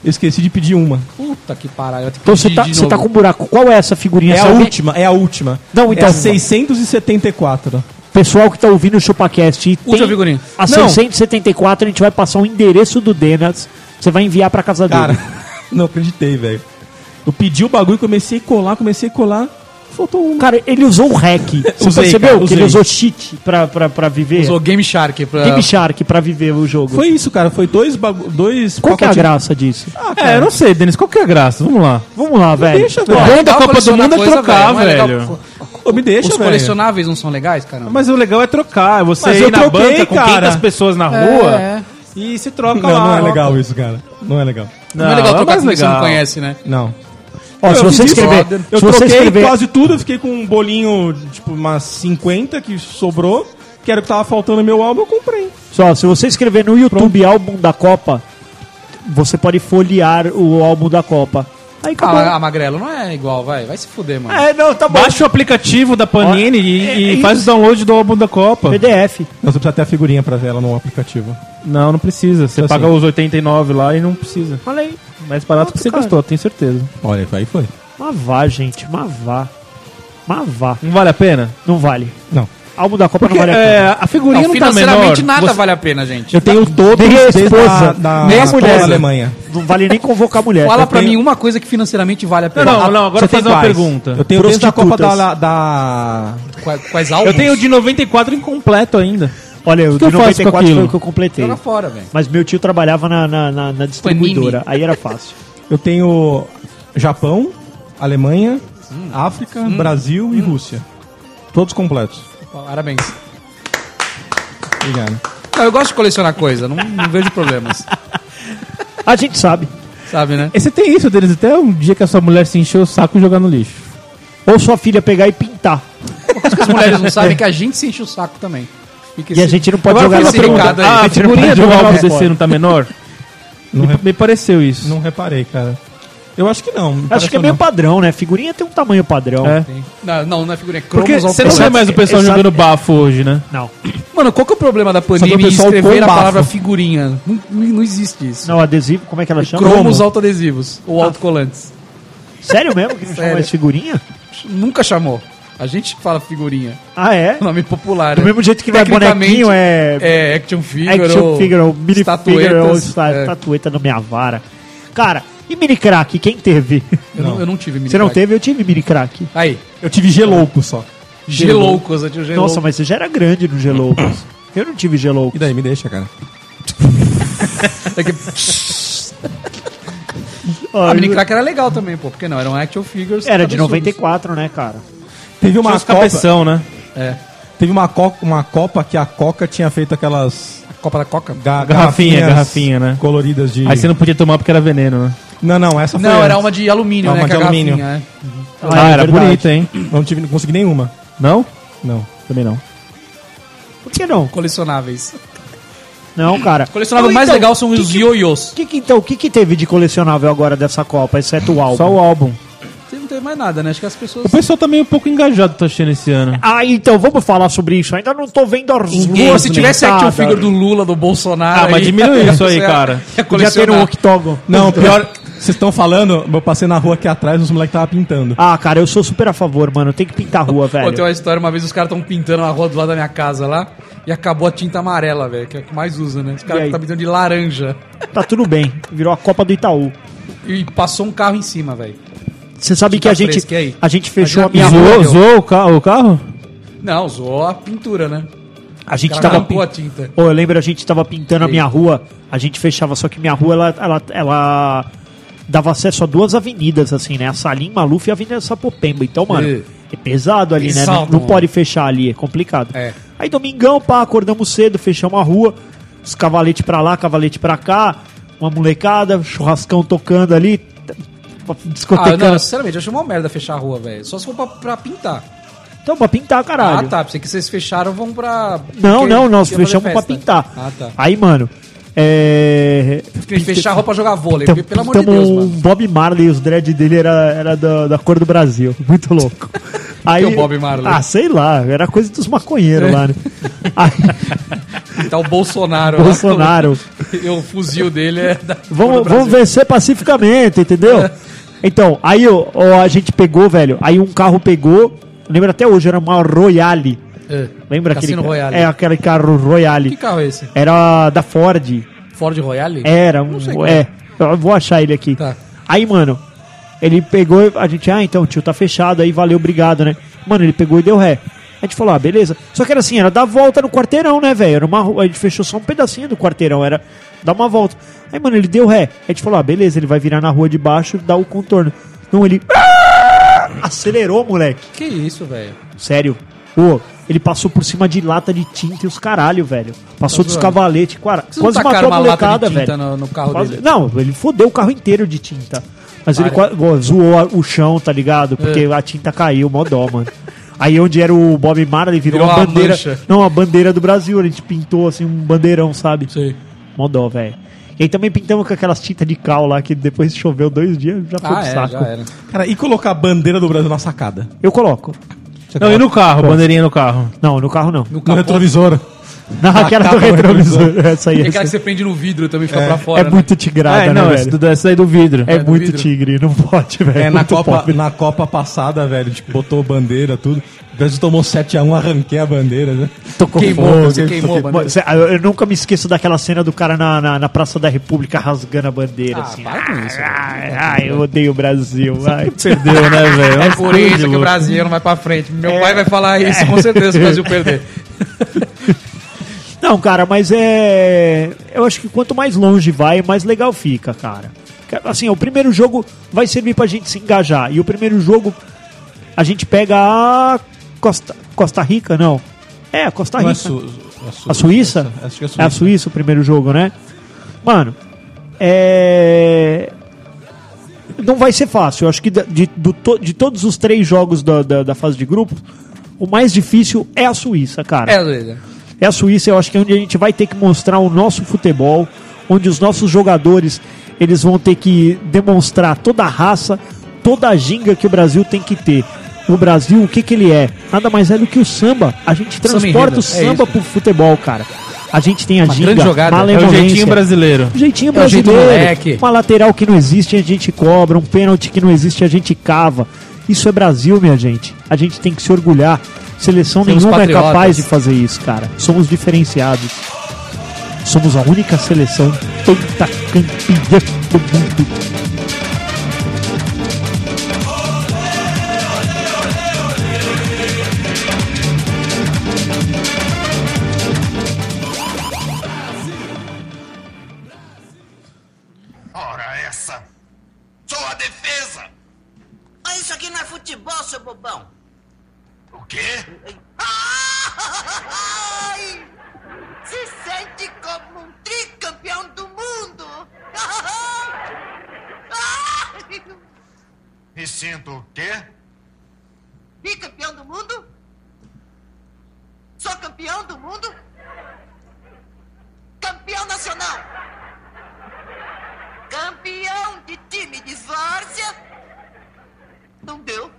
[SPEAKER 1] Eu esqueci de pedir uma.
[SPEAKER 3] Puta que parada. eu tenho que
[SPEAKER 2] Então você
[SPEAKER 3] pedir
[SPEAKER 2] tá,
[SPEAKER 3] de
[SPEAKER 2] você tá com
[SPEAKER 3] novo.
[SPEAKER 2] um buraco. Qual é essa figurinha?
[SPEAKER 1] É
[SPEAKER 2] Se
[SPEAKER 1] a
[SPEAKER 2] alguém-
[SPEAKER 1] última, é a última.
[SPEAKER 2] Não, então-
[SPEAKER 1] É a 674.
[SPEAKER 2] Pessoal que tá ouvindo o ChupaCast e tem
[SPEAKER 3] Última figurinha.
[SPEAKER 2] a
[SPEAKER 1] Não.
[SPEAKER 2] 674, a gente vai passar o endereço do Denas. Você vai enviar pra casa dele.
[SPEAKER 1] Cara, não acreditei, velho. Eu pedi o bagulho, comecei a colar, comecei a colar. Faltou uma.
[SPEAKER 2] Cara, ele usou o hack. Você
[SPEAKER 1] Usei,
[SPEAKER 2] percebeu
[SPEAKER 1] cara,
[SPEAKER 2] que
[SPEAKER 1] usei.
[SPEAKER 2] ele usou cheat pra, pra, pra viver?
[SPEAKER 3] Usou Game Shark pra...
[SPEAKER 2] Game Shark pra viver o jogo.
[SPEAKER 1] Foi isso, cara. Foi dois bagu... dois
[SPEAKER 2] Qual que é a
[SPEAKER 1] pacotinhos.
[SPEAKER 2] graça disso?
[SPEAKER 4] É, eu não sei, Denis, qual que é a graça? Vamos lá.
[SPEAKER 2] Vamos lá, velho.
[SPEAKER 1] Deixa,
[SPEAKER 4] O
[SPEAKER 1] velho.
[SPEAKER 4] bom da
[SPEAKER 3] Ah,
[SPEAKER 4] Copa do
[SPEAKER 3] colecionar
[SPEAKER 4] Mundo é
[SPEAKER 3] coisa,
[SPEAKER 4] trocar,
[SPEAKER 3] não é legal.
[SPEAKER 4] velho.
[SPEAKER 1] Ô, Me deixa,
[SPEAKER 3] Os
[SPEAKER 1] velho.
[SPEAKER 3] colecionáveis não são legais, caramba?
[SPEAKER 4] Mas o legal é trocar. é Você
[SPEAKER 1] Mas
[SPEAKER 4] ir
[SPEAKER 1] eu
[SPEAKER 4] na
[SPEAKER 1] troquei,
[SPEAKER 4] banca com
[SPEAKER 1] cara.
[SPEAKER 4] 500 pessoas na rua e se troca
[SPEAKER 1] Não,
[SPEAKER 4] lá.
[SPEAKER 1] não é legal isso, cara. Não é legal.
[SPEAKER 4] Não,
[SPEAKER 3] não é legal trocar
[SPEAKER 4] mais
[SPEAKER 3] com quem você não
[SPEAKER 4] legal.
[SPEAKER 3] conhece, né?
[SPEAKER 1] Não.
[SPEAKER 2] Ó, se
[SPEAKER 1] Eu
[SPEAKER 2] você
[SPEAKER 1] fiz isso.
[SPEAKER 2] escrever.
[SPEAKER 1] Eu
[SPEAKER 2] se você
[SPEAKER 1] troquei
[SPEAKER 2] escrever.
[SPEAKER 1] quase tudo, eu fiquei com um bolinho, tipo, umas 50 que sobrou, que era o que tava faltando no meu álbum, eu comprei.
[SPEAKER 2] Só, se você escrever no YouTube álbum da Copa, você pode folhear o álbum da Copa. Aí acabou.
[SPEAKER 3] Ah, a Magrelo não é igual, vai. Vai se fuder, mano.
[SPEAKER 2] é, não, tá bom.
[SPEAKER 4] Baixa o aplicativo da Panini e,
[SPEAKER 2] é
[SPEAKER 4] e
[SPEAKER 2] isso. É
[SPEAKER 4] faz o download do álbum da Copa.
[SPEAKER 2] PDF.
[SPEAKER 1] Não, você precisa ter a figurinha pra ver ela no aplicativo.
[SPEAKER 4] Não, não precisa. Você
[SPEAKER 1] Assim.
[SPEAKER 4] paga os 89 lá e não precisa.
[SPEAKER 2] Falei.
[SPEAKER 4] Mais barato que
[SPEAKER 2] Pronto,
[SPEAKER 4] você
[SPEAKER 2] cara.
[SPEAKER 4] gastou, tenho certeza.
[SPEAKER 1] Olha, aí foi.
[SPEAKER 2] Mavá, gente, mavá. Mavá.
[SPEAKER 4] Não vale a pena?
[SPEAKER 2] Não vale.
[SPEAKER 1] Não.
[SPEAKER 2] Álbum da Copa
[SPEAKER 4] Porque
[SPEAKER 2] não vale a pena.
[SPEAKER 4] é, a figurinha
[SPEAKER 3] Não,
[SPEAKER 4] não, tá menor.
[SPEAKER 3] financeiramente nada vale a pena, gente.
[SPEAKER 1] Eu tenho todos
[SPEAKER 2] nem a
[SPEAKER 1] desde
[SPEAKER 2] esposa,
[SPEAKER 1] a- da,
[SPEAKER 2] nem né? a
[SPEAKER 1] da
[SPEAKER 2] mulher.
[SPEAKER 1] Alemanha.
[SPEAKER 2] Não vale nem convocar a mulher.
[SPEAKER 3] Fala
[SPEAKER 2] Eu
[SPEAKER 3] pra
[SPEAKER 2] tenho-
[SPEAKER 3] mim uma coisa que financeiramente vale a
[SPEAKER 4] Não,
[SPEAKER 3] pena.
[SPEAKER 4] não, não, agora
[SPEAKER 1] tem
[SPEAKER 4] faz uma
[SPEAKER 1] quais?
[SPEAKER 4] pergunta.
[SPEAKER 1] Eu tenho desde a Copa
[SPEAKER 2] Prostitutas.
[SPEAKER 1] da, da...
[SPEAKER 3] Quais, quais álbuns?
[SPEAKER 4] Eu tenho de 94 incompleto ainda.
[SPEAKER 2] Olha, o
[SPEAKER 4] que
[SPEAKER 2] de
[SPEAKER 4] eu faço
[SPEAKER 2] 94
[SPEAKER 4] com
[SPEAKER 2] foi
[SPEAKER 4] aquilo?
[SPEAKER 2] o que eu completei.
[SPEAKER 3] Joga fora, velho.
[SPEAKER 2] Mas meu tio trabalhava na, na, na- na distribuidora. Aí era fácil.
[SPEAKER 1] Eu tenho Japão, Alemanha,
[SPEAKER 2] Hum.
[SPEAKER 1] África, Brasil e Rússia. Todos completos.
[SPEAKER 3] Parabéns.
[SPEAKER 1] Obrigado.
[SPEAKER 3] Não, eu gosto de colecionar coisa, não, não vejo problemas.
[SPEAKER 2] A gente sabe.
[SPEAKER 3] Sabe, né?
[SPEAKER 4] E você tem isso, Denis, até um dia que a sua mulher se encheu o saco e jogar no lixo.
[SPEAKER 2] Ou sua filha pegar e pintar.
[SPEAKER 3] As mulheres não sabem que a gente se enche o saco também. Fica
[SPEAKER 2] E a
[SPEAKER 3] esse-
[SPEAKER 2] gente não pode
[SPEAKER 3] Agora
[SPEAKER 2] jogar
[SPEAKER 3] fica
[SPEAKER 2] na
[SPEAKER 3] esse
[SPEAKER 2] pergunta.
[SPEAKER 3] recado aí.
[SPEAKER 4] Ah,
[SPEAKER 2] gente
[SPEAKER 4] a
[SPEAKER 2] não pode
[SPEAKER 4] figurinha do
[SPEAKER 2] jogar
[SPEAKER 4] álbum
[SPEAKER 2] fora.
[SPEAKER 4] DC não tá menor?
[SPEAKER 1] Não,
[SPEAKER 4] me,
[SPEAKER 1] re-
[SPEAKER 4] me pareceu isso.
[SPEAKER 1] não reparei, cara. Eu acho que não.
[SPEAKER 2] Acho que é meio padrão, né? Figurinha tem um tamanho padrão.
[SPEAKER 4] É.
[SPEAKER 3] Não, não, não é figurinha. é
[SPEAKER 4] Porque
[SPEAKER 3] cromos
[SPEAKER 4] você não vê
[SPEAKER 3] alterados.
[SPEAKER 4] mais o pessoal
[SPEAKER 2] Exato.
[SPEAKER 4] jogando bafo hoje, né?
[SPEAKER 2] Não.
[SPEAKER 3] Mano, qual que é o problema da
[SPEAKER 1] Só
[SPEAKER 3] Panini
[SPEAKER 1] que o pessoal
[SPEAKER 3] escrever
[SPEAKER 1] com
[SPEAKER 3] a
[SPEAKER 1] bafo.
[SPEAKER 3] palavra figurinha? Não, não existe isso.
[SPEAKER 2] Não, adesivo, como Tá. é que ela chama?
[SPEAKER 3] Cromos
[SPEAKER 2] Cromo.
[SPEAKER 3] autoadesivos ou autocolantes.
[SPEAKER 2] Sério mesmo que não chama
[SPEAKER 3] Sério.
[SPEAKER 2] mais figurinha?
[SPEAKER 3] Nunca chamou. A gente fala figurinha.
[SPEAKER 2] Ah, é?
[SPEAKER 3] É um nome popular.
[SPEAKER 2] Do
[SPEAKER 3] né?
[SPEAKER 2] mesmo jeito que vai
[SPEAKER 3] Tecnicamente,
[SPEAKER 2] bonequinho, é-
[SPEAKER 3] É action figure.
[SPEAKER 2] Action
[SPEAKER 3] ou
[SPEAKER 2] figure, ou um mini figure, ou
[SPEAKER 3] estatuetas.
[SPEAKER 2] esta-
[SPEAKER 3] É,
[SPEAKER 2] estatueta na minha vara. Cara, e mini crack? Quem teve?
[SPEAKER 3] eu, não, eu não tive mini
[SPEAKER 2] Você não
[SPEAKER 3] crack.
[SPEAKER 2] teve? Eu tive mini crack.
[SPEAKER 3] Aí.
[SPEAKER 1] Eu tive gelouco só.
[SPEAKER 3] Geloucos, eu tinha o geloucos.
[SPEAKER 2] Nossa, mas você já era grande no Geloucos. Eu não tive
[SPEAKER 1] E
[SPEAKER 2] Geloucos.
[SPEAKER 1] daí, me deixa, cara.
[SPEAKER 3] É que-
[SPEAKER 2] Ó,
[SPEAKER 3] A mini
[SPEAKER 2] eu-
[SPEAKER 3] crack era legal também, pô. Porque não, eram action figures.
[SPEAKER 4] tá
[SPEAKER 2] Era de
[SPEAKER 3] absurdos.
[SPEAKER 2] 94, né, cara?
[SPEAKER 1] Teve
[SPEAKER 4] Tinha
[SPEAKER 1] uma
[SPEAKER 4] uns
[SPEAKER 1] Copa.
[SPEAKER 4] cabeção, né?
[SPEAKER 3] É.
[SPEAKER 1] Teve uma copa, uma copa que a Coca tinha feito aquelas
[SPEAKER 3] A Copa da Coca?
[SPEAKER 1] ga-
[SPEAKER 4] Garrafinha,
[SPEAKER 1] garrafinhas
[SPEAKER 4] garrafinha, né?
[SPEAKER 1] coloridas de.
[SPEAKER 4] Aí você não podia tomar porque era veneno, né?
[SPEAKER 1] Não, não, essa foi.
[SPEAKER 3] Não, era
[SPEAKER 1] antes.
[SPEAKER 3] uma de alumínio,
[SPEAKER 1] Uma
[SPEAKER 3] né?
[SPEAKER 1] de
[SPEAKER 3] que a
[SPEAKER 1] alumínio.
[SPEAKER 3] garrafinha, é.
[SPEAKER 4] Ah,
[SPEAKER 2] é
[SPEAKER 4] era
[SPEAKER 2] verdade.
[SPEAKER 4] bonita, hein?
[SPEAKER 1] Não tive, não consegui nenhuma.
[SPEAKER 4] Não?
[SPEAKER 1] Não.
[SPEAKER 4] Também não.
[SPEAKER 2] Por que não?
[SPEAKER 3] Colecionáveis.
[SPEAKER 2] Não, cara.
[SPEAKER 3] O colecionável
[SPEAKER 2] Então,
[SPEAKER 3] mais legal são
[SPEAKER 2] que
[SPEAKER 3] os
[SPEAKER 2] que-
[SPEAKER 3] ioiôs.
[SPEAKER 2] que que- então, o que, que teve de colecionável agora dessa Copa, exceto o álbum?
[SPEAKER 4] Só o álbum.
[SPEAKER 3] Você não teve mais nada, né? Acho que as pessoas.
[SPEAKER 4] O pessoal tá meio pouco engajado, tô achando, esse ano.
[SPEAKER 2] Ah, então, vamos falar sobre isso. Ainda não tô vendo as
[SPEAKER 3] Pô, se tivesse action
[SPEAKER 2] pintadas.
[SPEAKER 3] figure do Lula, do Bolsonaro.
[SPEAKER 4] Ah, mas
[SPEAKER 3] aí-
[SPEAKER 4] diminui isso aí,
[SPEAKER 3] ia-
[SPEAKER 4] cara.
[SPEAKER 3] ia
[SPEAKER 2] Podia ter um
[SPEAKER 3] colecionar.
[SPEAKER 2] octógono.
[SPEAKER 1] Não,
[SPEAKER 4] Então,
[SPEAKER 1] pior. Vocês estão falando, eu passei na rua aqui atrás, os moleques estavam pintando.
[SPEAKER 2] Ah, cara, eu sou super a favor, mano. Tem que pintar a rua,
[SPEAKER 3] Pô,
[SPEAKER 2] velho.
[SPEAKER 3] tem uma história, uma vez os caras estão pintando a rua do lado da minha casa lá e acabou a tinta amarela, velho, que é o que mais usa, né? Os
[SPEAKER 2] E
[SPEAKER 3] caras
[SPEAKER 2] aí?
[SPEAKER 3] estão pintando de laranja.
[SPEAKER 2] Tá tudo bem. Virou a Copa do Itaú.
[SPEAKER 3] E passou um carro em cima, velho.
[SPEAKER 2] Você sabe que
[SPEAKER 3] Tinta
[SPEAKER 2] a gente,
[SPEAKER 3] Tipo fresca, e aí?
[SPEAKER 2] a gente fechou a
[SPEAKER 3] Mas
[SPEAKER 2] minha
[SPEAKER 3] já pisou?
[SPEAKER 2] rua.
[SPEAKER 4] Zoou,
[SPEAKER 3] meu.
[SPEAKER 4] zoou o, ca o carro?
[SPEAKER 3] Não, zoou a pintura, né?
[SPEAKER 2] A
[SPEAKER 3] O
[SPEAKER 2] gente
[SPEAKER 3] cara
[SPEAKER 2] tava.
[SPEAKER 3] arrancou
[SPEAKER 2] pin-
[SPEAKER 3] a tinta.
[SPEAKER 2] Pô, eu lembro, a gente tava pintando a minha rua, a gente fechava, só que minha rua, ela, ela, ela dava acesso a duas avenidas, assim, né? A Salim Maluf e a Avenida Sapopemba. Então, mano,
[SPEAKER 3] E-
[SPEAKER 2] é pesado ali, né? Não,
[SPEAKER 3] Pesado,
[SPEAKER 2] não
[SPEAKER 3] mano.
[SPEAKER 2] pode fechar ali, é complicado.
[SPEAKER 3] É.
[SPEAKER 2] Aí, domingão, pá, acordamos cedo, fechamos a rua, os cavalete pra lá, cavalete pra cá, uma molecada, churrascão tocando ali, t-
[SPEAKER 3] Ah,
[SPEAKER 2] discotecando.
[SPEAKER 3] não, sinceramente, eu acho uma merda fechar a rua, velho. Só se for pra, pra pintar.
[SPEAKER 2] então, pra pintar, caralho.
[SPEAKER 3] Ah, tá. Pensei que vocês fecharam, vão pra.
[SPEAKER 2] Não,
[SPEAKER 3] porque-
[SPEAKER 2] não, nós
[SPEAKER 3] porque ia fazer
[SPEAKER 2] fechamos pra
[SPEAKER 3] festa.
[SPEAKER 2] pintar.
[SPEAKER 3] Ah, tá.
[SPEAKER 2] Aí, mano, é...
[SPEAKER 3] Porque fechar a rua pra jogar vôlei,
[SPEAKER 2] Então,
[SPEAKER 3] porque, pelo amor de Deus,
[SPEAKER 2] um
[SPEAKER 3] mano.
[SPEAKER 2] Bob Marley, os dread dele era, era da, da cor do Brasil. Muito louco. Aí,
[SPEAKER 3] o Bob Marley? É.
[SPEAKER 2] Ah, sei lá. Era coisa dos maconheiros lá, né? Aí,
[SPEAKER 3] Tá o Bolsonaro. lá.
[SPEAKER 2] Bolsonaro.
[SPEAKER 3] E o fuzil dele é da.
[SPEAKER 2] Vamos, vamos vencer pacificamente, entendeu? Então, aí ó, ó, a gente pegou, velho. Aí um carro pegou. Lembra até hoje, era uma Royale.
[SPEAKER 3] É.
[SPEAKER 2] Lembra
[SPEAKER 3] Cassino
[SPEAKER 2] aquele
[SPEAKER 3] Royale.
[SPEAKER 2] É aquele carro
[SPEAKER 3] Que
[SPEAKER 2] Royale.
[SPEAKER 3] carro é esse?
[SPEAKER 2] Era da Ford.
[SPEAKER 3] Ford Royale?
[SPEAKER 2] Era um.
[SPEAKER 3] Não sei qual
[SPEAKER 2] é, eu vou achar ele aqui.
[SPEAKER 3] Tá.
[SPEAKER 2] Aí, mano, ele pegou, e a gente, ah, então, tio, tá fechado, aí valeu, obrigado, né? Mano, ele pegou e deu ré. A gente falou, ah, beleza. Só que era assim, era dar volta no quarteirão, né, velho? Era uma rua, a gente fechou só um pedacinho do quarteirão, era dar uma volta. Aí, mano, ele deu ré. A gente falou, ah, beleza, ele vai virar na rua de baixo e dar o contorno. Não, ele. Acelerou, moleque.
[SPEAKER 3] Que isso, velho?
[SPEAKER 2] Sério. Pô, ele passou por cima de lata de tinta e os caralho, velho. Passou
[SPEAKER 3] Tá
[SPEAKER 2] dos
[SPEAKER 3] zoando.
[SPEAKER 2] cavaletes, cara.
[SPEAKER 3] Vocês não
[SPEAKER 2] Quase
[SPEAKER 3] tacaram
[SPEAKER 2] matou a
[SPEAKER 3] uma lata de
[SPEAKER 2] molecada,
[SPEAKER 3] tinta
[SPEAKER 2] velho.
[SPEAKER 3] no- no carro
[SPEAKER 2] Quase-
[SPEAKER 3] dele?
[SPEAKER 2] Não, ele fodeu o carro inteiro de tinta. Mas ele
[SPEAKER 3] Para.
[SPEAKER 2] qua- ó, zoou a- o chão, tá ligado? Porque
[SPEAKER 3] É.
[SPEAKER 2] a tinta caiu, mó dó, mano. Aí onde era o Bob Marley virou,
[SPEAKER 3] Virou
[SPEAKER 2] uma
[SPEAKER 3] uma
[SPEAKER 2] bandeira.
[SPEAKER 3] mancha.
[SPEAKER 2] Não, a bandeira do Brasil. A gente pintou assim um bandeirão, sabe?
[SPEAKER 3] Sei.
[SPEAKER 2] Mó dó, velho. E aí também pintamos com aquelas tintas de cal lá que depois choveu dois dias já foi
[SPEAKER 3] Ah,
[SPEAKER 2] pro
[SPEAKER 3] é,
[SPEAKER 2] saco.
[SPEAKER 3] já era.
[SPEAKER 1] Cara, e colocar a bandeira do Brasil na sacada?
[SPEAKER 2] Eu coloco.
[SPEAKER 4] Não, e no carro, bandeirinha no carro.
[SPEAKER 2] Não, no carro não.
[SPEAKER 3] No
[SPEAKER 1] No
[SPEAKER 3] capô.
[SPEAKER 1] retrovisor.
[SPEAKER 2] Não, aquela do
[SPEAKER 1] capa do
[SPEAKER 2] retrovisor. Essa aí.
[SPEAKER 3] Tem aquela que
[SPEAKER 2] essa-
[SPEAKER 3] você prende no vidro também, fica pra fora.
[SPEAKER 2] É
[SPEAKER 3] né?
[SPEAKER 2] muito tigrada,
[SPEAKER 4] ah,
[SPEAKER 2] né,
[SPEAKER 4] não, esse,
[SPEAKER 2] velho?
[SPEAKER 4] do- essa aí do vidro.
[SPEAKER 2] É,
[SPEAKER 3] do
[SPEAKER 2] muito
[SPEAKER 3] vidro.
[SPEAKER 2] tigre, não pode, velho.
[SPEAKER 1] É, na,
[SPEAKER 2] muito
[SPEAKER 1] Copa,
[SPEAKER 2] pobre.
[SPEAKER 1] na Copa passada, velho, tipo, botou bandeira, tudo. O Brasil tomou 7x1, arranquei a bandeira, né?
[SPEAKER 2] Tocou
[SPEAKER 3] Queimou,
[SPEAKER 2] fogo,
[SPEAKER 3] você
[SPEAKER 2] tocou-
[SPEAKER 3] queimou a bandeira.
[SPEAKER 2] Cê- Eu, eu nunca me esqueço daquela cena do cara na, na, na Praça da República rasgando a bandeira,
[SPEAKER 3] Ah,
[SPEAKER 2] assim.
[SPEAKER 3] para com isso. velho.
[SPEAKER 2] Ai, ai, eu odeio o Brasil. Ai.
[SPEAKER 4] Perdeu, né, velho?
[SPEAKER 3] É por isso que o Brasil não vai pra frente. Meu
[SPEAKER 2] É.
[SPEAKER 3] pai vai falar isso com certeza se o Brasil perder.
[SPEAKER 2] Não, cara, mas é. Eu acho que quanto mais longe vai, mais legal fica, cara. Assim, o primeiro jogo vai servir pra gente se engajar. E o primeiro jogo a gente pega a Costa, Costa Rica, não. É, Costa
[SPEAKER 1] Não
[SPEAKER 2] Rica.
[SPEAKER 1] é Su- é
[SPEAKER 2] A Suíça?
[SPEAKER 1] Acho que é a
[SPEAKER 2] É a
[SPEAKER 1] Suíça.
[SPEAKER 2] Suíça o primeiro jogo, né? Mano, é. Não vai ser fácil. Eu acho que da- de, do to- de todos os três jogos da, da, da fase de grupo, o mais difícil é a Suíça, cara.
[SPEAKER 3] É, Luísa.
[SPEAKER 2] É a Suíça, eu acho que é onde a gente vai ter que mostrar o nosso futebol, onde os nossos jogadores eles vão ter que demonstrar toda a raça, toda a ginga que o Brasil tem que ter. O Brasil, o que, que ele é? Nada mais é do que o samba. A gente
[SPEAKER 3] Samba
[SPEAKER 2] transporta o
[SPEAKER 3] enredo, é
[SPEAKER 2] samba
[SPEAKER 3] isso.
[SPEAKER 2] pro futebol, cara. A gente tem a
[SPEAKER 3] Uma
[SPEAKER 2] ginga,
[SPEAKER 3] grande jogada.
[SPEAKER 4] É o jeitinho
[SPEAKER 2] malevolência.
[SPEAKER 4] brasileiro.
[SPEAKER 2] Um jeitinho
[SPEAKER 3] É o jeito
[SPEAKER 2] brasileiro.
[SPEAKER 3] moleque.
[SPEAKER 2] uma lateral que não existe a gente cobra, um pênalti que não existe a gente cava. Isso é Brasil, minha gente. A gente tem que se orgulhar. Seleção
[SPEAKER 3] Somos
[SPEAKER 2] nenhuma é
[SPEAKER 3] patriotas.
[SPEAKER 2] capaz de fazer isso, cara. Somos diferenciados. Somos a única seleção pentacampeã do mundo.
[SPEAKER 5] Ora essa! Sou a defesa!
[SPEAKER 7] Mas isso aqui não é futebol, seu bobão.
[SPEAKER 5] O quê?
[SPEAKER 7] Ai! Se sente como um tricampeão do mundo! Ai!
[SPEAKER 5] Me sinto o quê?
[SPEAKER 7] Bicampeão do mundo? Sou campeão do mundo? Campeão nacional! Campeão de time de várzea? Não deu.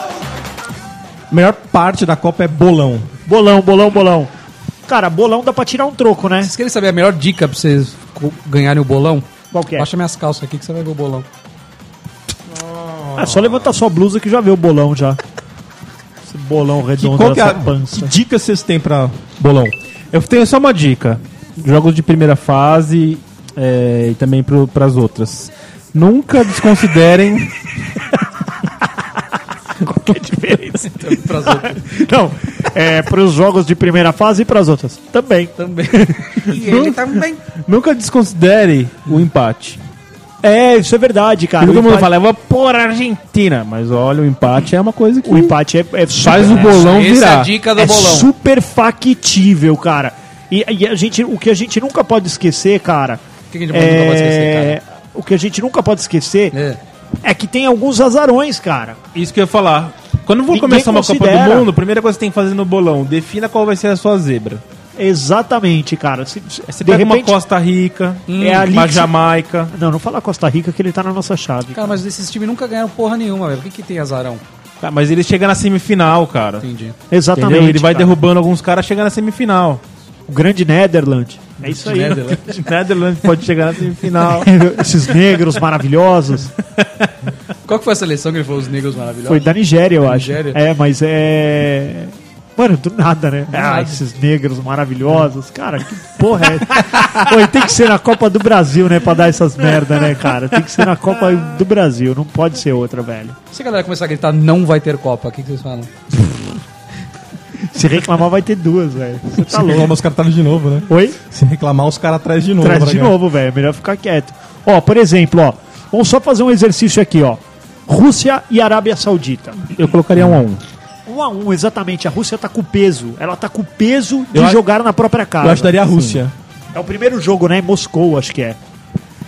[SPEAKER 1] A melhor parte da Copa é bolão.
[SPEAKER 2] Bolão, bolão, bolão. Cara, bolão dá pra tirar um troco, né?
[SPEAKER 3] Vocês querem saber a melhor dica pra vocês co- ganharem o bolão?
[SPEAKER 2] Qual que é?
[SPEAKER 3] Baixa minhas calças aqui que você vai ver o bolão.
[SPEAKER 2] Ah, só levantar sua blusa que já vê o bolão já. Esse bolão
[SPEAKER 1] Que,
[SPEAKER 2] redondo
[SPEAKER 1] qual que, é
[SPEAKER 2] Então, dessa
[SPEAKER 1] a- que
[SPEAKER 2] pança.
[SPEAKER 1] dica vocês têm pra bolão?
[SPEAKER 4] Eu tenho só uma dica. Jogos de primeira fase
[SPEAKER 2] eh,
[SPEAKER 4] é, e também para as outras. Nunca desconsiderem.
[SPEAKER 2] Que diferença. Não, é pros jogos de primeira fase e pras outras. Também.
[SPEAKER 3] Também. e ele tá também.
[SPEAKER 4] nunca desconsidere o empate.
[SPEAKER 2] É, isso é verdade, cara.
[SPEAKER 4] Todo
[SPEAKER 2] O
[SPEAKER 4] mundo
[SPEAKER 2] empate,
[SPEAKER 4] fala, eu vou pôr a Argentina. Mas olha, o empate é uma coisa que
[SPEAKER 2] o empate é, é
[SPEAKER 4] faz o
[SPEAKER 2] super-
[SPEAKER 4] bolão
[SPEAKER 3] Essa é a
[SPEAKER 4] virar.
[SPEAKER 3] dica do
[SPEAKER 2] é
[SPEAKER 3] bolão.
[SPEAKER 2] super factível, cara. E, e a gente, o que a gente nunca pode esquecer, cara. é
[SPEAKER 3] O que que a gente nunca pode esquecer,
[SPEAKER 2] O que a gente nunca pode esquecer
[SPEAKER 3] É.
[SPEAKER 2] é que tem alguns azarões, cara.
[SPEAKER 4] Isso que eu ia falar. Quando for
[SPEAKER 2] Ninguém
[SPEAKER 4] começar uma Copa
[SPEAKER 2] considera.
[SPEAKER 4] do Mundo, a primeira coisa que você tem que fazer no bolão, defina qual vai ser a sua zebra.
[SPEAKER 2] Exatamente, cara. Se, se-
[SPEAKER 4] Você
[SPEAKER 2] de
[SPEAKER 4] pega
[SPEAKER 2] repente,
[SPEAKER 4] uma Costa Rica,
[SPEAKER 2] é ali
[SPEAKER 4] uma
[SPEAKER 2] que-
[SPEAKER 4] Jamaica.
[SPEAKER 2] Não, não fala Costa Rica que ele tá na nossa chave.
[SPEAKER 3] Cara, mas esses times nunca ganharam porra nenhuma, velho. Por que, que tem azarão?
[SPEAKER 4] Tá, mas ele chega na semifinal, cara.
[SPEAKER 3] Entendi.
[SPEAKER 2] Exatamente.
[SPEAKER 4] Entendeu? Ele vai
[SPEAKER 2] cara.
[SPEAKER 4] derrubando alguns caras, chega na semifinal.
[SPEAKER 2] O grande Netherland. É isso aí.
[SPEAKER 3] Netherlands.
[SPEAKER 4] Netherlands pode chegar na semifinal.
[SPEAKER 2] Esses negros maravilhosos.
[SPEAKER 3] Qual que foi a seleção que ele falou os negros maravilhosos?
[SPEAKER 2] Foi da Nigéria, eu acho.
[SPEAKER 3] Nigéria?
[SPEAKER 2] É, mas é. Mano, do nada, né? ah,
[SPEAKER 3] nada.
[SPEAKER 2] esses negros maravilhosos. Cara, que porra é essa? Pô, e tem que ser na Copa do Brasil, né? Pra dar essas merda, né, cara? Tem que ser na Copa do Brasil, não pode ser outra, velho.
[SPEAKER 3] Se a galera começar a gritar, não vai ter Copa, o que, que vocês falam?
[SPEAKER 2] Se reclamar, vai ter duas, velho. Você tá
[SPEAKER 1] Se
[SPEAKER 2] louco.
[SPEAKER 1] reclamar, os caras atrás de novo, né?
[SPEAKER 2] Oi?
[SPEAKER 1] Se reclamar, os caras atrás de novo. tá
[SPEAKER 2] Traz
[SPEAKER 1] pra
[SPEAKER 2] de
[SPEAKER 1] ganhar.
[SPEAKER 2] novo, velho. é Melhor ficar quieto. Ó, por exemplo, ó. Vamos só fazer um exercício aqui, ó. Rússia e Arábia Saudita.
[SPEAKER 4] Eu colocaria um a um.
[SPEAKER 2] Um a um, exatamente. A Rússia tá com peso. Ela tá com peso de
[SPEAKER 1] Eu acho-
[SPEAKER 2] jogar na própria casa.
[SPEAKER 1] Eu acho que daria a Rússia.
[SPEAKER 2] É o primeiro jogo, né? Em Moscou, acho que é.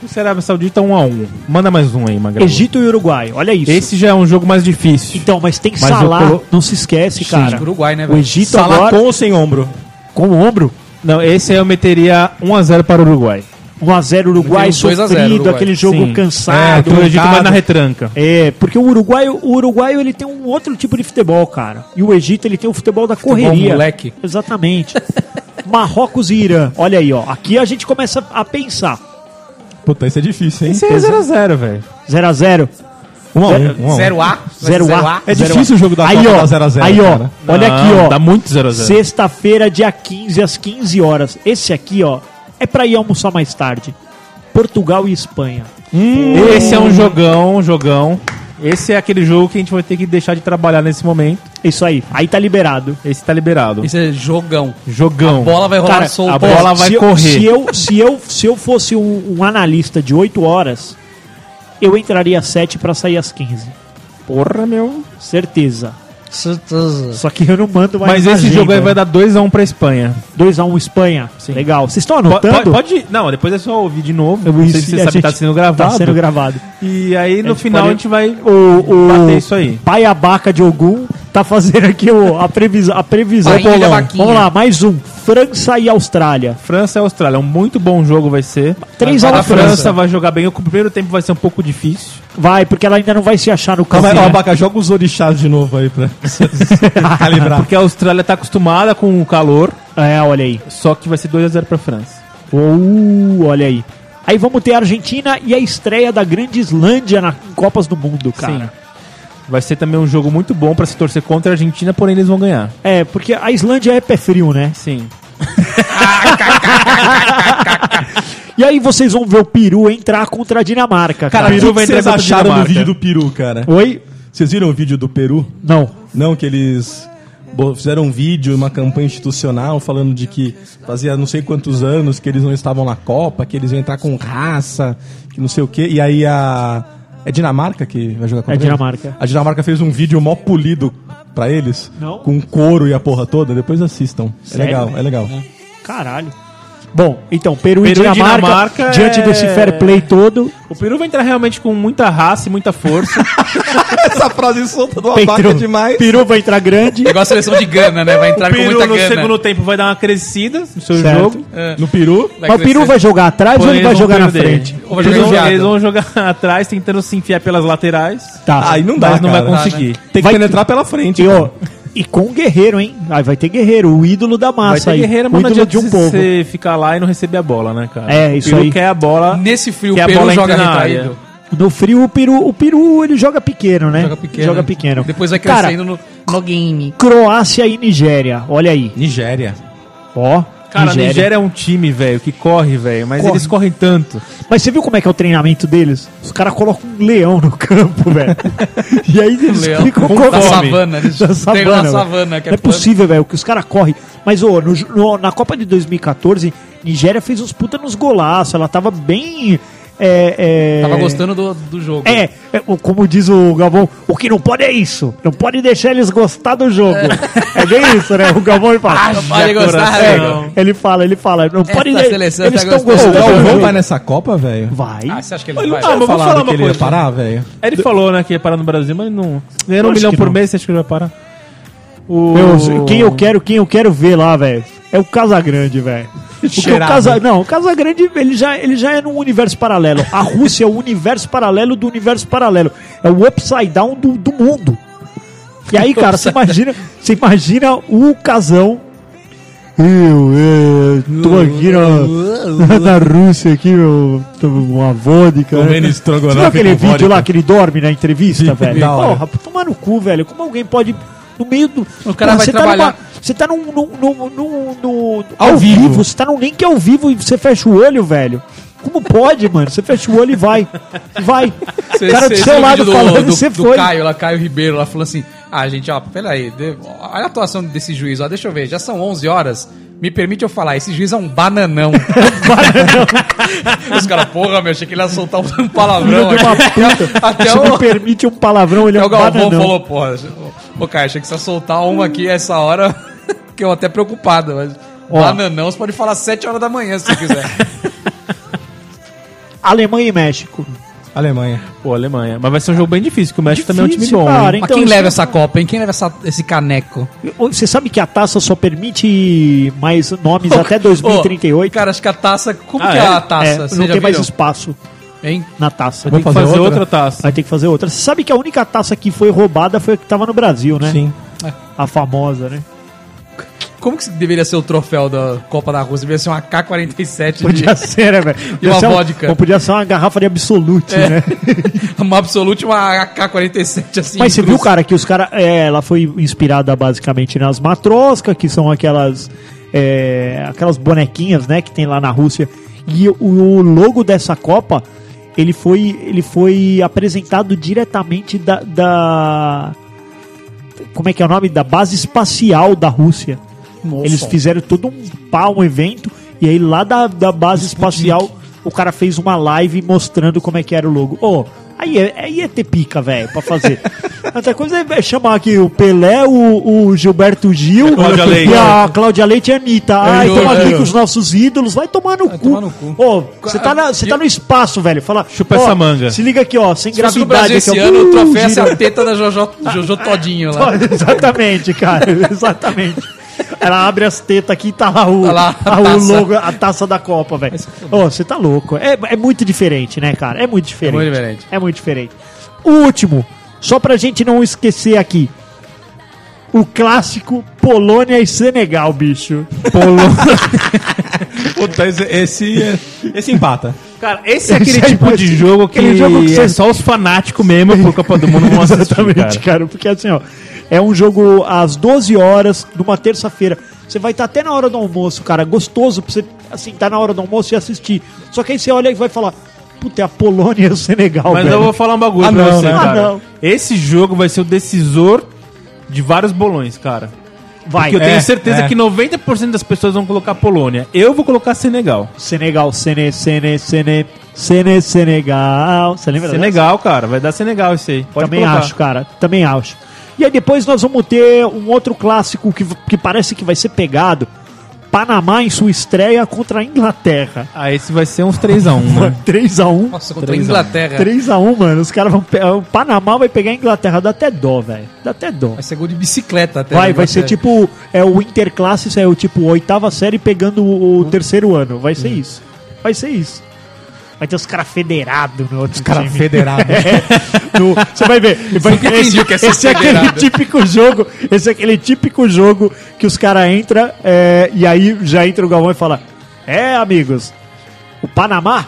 [SPEAKER 4] O Arábia Saudita um a um. Manda mais um aí, Magrelo.
[SPEAKER 2] Egito e Uruguai, olha isso.
[SPEAKER 4] Esse já é um jogo mais difícil.
[SPEAKER 2] Então, mas tem
[SPEAKER 4] eu
[SPEAKER 2] Salah,
[SPEAKER 4] colo-
[SPEAKER 2] não se esquece, cara.
[SPEAKER 3] Uruguai, né,
[SPEAKER 2] o
[SPEAKER 3] velho?
[SPEAKER 2] Egito
[SPEAKER 1] Salah
[SPEAKER 2] agora,
[SPEAKER 1] com ou sem ombro?
[SPEAKER 2] com o ombro,
[SPEAKER 4] Não, esse aí eu meteria 1 a 0 para o Uruguai.
[SPEAKER 2] 1x0 Uruguai,
[SPEAKER 3] Metemos 2 a 0
[SPEAKER 2] sofrido,
[SPEAKER 3] Uruguai.
[SPEAKER 2] aquele jogo
[SPEAKER 4] Sim. É,
[SPEAKER 2] cansado.
[SPEAKER 4] então o Egito
[SPEAKER 2] mancado.
[SPEAKER 4] vai na retranca.
[SPEAKER 2] É, porque o Uruguai, o Uruguai ele tem um outro tipo de futebol, cara. E o Egito ele tem o futebol da correria.
[SPEAKER 3] moleque.
[SPEAKER 2] Exatamente. Marrocos e Irã. Olha aí, ó. Aqui a gente começa a pensar.
[SPEAKER 1] Puta, isso é difícil, hein?
[SPEAKER 4] Esse aí é 0 a 0 velho.
[SPEAKER 2] 0 a 0
[SPEAKER 1] Um a um, um a um.
[SPEAKER 3] Zero A?
[SPEAKER 2] Zero
[SPEAKER 3] Zero
[SPEAKER 2] A.
[SPEAKER 1] É
[SPEAKER 2] Zero
[SPEAKER 1] difícil
[SPEAKER 2] a-
[SPEAKER 1] o jogo da
[SPEAKER 2] aí,
[SPEAKER 1] Copa
[SPEAKER 2] ó,
[SPEAKER 1] da 0 a 0,
[SPEAKER 2] Aí, ó.
[SPEAKER 1] cara.
[SPEAKER 2] Olha
[SPEAKER 4] Não,
[SPEAKER 2] aqui, ó.
[SPEAKER 4] Dá muito 0 a 0
[SPEAKER 2] Sexta-feira, dia 15, às 15 horas. Esse aqui, ó, é pra ir almoçar mais tarde. Portugal e Espanha.
[SPEAKER 4] Esse é um jogão, jogão. Esse é aquele jogo que a gente vai ter que deixar de trabalhar nesse momento.
[SPEAKER 2] Isso aí. Aí tá liberado.
[SPEAKER 4] Esse tá liberado.
[SPEAKER 3] Isso é jogão.
[SPEAKER 4] Jogão.
[SPEAKER 3] A bola vai rolar
[SPEAKER 2] Cara,
[SPEAKER 3] solta.
[SPEAKER 4] a bola vai
[SPEAKER 2] se eu-
[SPEAKER 4] correr.
[SPEAKER 2] se Eu, se, eu, se eu fosse um, um analista de 8 horas, eu entraria às 7 pra sair às 15.
[SPEAKER 4] Porra, meu.
[SPEAKER 2] Certeza.
[SPEAKER 3] Certeza.
[SPEAKER 2] Só que eu não mando mais né?
[SPEAKER 4] Mas esse
[SPEAKER 2] imagem,
[SPEAKER 4] jogo aí
[SPEAKER 2] velho.
[SPEAKER 4] vai dar 2x1 pra Espanha.
[SPEAKER 2] 2x1 Espanha. Legal. Vocês estão
[SPEAKER 4] Po-
[SPEAKER 2] anotando?
[SPEAKER 4] po- Pode. Não, depois é só ouvir de novo.
[SPEAKER 2] Eu-
[SPEAKER 4] não
[SPEAKER 2] isso-
[SPEAKER 4] sei se você
[SPEAKER 2] a
[SPEAKER 4] sabe
[SPEAKER 2] gente
[SPEAKER 4] que tá sendo
[SPEAKER 2] Tá
[SPEAKER 4] gravado.
[SPEAKER 2] sendo gravado.
[SPEAKER 4] E aí no
[SPEAKER 2] A gente
[SPEAKER 4] final
[SPEAKER 2] pode-
[SPEAKER 4] a gente vai
[SPEAKER 2] O, o
[SPEAKER 4] bater isso aí.
[SPEAKER 2] pai abaca de Ogum tá fazendo aqui o- a, previsão. a previsão.
[SPEAKER 3] Pai de
[SPEAKER 2] Bolão.
[SPEAKER 3] abaquinha.
[SPEAKER 2] Vamos lá, mais um. França e Austrália.
[SPEAKER 4] França e Austrália. Um muito bom jogo vai ser.
[SPEAKER 2] 3
[SPEAKER 4] A,
[SPEAKER 2] a 1
[SPEAKER 4] França.
[SPEAKER 2] França.
[SPEAKER 4] vai jogar bem. O primeiro tempo vai ser um pouco difícil. Assim,
[SPEAKER 2] Vai, porque ela ainda não vai se achar no campo.
[SPEAKER 1] Calma aí, ó,
[SPEAKER 2] né?
[SPEAKER 1] Abaca, joga os orixás de novo aí pra calibrar.
[SPEAKER 4] Porque a Austrália tá acostumada com o calor.
[SPEAKER 2] É, olha aí.
[SPEAKER 4] Só que vai ser 2x0 pra França.
[SPEAKER 2] Uh, olha aí. Aí vamos ter a Argentina e a estreia da Grande Islândia na em Copas do Mundo, cara.
[SPEAKER 4] Vai ser também um jogo muito bom pra se torcer contra a Argentina, porém eles vão ganhar.
[SPEAKER 2] É, porque a Islândia é pé frio, né?
[SPEAKER 4] Sim.
[SPEAKER 2] E aí vocês vão ver o Peru entrar contra a Dinamarca, cara.
[SPEAKER 1] Cara, o que,
[SPEAKER 4] vai
[SPEAKER 1] que vocês
[SPEAKER 4] entregar pra
[SPEAKER 1] acharam do
[SPEAKER 4] Dinamarca.
[SPEAKER 1] vídeo do Peru, cara?
[SPEAKER 2] Oi?
[SPEAKER 1] Vocês viram o vídeo do Peru?
[SPEAKER 2] Não.
[SPEAKER 1] Não, que eles bo- fizeram um vídeo, uma campanha institucional falando de que fazia não sei quantos anos que eles não estavam na Copa, que eles iam entrar com raça, que não sei o quê. E aí a. É Dinamarca que vai jogar contra
[SPEAKER 2] É
[SPEAKER 1] eles?
[SPEAKER 2] Dinamarca.
[SPEAKER 1] A Dinamarca fez um vídeo mó polido pra eles,
[SPEAKER 2] Não.
[SPEAKER 1] com couro e a porra toda. Depois assistam.
[SPEAKER 2] Sério?
[SPEAKER 1] É legal, é legal.
[SPEAKER 2] Caralho. Bom, então, Peru, e
[SPEAKER 4] Peru e
[SPEAKER 2] Dinamarca,
[SPEAKER 4] Dinamarca
[SPEAKER 2] diante
[SPEAKER 4] é-
[SPEAKER 2] desse fair play todo,
[SPEAKER 4] O Peru vai entrar realmente com muita raça e muita força.
[SPEAKER 1] Essa frase solta do
[SPEAKER 2] Peru, Peru vai entrar grande.
[SPEAKER 3] É igual a seleção de Gana, né? Vai entrar com muita
[SPEAKER 4] no
[SPEAKER 3] gana.
[SPEAKER 4] segundo tempo vai dar uma crescida no seu
[SPEAKER 2] Certo.
[SPEAKER 4] jogo.
[SPEAKER 3] É.
[SPEAKER 4] No Peru.
[SPEAKER 3] Vai
[SPEAKER 2] Mas o Peru
[SPEAKER 3] crescer.
[SPEAKER 2] vai jogar atrás ou
[SPEAKER 4] Porém,
[SPEAKER 2] ele vai
[SPEAKER 4] eles vão
[SPEAKER 2] jogar na
[SPEAKER 4] perder.
[SPEAKER 2] frente? é
[SPEAKER 3] Ou vai
[SPEAKER 4] Eles
[SPEAKER 3] jogar
[SPEAKER 4] vão-
[SPEAKER 3] enfiado.
[SPEAKER 4] eles vão jogar atrás, tentando se enfiar pelas laterais.
[SPEAKER 2] Tá.
[SPEAKER 1] Aí não dá,
[SPEAKER 4] mas não
[SPEAKER 1] cara.
[SPEAKER 4] vai conseguir.
[SPEAKER 1] Tem que
[SPEAKER 2] Vai-
[SPEAKER 1] penetrar pela frente.
[SPEAKER 2] E, ó,
[SPEAKER 1] cara.
[SPEAKER 2] e com o guerreiro, hein? Ah, vai ter guerreiro, o ídolo da
[SPEAKER 4] Vai
[SPEAKER 2] massa
[SPEAKER 4] ter guerreiro,
[SPEAKER 2] aí.
[SPEAKER 4] mas
[SPEAKER 2] O
[SPEAKER 4] não
[SPEAKER 2] ídolo
[SPEAKER 4] adianta
[SPEAKER 2] de um povo.
[SPEAKER 4] você ficar lá e não receber a bola, né, cara?
[SPEAKER 2] É, isso
[SPEAKER 4] o Peru
[SPEAKER 2] aí.
[SPEAKER 4] quer a bola.
[SPEAKER 3] Nesse frio,
[SPEAKER 4] Que a
[SPEAKER 3] o Peru
[SPEAKER 4] bola
[SPEAKER 3] joga
[SPEAKER 4] entra na
[SPEAKER 3] retraído.
[SPEAKER 2] No frio, o peru, o peru ele joga pequeno, né?
[SPEAKER 3] Joga pequeno.
[SPEAKER 2] Joga pequeno.
[SPEAKER 3] Depois vai
[SPEAKER 2] Cara,
[SPEAKER 3] crescendo no, no game.
[SPEAKER 2] Croácia e Nigéria, olha aí.
[SPEAKER 1] Nigéria.
[SPEAKER 2] Ó,
[SPEAKER 4] Cara, a Nigéria é um time, velho, que corre, velho, mas
[SPEAKER 2] Corre.
[SPEAKER 4] eles correm tanto.
[SPEAKER 2] Mas você viu como é que é o treinamento deles? Os caras colocam um leão no campo, velho. e aí eles
[SPEAKER 3] Um Leão.
[SPEAKER 2] ficam
[SPEAKER 3] Com
[SPEAKER 2] com
[SPEAKER 3] da
[SPEAKER 2] fome.
[SPEAKER 3] savana, eles
[SPEAKER 2] Da
[SPEAKER 3] pegam na
[SPEAKER 2] velho.
[SPEAKER 3] savana, que é
[SPEAKER 2] Não é
[SPEAKER 3] plano.
[SPEAKER 2] possível, velho, que os caras correm. Mas, ô, no ju- no- na Copa de 2014, Nigéria fez uns puta nos golaços. Ela tava bem... é, é,
[SPEAKER 3] Tava gostando do, do jogo.
[SPEAKER 2] É, é, o- como diz o Galvão, o que não pode é isso. Não pode deixar eles gostar do jogo. É, bem isso, né? O Galvão ele fala.
[SPEAKER 3] Não pode gostar, né,
[SPEAKER 2] É,
[SPEAKER 3] Ah, não.
[SPEAKER 2] ele fala, ele fala. Não pode
[SPEAKER 3] Essa
[SPEAKER 2] de-
[SPEAKER 3] seleção
[SPEAKER 2] Eles
[SPEAKER 3] tá
[SPEAKER 2] estão
[SPEAKER 1] Pô,
[SPEAKER 3] gostosa.
[SPEAKER 2] gostando.
[SPEAKER 1] o Galvão
[SPEAKER 2] do
[SPEAKER 1] vai
[SPEAKER 2] jogo.
[SPEAKER 1] nessa Copa, velho?
[SPEAKER 2] Vai.
[SPEAKER 3] Ah, você acha que ele vai?
[SPEAKER 4] Ah, mas vou falar uma
[SPEAKER 1] que ele ia
[SPEAKER 4] coisa.
[SPEAKER 1] parar, velho?
[SPEAKER 4] Ele falou, né, que ia parar no Brasil, mas não. Ganhando um
[SPEAKER 2] Acho
[SPEAKER 4] milhão
[SPEAKER 2] que
[SPEAKER 4] por
[SPEAKER 2] não.
[SPEAKER 4] mês, você acha que ele vai parar? O...
[SPEAKER 2] Meu, quem eu quero, quem eu quero ver lá, velho, é o Casagrande, velho. Porque o
[SPEAKER 1] Cheirado.
[SPEAKER 2] Casa, não, o Casagrande, ele já, ele já é num universo paralelo. A Rússia é o universo paralelo do universo paralelo. É o upside down do, do mundo. E aí, cara, você imagina, você imagina o casão eu, eu tô aqui na, na Rússia aqui, meu, tô com uma vodka. né?
[SPEAKER 1] Comendo estrogonofe
[SPEAKER 2] Você viu aquele
[SPEAKER 1] com
[SPEAKER 2] vídeo
[SPEAKER 1] vodka?
[SPEAKER 2] lá que ele dorme na entrevista, velho?
[SPEAKER 1] da hora.
[SPEAKER 2] Porra, tomar no cu, velho. Como alguém pode. No meio do.
[SPEAKER 3] O cara vai
[SPEAKER 2] você
[SPEAKER 3] trabalhar.
[SPEAKER 2] Tá numa- você tá num. num, num, num- num-
[SPEAKER 1] Ao vivo.
[SPEAKER 2] Você tá num link ao vivo e você fecha o olho, velho. Como pode, mano? Você fecha o olho e vai. Vai. O cara do seu lado falando, você
[SPEAKER 3] do
[SPEAKER 2] foi.
[SPEAKER 3] Caio, lá, Caio Ribeiro, lá falou assim: Ah, gente, ó, peraí, de- olha a atuação desse juiz, ó, deixa eu ver, já são 11 horas. Me permite eu falar, esse juiz é um bananão.
[SPEAKER 2] Um
[SPEAKER 3] Os caras, porra, meu, achei que ele ia soltar um palavrão.
[SPEAKER 2] Filho de uma
[SPEAKER 3] aqui.
[SPEAKER 2] puta.
[SPEAKER 3] Até
[SPEAKER 2] Se
[SPEAKER 3] o-
[SPEAKER 2] me permite um palavrão, ele é
[SPEAKER 3] Até
[SPEAKER 2] um
[SPEAKER 3] o Galvão
[SPEAKER 2] bananão.
[SPEAKER 3] falou, porra, ô Caio, achei que você ia soltar uma aqui essa hora, que eu até preocupado, mas
[SPEAKER 2] Ó.
[SPEAKER 3] bananão, você pode falar 7 horas da manhã se você quiser.
[SPEAKER 2] Alemanha e México.
[SPEAKER 1] Alemanha.
[SPEAKER 4] Pô, Alemanha. Mas vai ser um jogo bem difícil, que o México também é um time
[SPEAKER 2] Difícil,
[SPEAKER 4] bom.
[SPEAKER 2] cara,
[SPEAKER 4] hein?
[SPEAKER 3] Mas
[SPEAKER 2] Então,
[SPEAKER 3] quem
[SPEAKER 2] isso-
[SPEAKER 3] leva essa copa, hein? Quem leva essa- esse caneco?
[SPEAKER 2] Você sabe que a taça só permite mais nomes
[SPEAKER 3] Ô,
[SPEAKER 2] até
[SPEAKER 3] ô,
[SPEAKER 2] 2038?
[SPEAKER 3] cara, acho que a taça. Como
[SPEAKER 4] Ah,
[SPEAKER 3] que é,
[SPEAKER 4] é?
[SPEAKER 3] a taça?
[SPEAKER 2] É,
[SPEAKER 3] Você
[SPEAKER 2] não
[SPEAKER 3] já
[SPEAKER 2] tem mais
[SPEAKER 3] viram?
[SPEAKER 2] espaço
[SPEAKER 3] Hein?
[SPEAKER 2] na taça.
[SPEAKER 4] Tem que
[SPEAKER 1] fazer
[SPEAKER 4] fazer outra,
[SPEAKER 1] outra
[SPEAKER 4] taça.
[SPEAKER 2] Vai ter que fazer outra. Você sabe que a única taça que foi roubada foi a que tava no Brasil, né?
[SPEAKER 1] Sim.
[SPEAKER 3] É.
[SPEAKER 2] A famosa, né?
[SPEAKER 3] Como que deveria ser o troféu da Copa da Rússia? Deveria ser uma K-47
[SPEAKER 2] Podia
[SPEAKER 3] de
[SPEAKER 2] ser, né, velho?
[SPEAKER 3] E uma
[SPEAKER 2] Podia ser
[SPEAKER 3] vodka. É,
[SPEAKER 2] ou podia ser uma garrafa de absolute, né?
[SPEAKER 3] uma absolute, uma AK-47 assim.
[SPEAKER 2] Mas você viu,
[SPEAKER 3] intrusa.
[SPEAKER 2] cara, que os caras. ela foi inspirada basicamente nas matroscas, que são aquelas. é, aquelas bonequinhas, né, que tem lá na Rússia. E o, o logo dessa Copa, ele foi, ele foi apresentado diretamente da, da- Como é que é o nome? Da base espacial da Rússia. Eles fizeram todo um pá, um evento, e aí lá da, da base espacial o cara fez uma live mostrando como é que era o logo. Ô, Aí é, aí é ter pica, velho, pra fazer. Outra coisa é chamar aqui o Pelé, o, o Gilberto Gil
[SPEAKER 4] É Cláudia Leite. É,
[SPEAKER 2] e a Cláudia Leite e a Anitta. Ah, então aqui com os nossos ídolos, vai tomar no cu.
[SPEAKER 3] tomar no cu.
[SPEAKER 2] Ô, você tá, na- você tá no espaço, velho. Fala,
[SPEAKER 4] Chupa
[SPEAKER 2] ó,
[SPEAKER 4] essa manga.
[SPEAKER 2] Se liga aqui, ó, sem
[SPEAKER 3] Se fosse no Brasil
[SPEAKER 2] gravidade.
[SPEAKER 3] esse
[SPEAKER 2] aqui, ó.
[SPEAKER 3] ano, o
[SPEAKER 2] Uh,
[SPEAKER 3] troféu é
[SPEAKER 2] gira.
[SPEAKER 3] essa teta da Jojo, Jojo Todinho lá.
[SPEAKER 2] exatamente, cara, exatamente. Ela abre as tetas aqui e tá lá o,
[SPEAKER 3] Tá lá a
[SPEAKER 2] a o
[SPEAKER 3] taça.
[SPEAKER 2] logo, a taça da Copa, velho. Ô, você tá louco. É, é muito diferente, né, cara? É muito diferente.
[SPEAKER 3] muito diferente.
[SPEAKER 2] É muito diferente. O último, só pra gente não esquecer aqui. O clássico Polônia e Senegal, bicho.
[SPEAKER 1] Puta, esse, esse, esse empata.
[SPEAKER 4] Cara, esse é aquele
[SPEAKER 2] Esse aí
[SPEAKER 4] tipo
[SPEAKER 2] pode-
[SPEAKER 4] de jogo que,
[SPEAKER 2] aquele jogo que
[SPEAKER 4] é
[SPEAKER 2] você-
[SPEAKER 4] só os fanáticos mesmo por Copa do Mundo vão assistir,
[SPEAKER 2] Exatamente, cara.
[SPEAKER 4] cara.
[SPEAKER 2] Porque assim, ó, é um jogo às 12 horas, numa terça-feira. Você vai estar até na hora do almoço, cara. Gostoso pra você, assim, tá na hora do almoço e assistir. Só que aí você olha e vai falar, puta, é a Polônia e o Senegal,
[SPEAKER 4] Mas
[SPEAKER 2] velho.
[SPEAKER 4] eu vou falar um bagulho
[SPEAKER 1] Ah,
[SPEAKER 4] pra
[SPEAKER 1] não,
[SPEAKER 4] você,
[SPEAKER 1] né?
[SPEAKER 2] Ah,
[SPEAKER 4] cara.
[SPEAKER 2] não.
[SPEAKER 4] Esse jogo vai ser o decisor de vários bolões, cara.
[SPEAKER 2] Vai,
[SPEAKER 4] Porque eu
[SPEAKER 1] É,
[SPEAKER 4] tenho certeza
[SPEAKER 1] é.
[SPEAKER 4] que 90% das pessoas vão colocar Polônia. Eu vou colocar Senegal.
[SPEAKER 2] Senegal, Sene, Sene, Sene, Sene, Senegal. Você lembra dessa?
[SPEAKER 4] Senegal, cara. Vai dar Senegal esse aí. Pode
[SPEAKER 2] É Também
[SPEAKER 4] colocar.
[SPEAKER 2] acho, cara. Também acho. E aí depois nós vamos ter um outro clássico que, que parece que vai ser pegado. Panamá em sua estreia contra a Inglaterra.
[SPEAKER 4] Ah, esse vai ser uns 3x1, né?
[SPEAKER 2] 3x1.
[SPEAKER 3] Hum. Nossa, contra a Inglaterra.
[SPEAKER 2] 3x1, mano. Os caras vão. pe- O Panamá vai pegar a Inglaterra. Dá até dó, velho. Dá até dó.
[SPEAKER 3] Vai ser gol de bicicleta até.
[SPEAKER 2] Vai,
[SPEAKER 3] né,
[SPEAKER 2] vai ser
[SPEAKER 3] Inglaterra.
[SPEAKER 2] tipo. É o Interclasses, é o tipo oitava série pegando o,
[SPEAKER 3] Hum.
[SPEAKER 2] o terceiro ano. Vai ser isso. Vai ser isso. Vai ter os caras federados no outro
[SPEAKER 1] Cara,
[SPEAKER 2] time.
[SPEAKER 1] federado.
[SPEAKER 2] No- Você vai ver. Vai,
[SPEAKER 3] Nunca entendi
[SPEAKER 2] esse
[SPEAKER 3] o que é ser
[SPEAKER 2] esse é aquele
[SPEAKER 3] federado.
[SPEAKER 2] típico jogo. Esse é aquele típico jogo que os caras entram e aí já entra o Galvão e fala: É, amigos, o Panamá,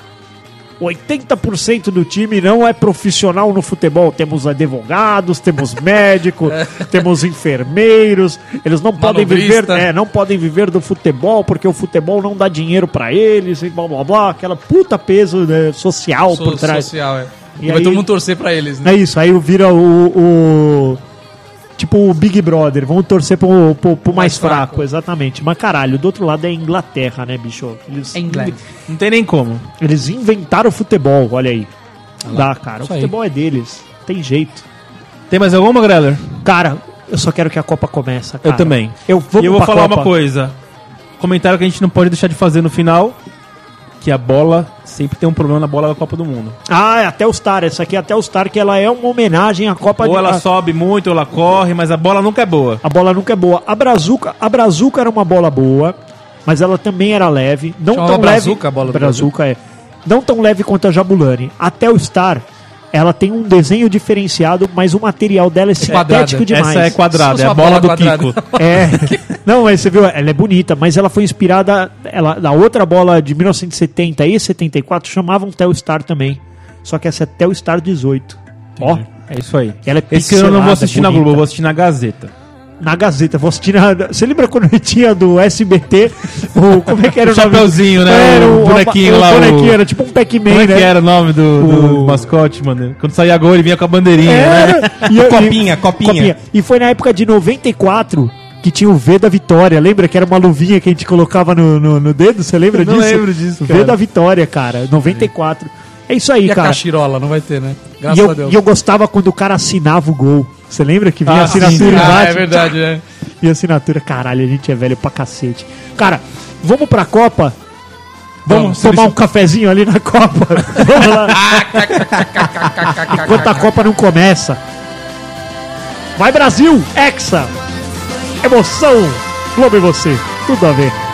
[SPEAKER 2] 80% do time não é profissional no futebol. Temos advogados, temos médicos, temos enfermeiros. Eles não podem viver,
[SPEAKER 3] Manobrista.
[SPEAKER 2] é, não podem viver do futebol porque o futebol não dá dinheiro pra eles. E blá blá blá. Aquela puta peso né, social
[SPEAKER 3] So-
[SPEAKER 2] por trás.
[SPEAKER 3] Social, é.
[SPEAKER 2] E
[SPEAKER 3] E vai
[SPEAKER 2] aí-
[SPEAKER 3] todo mundo torcer pra eles, né?
[SPEAKER 2] É isso, aí vira o. o- tipo o Big Brother. Vamos torcer pro, pro- pro mais,
[SPEAKER 3] Mais
[SPEAKER 2] fraco.
[SPEAKER 3] fraco.
[SPEAKER 2] exatamente. Mas caralho, do outro lado é a Inglaterra, né, bicho? Eles,
[SPEAKER 3] England.
[SPEAKER 4] Não tem nem como.
[SPEAKER 2] eles inventaram o futebol, olha aí. Dá, cara. O
[SPEAKER 3] Isso aí.
[SPEAKER 2] futebol é deles. Tem jeito.
[SPEAKER 4] Tem mais alguma, Greller?
[SPEAKER 2] Cara, eu só quero que a Copa comece. Cara.
[SPEAKER 4] Eu também.
[SPEAKER 2] Ah, Eu vou,
[SPEAKER 4] e eu vou
[SPEAKER 2] pra
[SPEAKER 4] falar
[SPEAKER 2] Copa.
[SPEAKER 4] uma coisa. Comentário que a gente não pode deixar de fazer no final. Que a bola sempre tem um problema na bola da Copa do Mundo.
[SPEAKER 2] Ah, é até o Star. Essa aqui é até o Star, que ela é uma homenagem à Copa
[SPEAKER 4] ou ela
[SPEAKER 2] a-
[SPEAKER 4] sobe muito, ou ela corre, mas a bola nunca é boa.
[SPEAKER 2] A bola nunca é boa. A Brazuca, a Brazuca era uma bola boa, mas ela também era leve. Não
[SPEAKER 3] Chamava
[SPEAKER 2] tão leve.
[SPEAKER 3] Brazuca a bola do
[SPEAKER 2] Brazuca é. Não tão leve quanto a Jabulani. Até o Star, ela tem um desenho diferenciado, mas o material dela é
[SPEAKER 3] Quadrada.
[SPEAKER 2] sintético demais.
[SPEAKER 4] Essa é quadrada,
[SPEAKER 3] Só
[SPEAKER 4] é a
[SPEAKER 3] sua
[SPEAKER 4] bola,
[SPEAKER 3] bola
[SPEAKER 4] do
[SPEAKER 3] quadrada.
[SPEAKER 4] Kiko.
[SPEAKER 2] É. Não, mas você viu, ela é bonita, mas ela foi inspirada. Ela, na outra bola de 1970 e 74 chamavam Telstar também. Só que essa é Telstar 18. Ó,
[SPEAKER 4] É isso aí.
[SPEAKER 2] Ela é
[SPEAKER 4] Esse ano eu não vou
[SPEAKER 2] pixelada,
[SPEAKER 4] assistir na
[SPEAKER 2] bonita.
[SPEAKER 4] Globo, eu vou assistir na Gazeta.
[SPEAKER 2] na Gazeta. Vou assistir na... Você lembra quando eu tinha do SBT? O, como é que era
[SPEAKER 4] O
[SPEAKER 2] nome?
[SPEAKER 4] chapeuzinho, né?
[SPEAKER 2] Era
[SPEAKER 4] O
[SPEAKER 2] o,
[SPEAKER 4] bonequinho
[SPEAKER 2] o,
[SPEAKER 4] lá, o-
[SPEAKER 2] bonequinho, era tipo um Pac-Man,
[SPEAKER 4] Como é que
[SPEAKER 2] né?
[SPEAKER 4] era o nome do, do
[SPEAKER 2] O-
[SPEAKER 4] mascote, mano? Quando saía gol, ele vinha com a bandeirinha, né?
[SPEAKER 2] Era. E, eu-
[SPEAKER 1] Copinha, copinha.
[SPEAKER 2] E foi na época de 94 que tinha o V da Vitória. Lembra que era uma luvinha que a gente colocava no, no, no dedo? Você lembra
[SPEAKER 4] Eu não
[SPEAKER 2] disso?
[SPEAKER 4] lembro disso,
[SPEAKER 2] V
[SPEAKER 4] cara.
[SPEAKER 2] da Vitória, cara. 94. É isso aí,
[SPEAKER 3] E a
[SPEAKER 2] cara.
[SPEAKER 3] Cachirola, não vai ter, né?
[SPEAKER 2] E
[SPEAKER 3] Graças a
[SPEAKER 2] eu,
[SPEAKER 3] Deus.
[SPEAKER 2] e eu gostava quando o cara assinava o gol. Você lembra que vinha a
[SPEAKER 4] Ah, sim.
[SPEAKER 2] assinatura
[SPEAKER 4] Ah,
[SPEAKER 3] Ah,
[SPEAKER 2] embaixo?
[SPEAKER 3] é verdade, né?
[SPEAKER 2] E assinatura, caralho, a gente é velho pra cacete. Cara, vamos pra Copa? Vamos
[SPEAKER 1] Vamos,
[SPEAKER 2] tomar
[SPEAKER 1] seleção-
[SPEAKER 2] um cafezinho ali na Copa? vamos lá. Enquanto a Copa não começa. Vai Brasil! Hexa! Emoção! Globo e você, tudo a ver.